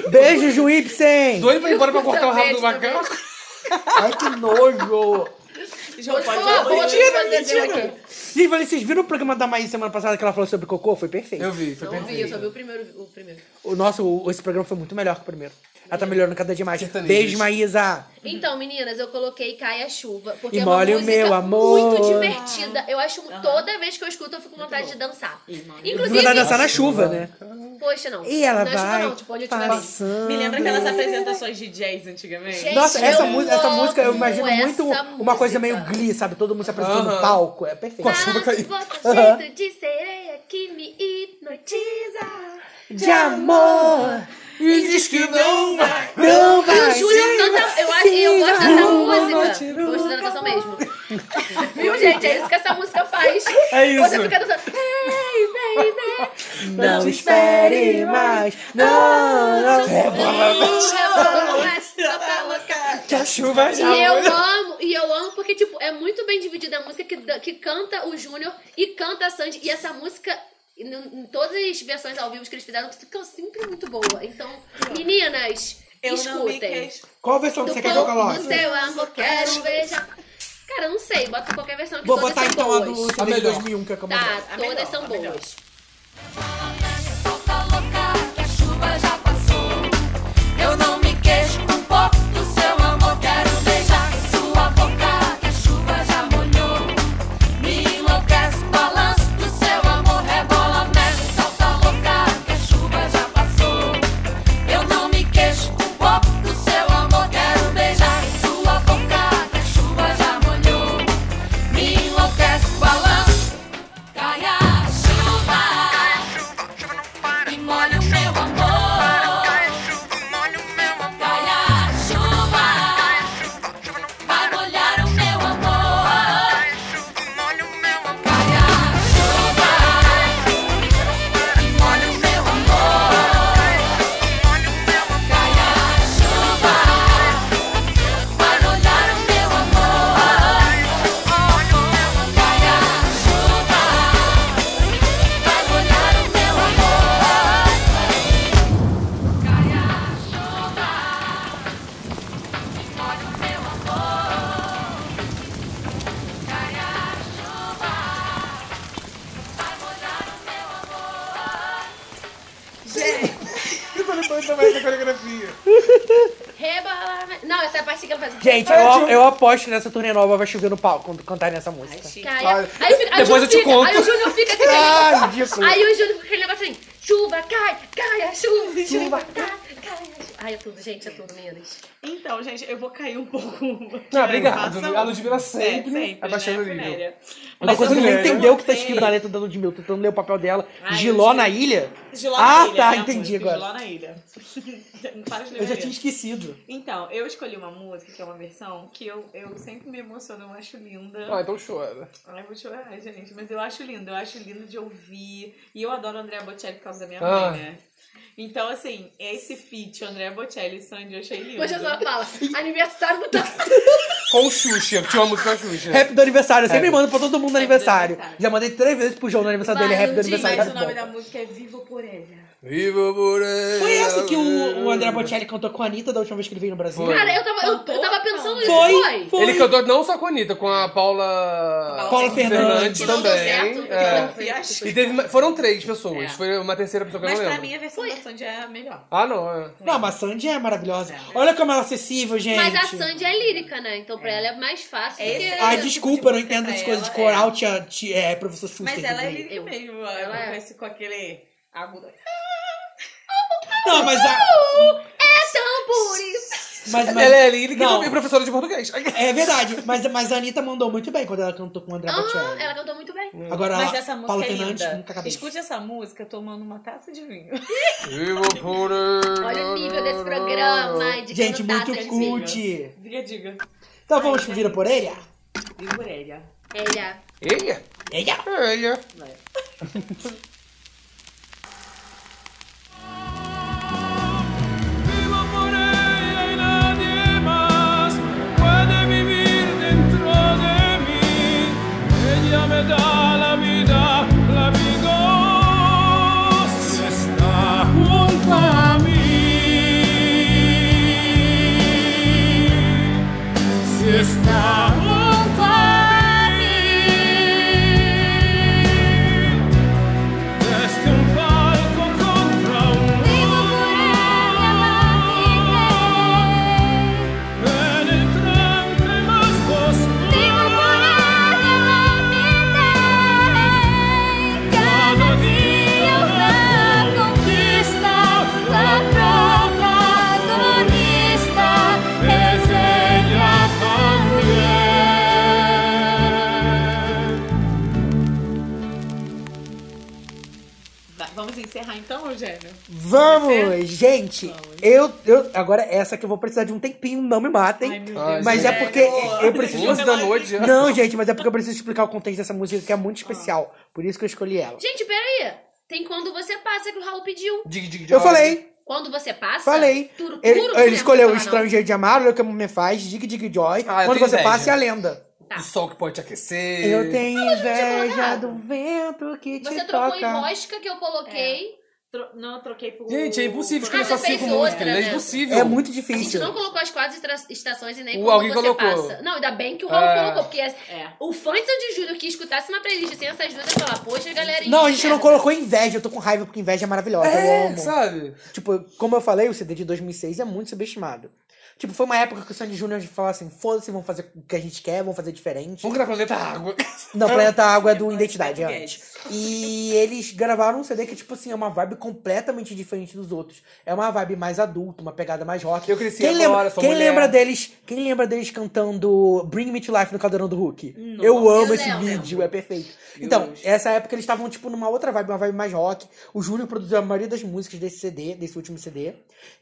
Speaker 2: Beijo, Juípsen!
Speaker 5: Doido pra ir embora pra cortar o rabo
Speaker 3: Também,
Speaker 5: do macaco.
Speaker 2: <laughs> Ai, que nojo!
Speaker 4: João,
Speaker 3: foi
Speaker 4: pode
Speaker 3: uma boa
Speaker 4: dar.
Speaker 3: mentira, mentira.
Speaker 2: Gente, falei, vocês viram o programa da Maís semana passada que ela falou sobre cocô? Foi perfeito.
Speaker 5: Eu vi, foi
Speaker 3: Não vi, eu
Speaker 5: perfeito.
Speaker 3: só vi o primeiro. O primeiro.
Speaker 5: Uhum.
Speaker 2: O nosso, o- esse programa foi muito melhor que o primeiro. Ela tá melhorando cada dia mais.
Speaker 5: Sertanejas.
Speaker 2: Beijo, Maísa!
Speaker 3: Então, meninas, eu coloquei Caia Chuva, porque
Speaker 2: E
Speaker 3: é uma
Speaker 2: molha o
Speaker 3: música
Speaker 2: meu amor.
Speaker 3: muito divertida. Eu acho, toda vez que eu escuto, eu fico com vontade de dançar.
Speaker 2: Na verdade, dançar
Speaker 3: Inclusive,
Speaker 2: na chuva, né?
Speaker 3: <laughs> poxa, não.
Speaker 2: E ela
Speaker 3: não é chuva,
Speaker 2: vai
Speaker 3: não, tipo, onde eu tiver visto.
Speaker 2: passando.
Speaker 4: Me lembra aquelas apresentações de jazz antigamente?
Speaker 3: Gente,
Speaker 2: <laughs> Nossa, essa,
Speaker 3: eu
Speaker 2: mu- essa
Speaker 3: amo
Speaker 2: música eu imagino
Speaker 3: essa
Speaker 2: muito uma
Speaker 3: música.
Speaker 2: coisa meio glee, sabe? Todo mundo se apresentando no
Speaker 5: Aham.
Speaker 2: palco. É perfeito.
Speaker 5: a chuva caindo.
Speaker 3: Bota jeito de sereia que me hipnotiza.
Speaker 2: De amor!
Speaker 5: E diz que não vai.
Speaker 2: Não vai!
Speaker 3: Eu juro, eu, canta, eu, acho- eu
Speaker 2: Ah, sim,
Speaker 3: gosto
Speaker 2: não,
Speaker 3: dessa
Speaker 2: não
Speaker 3: música.
Speaker 2: tirou.
Speaker 3: Gosto da canção mesmo. <laughs> Viu, gente? É isso que essa música faz.
Speaker 5: É isso.
Speaker 3: Você fica dançando. Hey, baby.
Speaker 2: Não espere mais! Não, não!
Speaker 3: Ah,
Speaker 2: É que a chuva já
Speaker 3: E eu amo, e eu amo porque, tipo, é muito bem dividida a música que, da- que canta o Júnior e canta a Sandy. E essa música, em, em todas as versões ao vivo que eles fizeram, ficam sempre muito boa. Então, meninas,
Speaker 4: Eu não me
Speaker 3: escutem.
Speaker 4: queixo.
Speaker 2: Qual a versão que
Speaker 3: Do
Speaker 2: você quer que eu
Speaker 3: pão
Speaker 2: coloque?
Speaker 3: do seu amor, quero beijar. Cara, eu não sei, bota qualquer versão que
Speaker 2: Vou
Speaker 3: todas
Speaker 2: botar
Speaker 3: são
Speaker 2: então a
Speaker 3: boas.
Speaker 2: do
Speaker 5: A
Speaker 2: CD de
Speaker 5: melhor.
Speaker 2: 2001 que é acabou.
Speaker 3: Tá,
Speaker 4: A
Speaker 3: todas
Speaker 4: melhor,
Speaker 3: são
Speaker 4: a
Speaker 3: boas.
Speaker 4: melhor.
Speaker 1: Solta louca que a chuva já passou. Eu não me queixo um pouco do seu amor. Quero beijar em sua boca que a chuva já molhou. Me enlouquece o balanço do seu amor. Rebola, mexe, solta louca que a chuva já passou. Eu não me queixo um pouco do seu amor. Quero beijar em sua boca que a chuva já molhou. Me enlouquece o balanço. Cai a chuva. E molha o meu amor. Cai a chuva. Vai molhar o meu amor. Cai a chuva. E molha o meu amor. Cai a chuva. Vai molhar o meu amor. Cai a chuva. Vai molhar o meu amor. Cai a chuva. E molha o meu amor. Cai a chuva. Vai molhar o meu amor.
Speaker 5: Eu tô lembrando também da
Speaker 3: <laughs>
Speaker 5: coreografia.
Speaker 3: Rebola. me- Não, essa é a parte que eu faço.
Speaker 2: Gente, eu, eu aposto que nessa turnê nova vai chover no palco quando cantarem essa música.
Speaker 3: Caia. Aí, fica, aí, o
Speaker 5: Depois
Speaker 3: Júnior
Speaker 5: eu te
Speaker 3: fica,
Speaker 5: conto.
Speaker 3: aí o Júnior fica com
Speaker 2: Ai,
Speaker 3: aquele
Speaker 2: ridículo.
Speaker 3: Aí o Júnior fica com aquele negócio assim: chuva, cai, cai, a chuva, chuva, cai, cai. a chuva. Ai, é tudo, gente, é tudo, meninas.
Speaker 4: Então, gente, eu vou cair um pouco.
Speaker 5: Não, obrigado.
Speaker 4: Façam-
Speaker 5: A Ludmilla sempre
Speaker 4: é, sempre
Speaker 5: abaixando
Speaker 4: né,
Speaker 5: o nível.
Speaker 4: funéria.
Speaker 2: Uma coisa
Speaker 5: eu
Speaker 2: que eu não
Speaker 5: lembro,
Speaker 2: entendeu o
Speaker 4: eu
Speaker 2: que tá
Speaker 4: sei.
Speaker 2: escrito na letra da Ludmilla, tentando ler o papel dela.
Speaker 4: Ai,
Speaker 2: Giló
Speaker 4: eu
Speaker 2: na ilha?
Speaker 4: Giló
Speaker 2: ah,
Speaker 4: na ilha,
Speaker 2: tá,
Speaker 4: né,
Speaker 2: entendi
Speaker 4: música,
Speaker 2: agora.
Speaker 4: Giló na ilha. <laughs> Para de
Speaker 2: Eu já
Speaker 4: ler.
Speaker 2: tinha esquecido.
Speaker 4: Então, eu escolhi uma música, que é uma versão, que eu, eu sempre me emociono, eu acho linda.
Speaker 5: Ah, então chora.
Speaker 4: Ai, vou chorar, gente. Mas eu acho lindo, eu acho lindo de ouvir. E eu adoro André Bocelli por causa da minha
Speaker 5: Ah.
Speaker 4: mãe, né? Então, assim, esse feat, André Bocelli e Sandy, eu achei lindo.
Speaker 3: Hoje a senhora fala: aniversário do Tatu.
Speaker 5: Com o Xuxa. Tinha uma música com o Xuxa.
Speaker 2: Rap do aniversário, eu sempre
Speaker 5: Rap.
Speaker 2: mando pra todo mundo no
Speaker 4: Rap do
Speaker 2: aniversário.
Speaker 4: aniversário.
Speaker 2: Já mandei três vezes pro João no aniversário
Speaker 5: é
Speaker 2: dele,
Speaker 4: Vai,
Speaker 2: rap do
Speaker 4: Lundinho,
Speaker 2: aniversário.
Speaker 4: mas
Speaker 2: tá
Speaker 4: o nome
Speaker 2: bom.
Speaker 4: da música é Vivo por Ela.
Speaker 5: Viva por ela.
Speaker 2: Foi essa que o, o André Bocelli cantou com a Anitta da última vez que ele veio no Brasil?
Speaker 5: Foi.
Speaker 3: Cara, eu tava, eu, eu tava pensando nisso,
Speaker 2: Foi,
Speaker 3: foi?
Speaker 2: foi.
Speaker 5: Ele cantou não só com a Anitta, com a Paula...
Speaker 2: Paula Fernandes.
Speaker 5: Fernandes
Speaker 3: Que não deu certo.
Speaker 5: também.
Speaker 3: que
Speaker 5: é.
Speaker 3: não foi.
Speaker 5: E teve, ma- foram três pessoas.
Speaker 4: É.
Speaker 5: Foi uma terceira pessoa que eu
Speaker 4: Mas
Speaker 5: não
Speaker 4: pra
Speaker 5: lembro.
Speaker 4: mim a versão da Sandy é a melhor.
Speaker 5: Ah, não. É.
Speaker 2: Não, mas a Sandy é maravilhosa. Olha como ela é acessível, gente.
Speaker 3: Mas a Sandy é lírica, né? Então pra ela é mais fácil.
Speaker 4: É esse-
Speaker 3: Porque...
Speaker 2: Ai,
Speaker 4: tipo de
Speaker 2: desculpa, eu não
Speaker 4: música
Speaker 2: entendo
Speaker 4: pra
Speaker 2: essas coisas de
Speaker 4: ela, é.
Speaker 2: coral, tia, tia, é, professor Schuster.
Speaker 4: Mas ela é
Speaker 2: também.
Speaker 4: lírica
Speaker 3: Eu.
Speaker 4: mesmo.
Speaker 3: Ela
Speaker 4: Ela
Speaker 3: é.
Speaker 4: conhece com aquele agudo.
Speaker 2: Não, mas a...
Speaker 3: É tão por isso.
Speaker 2: Mas, mas-
Speaker 5: Ela é lírica
Speaker 2: Não.
Speaker 5: e professora de
Speaker 2: <laughs>
Speaker 5: português.
Speaker 2: É verdade, mas, mas a Anitta mandou muito bem quando ela cantou com o André
Speaker 3: Aham,
Speaker 4: é
Speaker 2: Bocelli.
Speaker 3: então. ela cantou muito bem.
Speaker 2: Agora,
Speaker 4: Mas essa música
Speaker 2: Paulo
Speaker 4: é
Speaker 2: Fernandes
Speaker 4: linda.
Speaker 2: nunca acabei.
Speaker 4: Escute essa música tomando uma taça de vinho.
Speaker 5: Viva por ela.
Speaker 3: Olha o nível desse programa. De
Speaker 2: Gente,
Speaker 3: cantar,
Speaker 2: muito
Speaker 3: Sandy.
Speaker 2: cult.
Speaker 4: <laughs> Diga, diga.
Speaker 2: Então vamos pro Vira por Orelha?
Speaker 4: Vivo por Ela.
Speaker 3: Ela.
Speaker 5: Eia.
Speaker 2: Eia!
Speaker 5: Eia.
Speaker 4: Vai.
Speaker 6: Viva por ela,
Speaker 9: vida, la vida, la vida está junto a mí. Si está junto a mí. Desde un palco contra un En el tranque más oscuro Cada día una conquista La protagonista es ella también
Speaker 4: Vai, vamos encerrar então, Eugênio?
Speaker 2: Vamos! Gente, eu, eu. Agora, essa que eu vou precisar de um tempinho, não me
Speaker 4: Ai,
Speaker 2: matem.
Speaker 4: meu
Speaker 5: Ai,
Speaker 2: Mas é
Speaker 4: Eugênio.
Speaker 2: porque eu preciso.
Speaker 5: Duas da noite.
Speaker 2: Não, gente, mas é porque eu preciso explicar o contexto dessa música que é muito especial. Por isso que eu escolhi ela.
Speaker 3: Gente, peraí. Tem quando você passa que o Raul pediu.
Speaker 5: Dig, dig, dig.
Speaker 2: Eu falei,
Speaker 3: Quando você passa.
Speaker 2: Falei.
Speaker 3: Turo, puro,
Speaker 2: ele,
Speaker 3: não
Speaker 2: ele
Speaker 3: lembro
Speaker 2: escolheu
Speaker 3: falar,
Speaker 2: o
Speaker 3: não.
Speaker 2: Estrangeiro de Amaro, o que me faz, Dig Dig Joy.
Speaker 5: Ah, eu
Speaker 2: quando
Speaker 5: tenho
Speaker 2: você
Speaker 5: inveja.
Speaker 2: passa é a lenda.
Speaker 5: O sol que pode te aquecer.
Speaker 2: Eu tenho inveja
Speaker 3: colocado.
Speaker 2: do vento que te
Speaker 3: Você trocou em
Speaker 2: toca. É.
Speaker 3: rosca que eu coloquei.
Speaker 4: Tro- não, eu troquei por.
Speaker 5: Gente, é impossível escolher
Speaker 3: Ah,
Speaker 5: só
Speaker 3: você
Speaker 5: cinco
Speaker 3: fez outra,
Speaker 5: músicas. É
Speaker 3: né?
Speaker 5: impossível.
Speaker 2: É muito
Speaker 3: A gente
Speaker 2: difícil.
Speaker 3: não colocou as quatro estra- estações e nem
Speaker 5: O
Speaker 3: quando
Speaker 5: alguém
Speaker 3: você
Speaker 5: colocou.
Speaker 3: passa. Não, ainda bem que o Raul
Speaker 5: É.
Speaker 3: colocou, porque as-
Speaker 4: É.
Speaker 3: o fã de Sandy Júnior que escutasse uma playlist sem essas duas ia falar, poxa, né?" galera.
Speaker 2: Não, a gente não
Speaker 3: merda.
Speaker 2: colocou inveja. Eu tô com raiva porque inveja é maravilhosa. eu
Speaker 5: É,
Speaker 2: amo.
Speaker 5: sabe?
Speaker 2: Tipo, como eu falei, o CD de 2006 é muito subestimado. Tipo, foi uma época que o Sandy Júnior falou assim: foda-se, vamos fazer o que a gente quer, vamos fazer diferente.
Speaker 5: Vamos um gravar planeta água.
Speaker 2: Não, Planeta Água é do Identidade, é
Speaker 4: Podcast.
Speaker 2: antes. E eles gravaram um CD que, tipo assim, é uma vibe completamente diferente dos outros. É uma vibe mais adulta, uma pegada mais rock.
Speaker 5: Eu cresci
Speaker 2: quem
Speaker 5: agora,
Speaker 2: lembra,
Speaker 5: sou
Speaker 2: quem
Speaker 5: mulher.
Speaker 2: lembra deles Quem lembra deles cantando Bring Me to Life no Caldeirão do Hulk? eu amo
Speaker 3: Eu
Speaker 2: esse
Speaker 3: lembro.
Speaker 2: vídeo, é perfeito. então, essa época eles estavam, tipo, numa outra vibe, uma vibe mais rock. O Júnior produziu a maioria das músicas desse CD, desse último CD.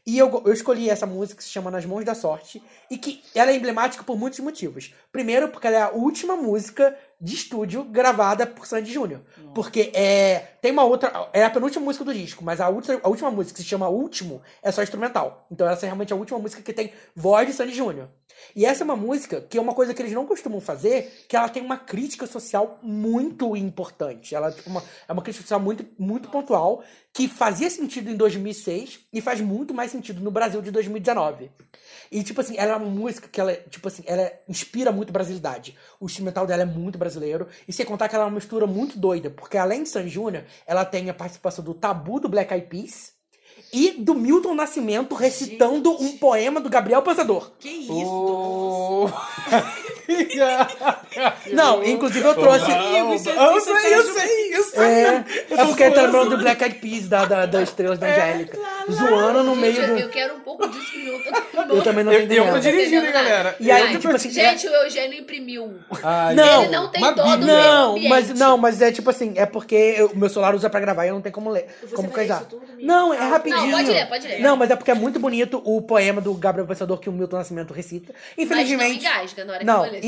Speaker 2: E eu, go- eu escolhi essa música que se chama Nas Mãos da Sorte. E que ela é emblemática por muitos motivos. Primeiro, porque ela é a última música de estúdio gravada por Sandy Júnior. Porque é, tem uma outra. É a penúltima música do disco, mas a, outra, a última música que se chama Último é só instrumental. Então essa é realmente a última música que tem voz de Sandy Júnior. E essa é uma música que é uma coisa que eles não costumam fazer, que ela tem uma crítica social muito importante. Ela tipo, uma- é uma crítica social muito, muito pontual, que fazia sentido em 2006 e faz muito mais sentido no Brasil de 2019. E, tipo assim, ela é uma música que ela, tipo assim, ela inspira muito brasilidade. O instrumental dela é muito brasileiro. E sem contar que ela é uma mistura muito doida, porque além de San Júnior, ela tem a participação do Tabu do Black Eyed Peas e do Milton Nascimento recitando um poema do Gabriel Pensador.
Speaker 4: Que isso?
Speaker 5: Oh.
Speaker 2: Não, inclusive eu trouxe.
Speaker 4: Amigos,
Speaker 5: Eu
Speaker 4: assim,
Speaker 5: sei, eu sei, eu sei.
Speaker 2: É, é porque tá lembrando do Black Eyed Peas, da, da, da Estrela da Angélica. Zoando no meio
Speaker 3: É, Gente, eu,
Speaker 2: do.
Speaker 3: eu quero um pouco disso que eu tô
Speaker 2: Eu também não tô
Speaker 5: Eu, eu tô
Speaker 2: entendendo.
Speaker 5: dirigindo, hein,
Speaker 3: Entendeu nada.
Speaker 5: galera.
Speaker 2: né? E aí,
Speaker 3: Ai,
Speaker 2: tipo assim. é-
Speaker 3: Gente, o Eugênio imprimiu. um,
Speaker 5: Ai,
Speaker 2: Não,
Speaker 3: Ele não tem
Speaker 5: uma
Speaker 3: todo o
Speaker 5: bíblia.
Speaker 3: meio
Speaker 2: Não,
Speaker 3: ambiente.
Speaker 2: mas não, mas é tipo assim, é porque eu- meu celular usa pra gravar e eu não tenho como ler,
Speaker 4: Você
Speaker 2: como
Speaker 4: vai
Speaker 2: coisar.
Speaker 4: ler isso tudo, amigo?
Speaker 2: Não, é rapidinho.
Speaker 3: Não, pode ler, pode ler.
Speaker 2: Não, mas é porque é muito bonito o poema do Gabriel Pensador que o Milton Nascimento recita. Infelizmente,
Speaker 3: Mas não engasga na hora que eu
Speaker 2: não,
Speaker 3: vou ler, senão eu vou cortar o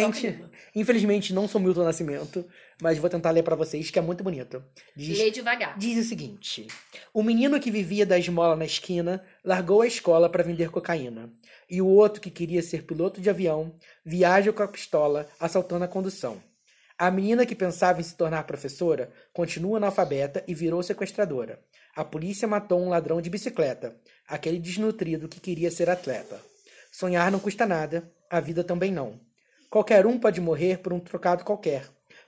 Speaker 2: infelizmente,
Speaker 3: livro.
Speaker 2: infelizmente não sou Milton Nascimento, mas vou tentar ler pra vocês que é muito bonito. Diz
Speaker 3: Lê devagar.
Speaker 2: Diz o seguinte: O menino que vivia da esmola na esquina largou a escola para vender cocaína. E o outro que queria ser piloto de avião viaja com a pistola, assaltando a condução. A menina que pensava em se tornar professora continua analfabeta e virou sequestradora. A polícia matou um ladrão de bicicleta, aquele desnutrido que queria ser atleta. Sonhar não custa nada, a vida também não. Qualquer um pode morrer por um trocado qualquer,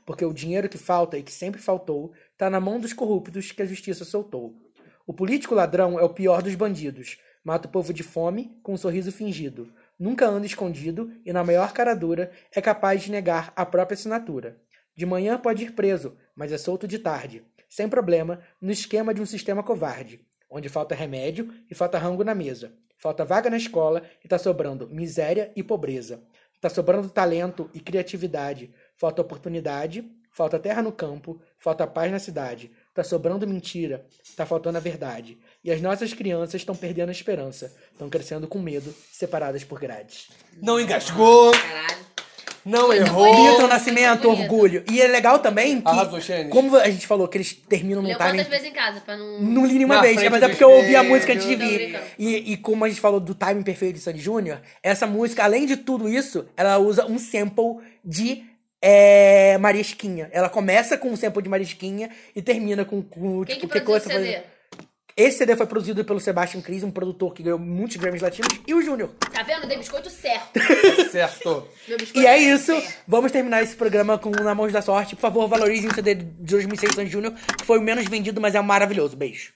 Speaker 2: porque o dinheiro que falta e que sempre faltou está tá na mão dos corruptos que a justiça soltou. O político ladrão é o pior dos bandidos, mata o povo de fome com um sorriso fingido, nunca anda escondido e, na maior cara dura, é capaz de negar a própria assinatura. De manhã pode ir preso, mas é solto de tarde, sem problema, no esquema de um sistema covarde, onde falta remédio e falta rango na mesa, falta vaga na escola e tá sobrando miséria e pobreza. Tá sobrando talento e criatividade, falta oportunidade, falta terra no campo, falta paz na cidade. Tá sobrando mentira, tá faltando a verdade. E as nossas crianças estão perdendo a esperança, estão crescendo com medo, separadas por grades.
Speaker 5: Não engasgou,
Speaker 3: Caralho.
Speaker 5: não
Speaker 2: Milton
Speaker 5: errou.
Speaker 2: Nascimento,
Speaker 3: bonito.
Speaker 2: orgulho. E é legal também que,
Speaker 5: Arrasou, Xênis.
Speaker 2: como a gente falou que eles terminam num
Speaker 3: Leu
Speaker 2: timing
Speaker 3: quantas vezes em casa pra não.
Speaker 2: não li nenhuma
Speaker 5: Na
Speaker 2: vez,
Speaker 5: frente
Speaker 2: mas é
Speaker 5: do
Speaker 2: porque eu ouvi a
Speaker 5: espelho.
Speaker 2: música antes de
Speaker 3: Não,
Speaker 2: vir.
Speaker 3: brincando.
Speaker 2: E, e como a gente falou do timing perfeito de Sandy Júnior, essa música, além de tudo isso, ela usa um sample de é Marisquinha. Ela começa com o sample de Marisquinha e termina com, com
Speaker 3: Quem
Speaker 2: tipo,
Speaker 3: que
Speaker 2: que coisa
Speaker 3: produziu o
Speaker 2: foi-
Speaker 3: CD?
Speaker 2: Esse CD foi produzido pelo Sebastian Cris, um produtor que ganhou muitos Grammys latinos, e o Júnior.
Speaker 3: Tá vendo? Dei biscoito certo.
Speaker 5: Certo.
Speaker 3: Dei biscoito
Speaker 2: E é isso.
Speaker 3: certo.
Speaker 2: Vamos terminar esse programa com Na Mãos da Sorte. Por favor, valorizem o CD de 2006 Sandy Júnior, que foi o menos vendido, mas é um maravilhoso. Beijo.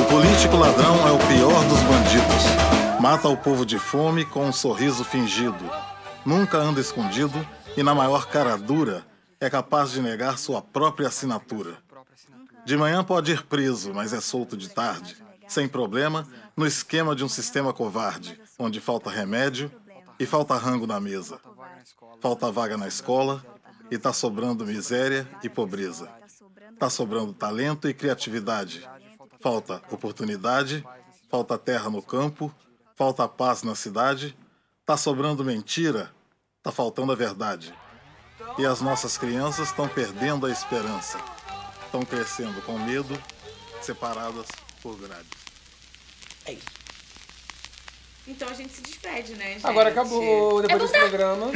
Speaker 10: O político ladrão é o pior dos bandidos. Mata o povo de fome com um sorriso fingido. Nunca anda escondido e, na maior cara dura, é capaz de negar sua própria assinatura. De manhã pode ir preso, mas é solto de tarde, sem problema, no esquema de um sistema covarde, onde falta remédio e falta rango na mesa. Falta vaga na escola e tá sobrando miséria e pobreza. Tá sobrando talento e criatividade. Falta oportunidade, falta terra no campo, falta paz na cidade. Tá sobrando mentira, tá faltando a verdade. E as nossas crianças estão perdendo a esperança. Estão crescendo com medo, separadas por grades.
Speaker 2: É isso.
Speaker 4: Então a gente se despede, né, gente?
Speaker 5: Agora acabou, depois desse programa.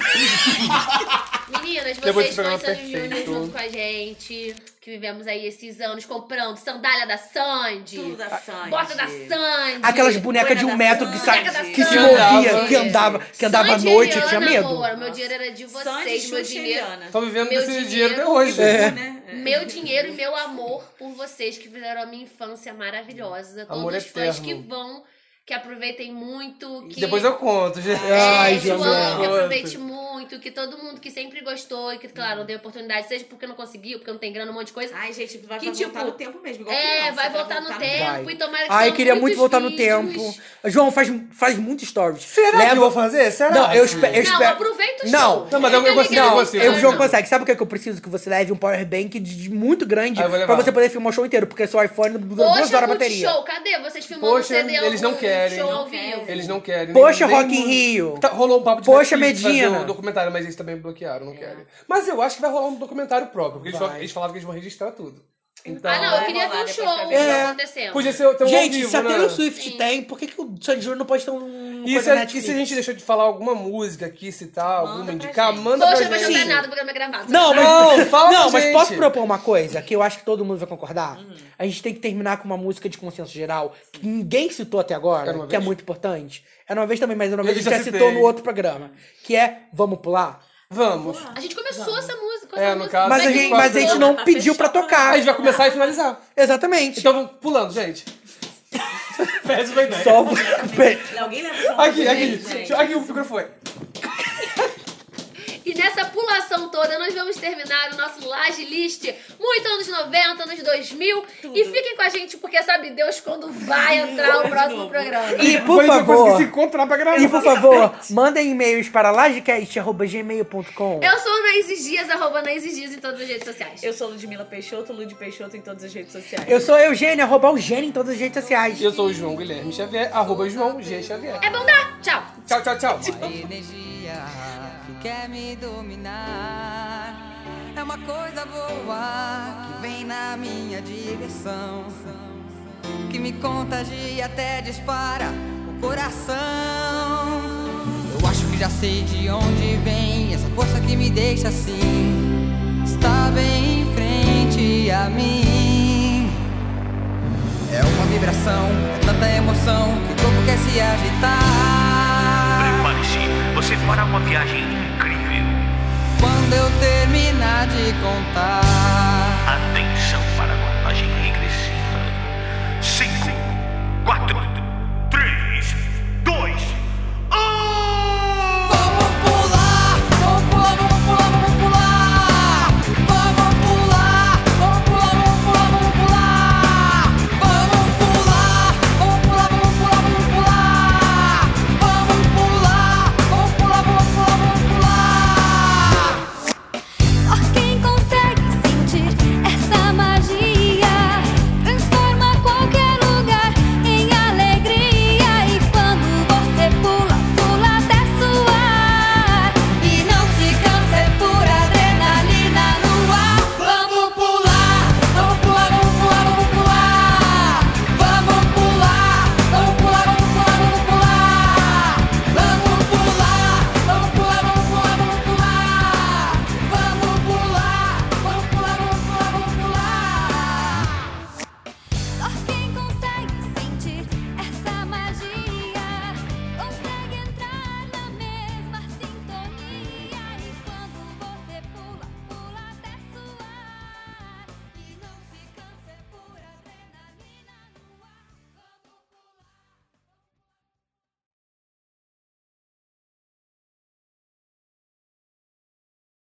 Speaker 3: Meninas,
Speaker 5: Depois desse
Speaker 3: vocês estão em
Speaker 5: programa
Speaker 3: Sandy Júnior
Speaker 5: um perfeito.
Speaker 3: junto com a gente. Que vivemos aí esses anos comprando sandália da Sandy.
Speaker 4: Tudo da Sandy.
Speaker 3: Bota da Sandy.
Speaker 2: Aquelas bonecas de
Speaker 4: Boina
Speaker 2: um
Speaker 4: da
Speaker 2: metro que, sa...
Speaker 3: Sandy. Boneca da
Speaker 2: que se
Speaker 3: Sandy.
Speaker 2: movia,
Speaker 5: Sandy.
Speaker 2: que andava, que andava à
Speaker 3: Sandy e
Speaker 2: noite, eu
Speaker 3: Eliana,
Speaker 2: tinha medo.
Speaker 3: Amor, meu dinheiro era de vocês,
Speaker 4: Sandy,
Speaker 3: meu
Speaker 4: Xuxa e
Speaker 3: dinheiro.
Speaker 4: Eliana.
Speaker 5: Estão vivendo
Speaker 3: Meu
Speaker 5: desse dinheiro,
Speaker 3: dinheiro
Speaker 5: até hoje.
Speaker 4: Né? É.
Speaker 3: Meu dinheiro e meu amor por vocês que fizeram a minha infância maravilhosa. Todos
Speaker 5: Amor
Speaker 3: os fãs que
Speaker 5: eterno.
Speaker 3: vão, que aproveitem muito, que
Speaker 5: Depois eu conto, gente.
Speaker 3: É,
Speaker 2: Ai,
Speaker 3: João,
Speaker 2: João.
Speaker 3: que aproveite muito, que todo mundo que sempre gostou e que, claro, não deu oportunidade, seja porque não conseguiu, porque não tem grana, um monte de coisa.
Speaker 4: Ai, gente, vai
Speaker 3: Que,
Speaker 4: vai
Speaker 3: tipo,
Speaker 4: voltar no tempo mesmo. Igual
Speaker 3: É,
Speaker 4: criança,
Speaker 3: vai voltar no tempo
Speaker 2: Vai.
Speaker 3: e tomara que
Speaker 2: Ai,
Speaker 3: tenham
Speaker 2: eu queria muito
Speaker 3: muitos
Speaker 2: voltar no
Speaker 3: vídeos.
Speaker 2: tempo. João, faz, faz muitos stories.
Speaker 5: Será
Speaker 2: Leva-
Speaker 5: que eu vou fazer? Será?
Speaker 2: Não, eu espero. eu
Speaker 3: Não,
Speaker 2: espero-
Speaker 3: aproveita o
Speaker 2: Não.
Speaker 3: show.
Speaker 5: Não, mas eu-
Speaker 3: Fica
Speaker 5: eu consigo,
Speaker 3: ligado.
Speaker 5: eu consigo.
Speaker 2: Eu, o João
Speaker 3: Não.
Speaker 2: consegue. Sabe o que, é que eu preciso? Que você leve um power bank de, de muito grande
Speaker 5: Ah, eu vou
Speaker 2: pra
Speaker 5: levar.
Speaker 2: você poder filmar o show inteiro, porque seu iPhone dura duas
Speaker 3: Poxa,
Speaker 2: horas a
Speaker 3: bateria.
Speaker 2: bateria.
Speaker 3: show, cadê? Vocês filmando
Speaker 5: Poxa,
Speaker 3: CD
Speaker 5: eles não
Speaker 3: algum
Speaker 5: querem,
Speaker 3: Show
Speaker 5: não
Speaker 3: ao vivo.
Speaker 5: Eles não querem.
Speaker 2: Poxa,
Speaker 5: nem-
Speaker 2: Rock
Speaker 5: nem-
Speaker 2: in Rio.
Speaker 5: Tá- rolou um papo de
Speaker 2: Poxa,
Speaker 5: Netflix
Speaker 2: Medina.
Speaker 5: fazer um documentário, mas eles também bloquearam, não querem. Mas eu acho que vai rolar um documentário próprio, porque eles,
Speaker 2: Vai.
Speaker 5: vão- eles falavam que eles vão registrar tudo. Então,
Speaker 3: Ah, não, eu
Speaker 4: Vai
Speaker 3: queria ver
Speaker 4: rolar
Speaker 3: um
Speaker 4: depois
Speaker 3: show
Speaker 4: pra
Speaker 3: o que
Speaker 4: ver.
Speaker 3: tá
Speaker 2: É.
Speaker 3: acontecendo.
Speaker 5: podia ser ter um ao
Speaker 2: Gente,
Speaker 5: vivo,
Speaker 2: se a
Speaker 5: né?
Speaker 2: Taylor Swift tem, por que, que o Sandy Júnior não pode ter um.
Speaker 5: E se,
Speaker 2: coisa
Speaker 5: a, e
Speaker 2: Netflix?
Speaker 5: se é a gente deixou de falar alguma música aqui, citar,
Speaker 4: Manda
Speaker 5: alguma
Speaker 4: pra
Speaker 5: indicar,
Speaker 4: gente.
Speaker 5: manda
Speaker 3: Poxa,
Speaker 5: pra
Speaker 3: mas
Speaker 5: gente.
Speaker 3: não dá nada, o programa é gravado.
Speaker 2: Não, mas,
Speaker 5: Não,
Speaker 2: <laughs>
Speaker 5: fala
Speaker 2: não,
Speaker 5: com
Speaker 2: mas
Speaker 5: gente.
Speaker 2: posso propor uma coisa que eu acho que todo mundo vai concordar? A gente tem que terminar com uma música de consenso geral que ninguém citou até agora,
Speaker 5: Era uma
Speaker 2: que é
Speaker 5: vez?
Speaker 2: muito importante. Era uma vez também, mas era uma
Speaker 5: Eu
Speaker 2: vez a
Speaker 5: já
Speaker 2: gente já citou
Speaker 5: citei.
Speaker 2: no outro programa. Que é Vamos Pular?
Speaker 5: Vamos.
Speaker 3: A gente começou essa música.
Speaker 5: É,
Speaker 3: essa
Speaker 5: no
Speaker 3: música.
Speaker 5: caso,
Speaker 2: Mas, a
Speaker 5: Mas
Speaker 2: gente,
Speaker 5: que
Speaker 2: mas a
Speaker 5: quatro-
Speaker 2: gente não
Speaker 4: Tá
Speaker 2: pediu pra
Speaker 4: fechado.
Speaker 2: tocar.
Speaker 5: A gente vai começar e finalizar.
Speaker 2: Exatamente.
Speaker 5: Então vamos pulando, gente. Péssima ideia.
Speaker 2: <laughs> Só
Speaker 5: <laughs>
Speaker 2: vou- <laughs>
Speaker 4: Alguém leva
Speaker 5: Aqui, aqui. Deixa- Aqui o microfone.
Speaker 3: E nessa pulação toda, nós vamos terminar o nosso Laje List. Muito anos 90, anos 2000. E fiquem com a gente, porque sabe Deus quando vai entrar o próximo programa.
Speaker 2: E por
Speaker 5: Depois a gente vai conseguir
Speaker 2: favor,
Speaker 5: se encontrar pra gravar.
Speaker 2: e por favor, mandem e-mails para lajecast.gmail.com.
Speaker 3: Eu sou Naís Dias, arroba Naís Dias em todas as redes sociais.
Speaker 4: Eu sou Ludmila Peixoto, Lud Peixoto em todas as redes sociais.
Speaker 2: Eu sou Eugênia, arroba Eugênia em todas as redes sociais.
Speaker 5: Eu sou o João Guilherme Xavier, arroba João G. Xavier.
Speaker 3: É bom dar! Tchau!
Speaker 5: Tchau, tchau, tchau.
Speaker 6: A energia que quer me dominar é uma coisa boa que vem na minha direção, que me contagia até dispara o coração. Eu acho que já sei de onde vem essa força que me deixa assim, está bem em frente a mim. É uma vibração, é tanta emoção que o corpo quer se agitar.
Speaker 9: Prepare-se, você fará uma viagem incrível.
Speaker 6: quando eu terminar de contar.
Speaker 1: é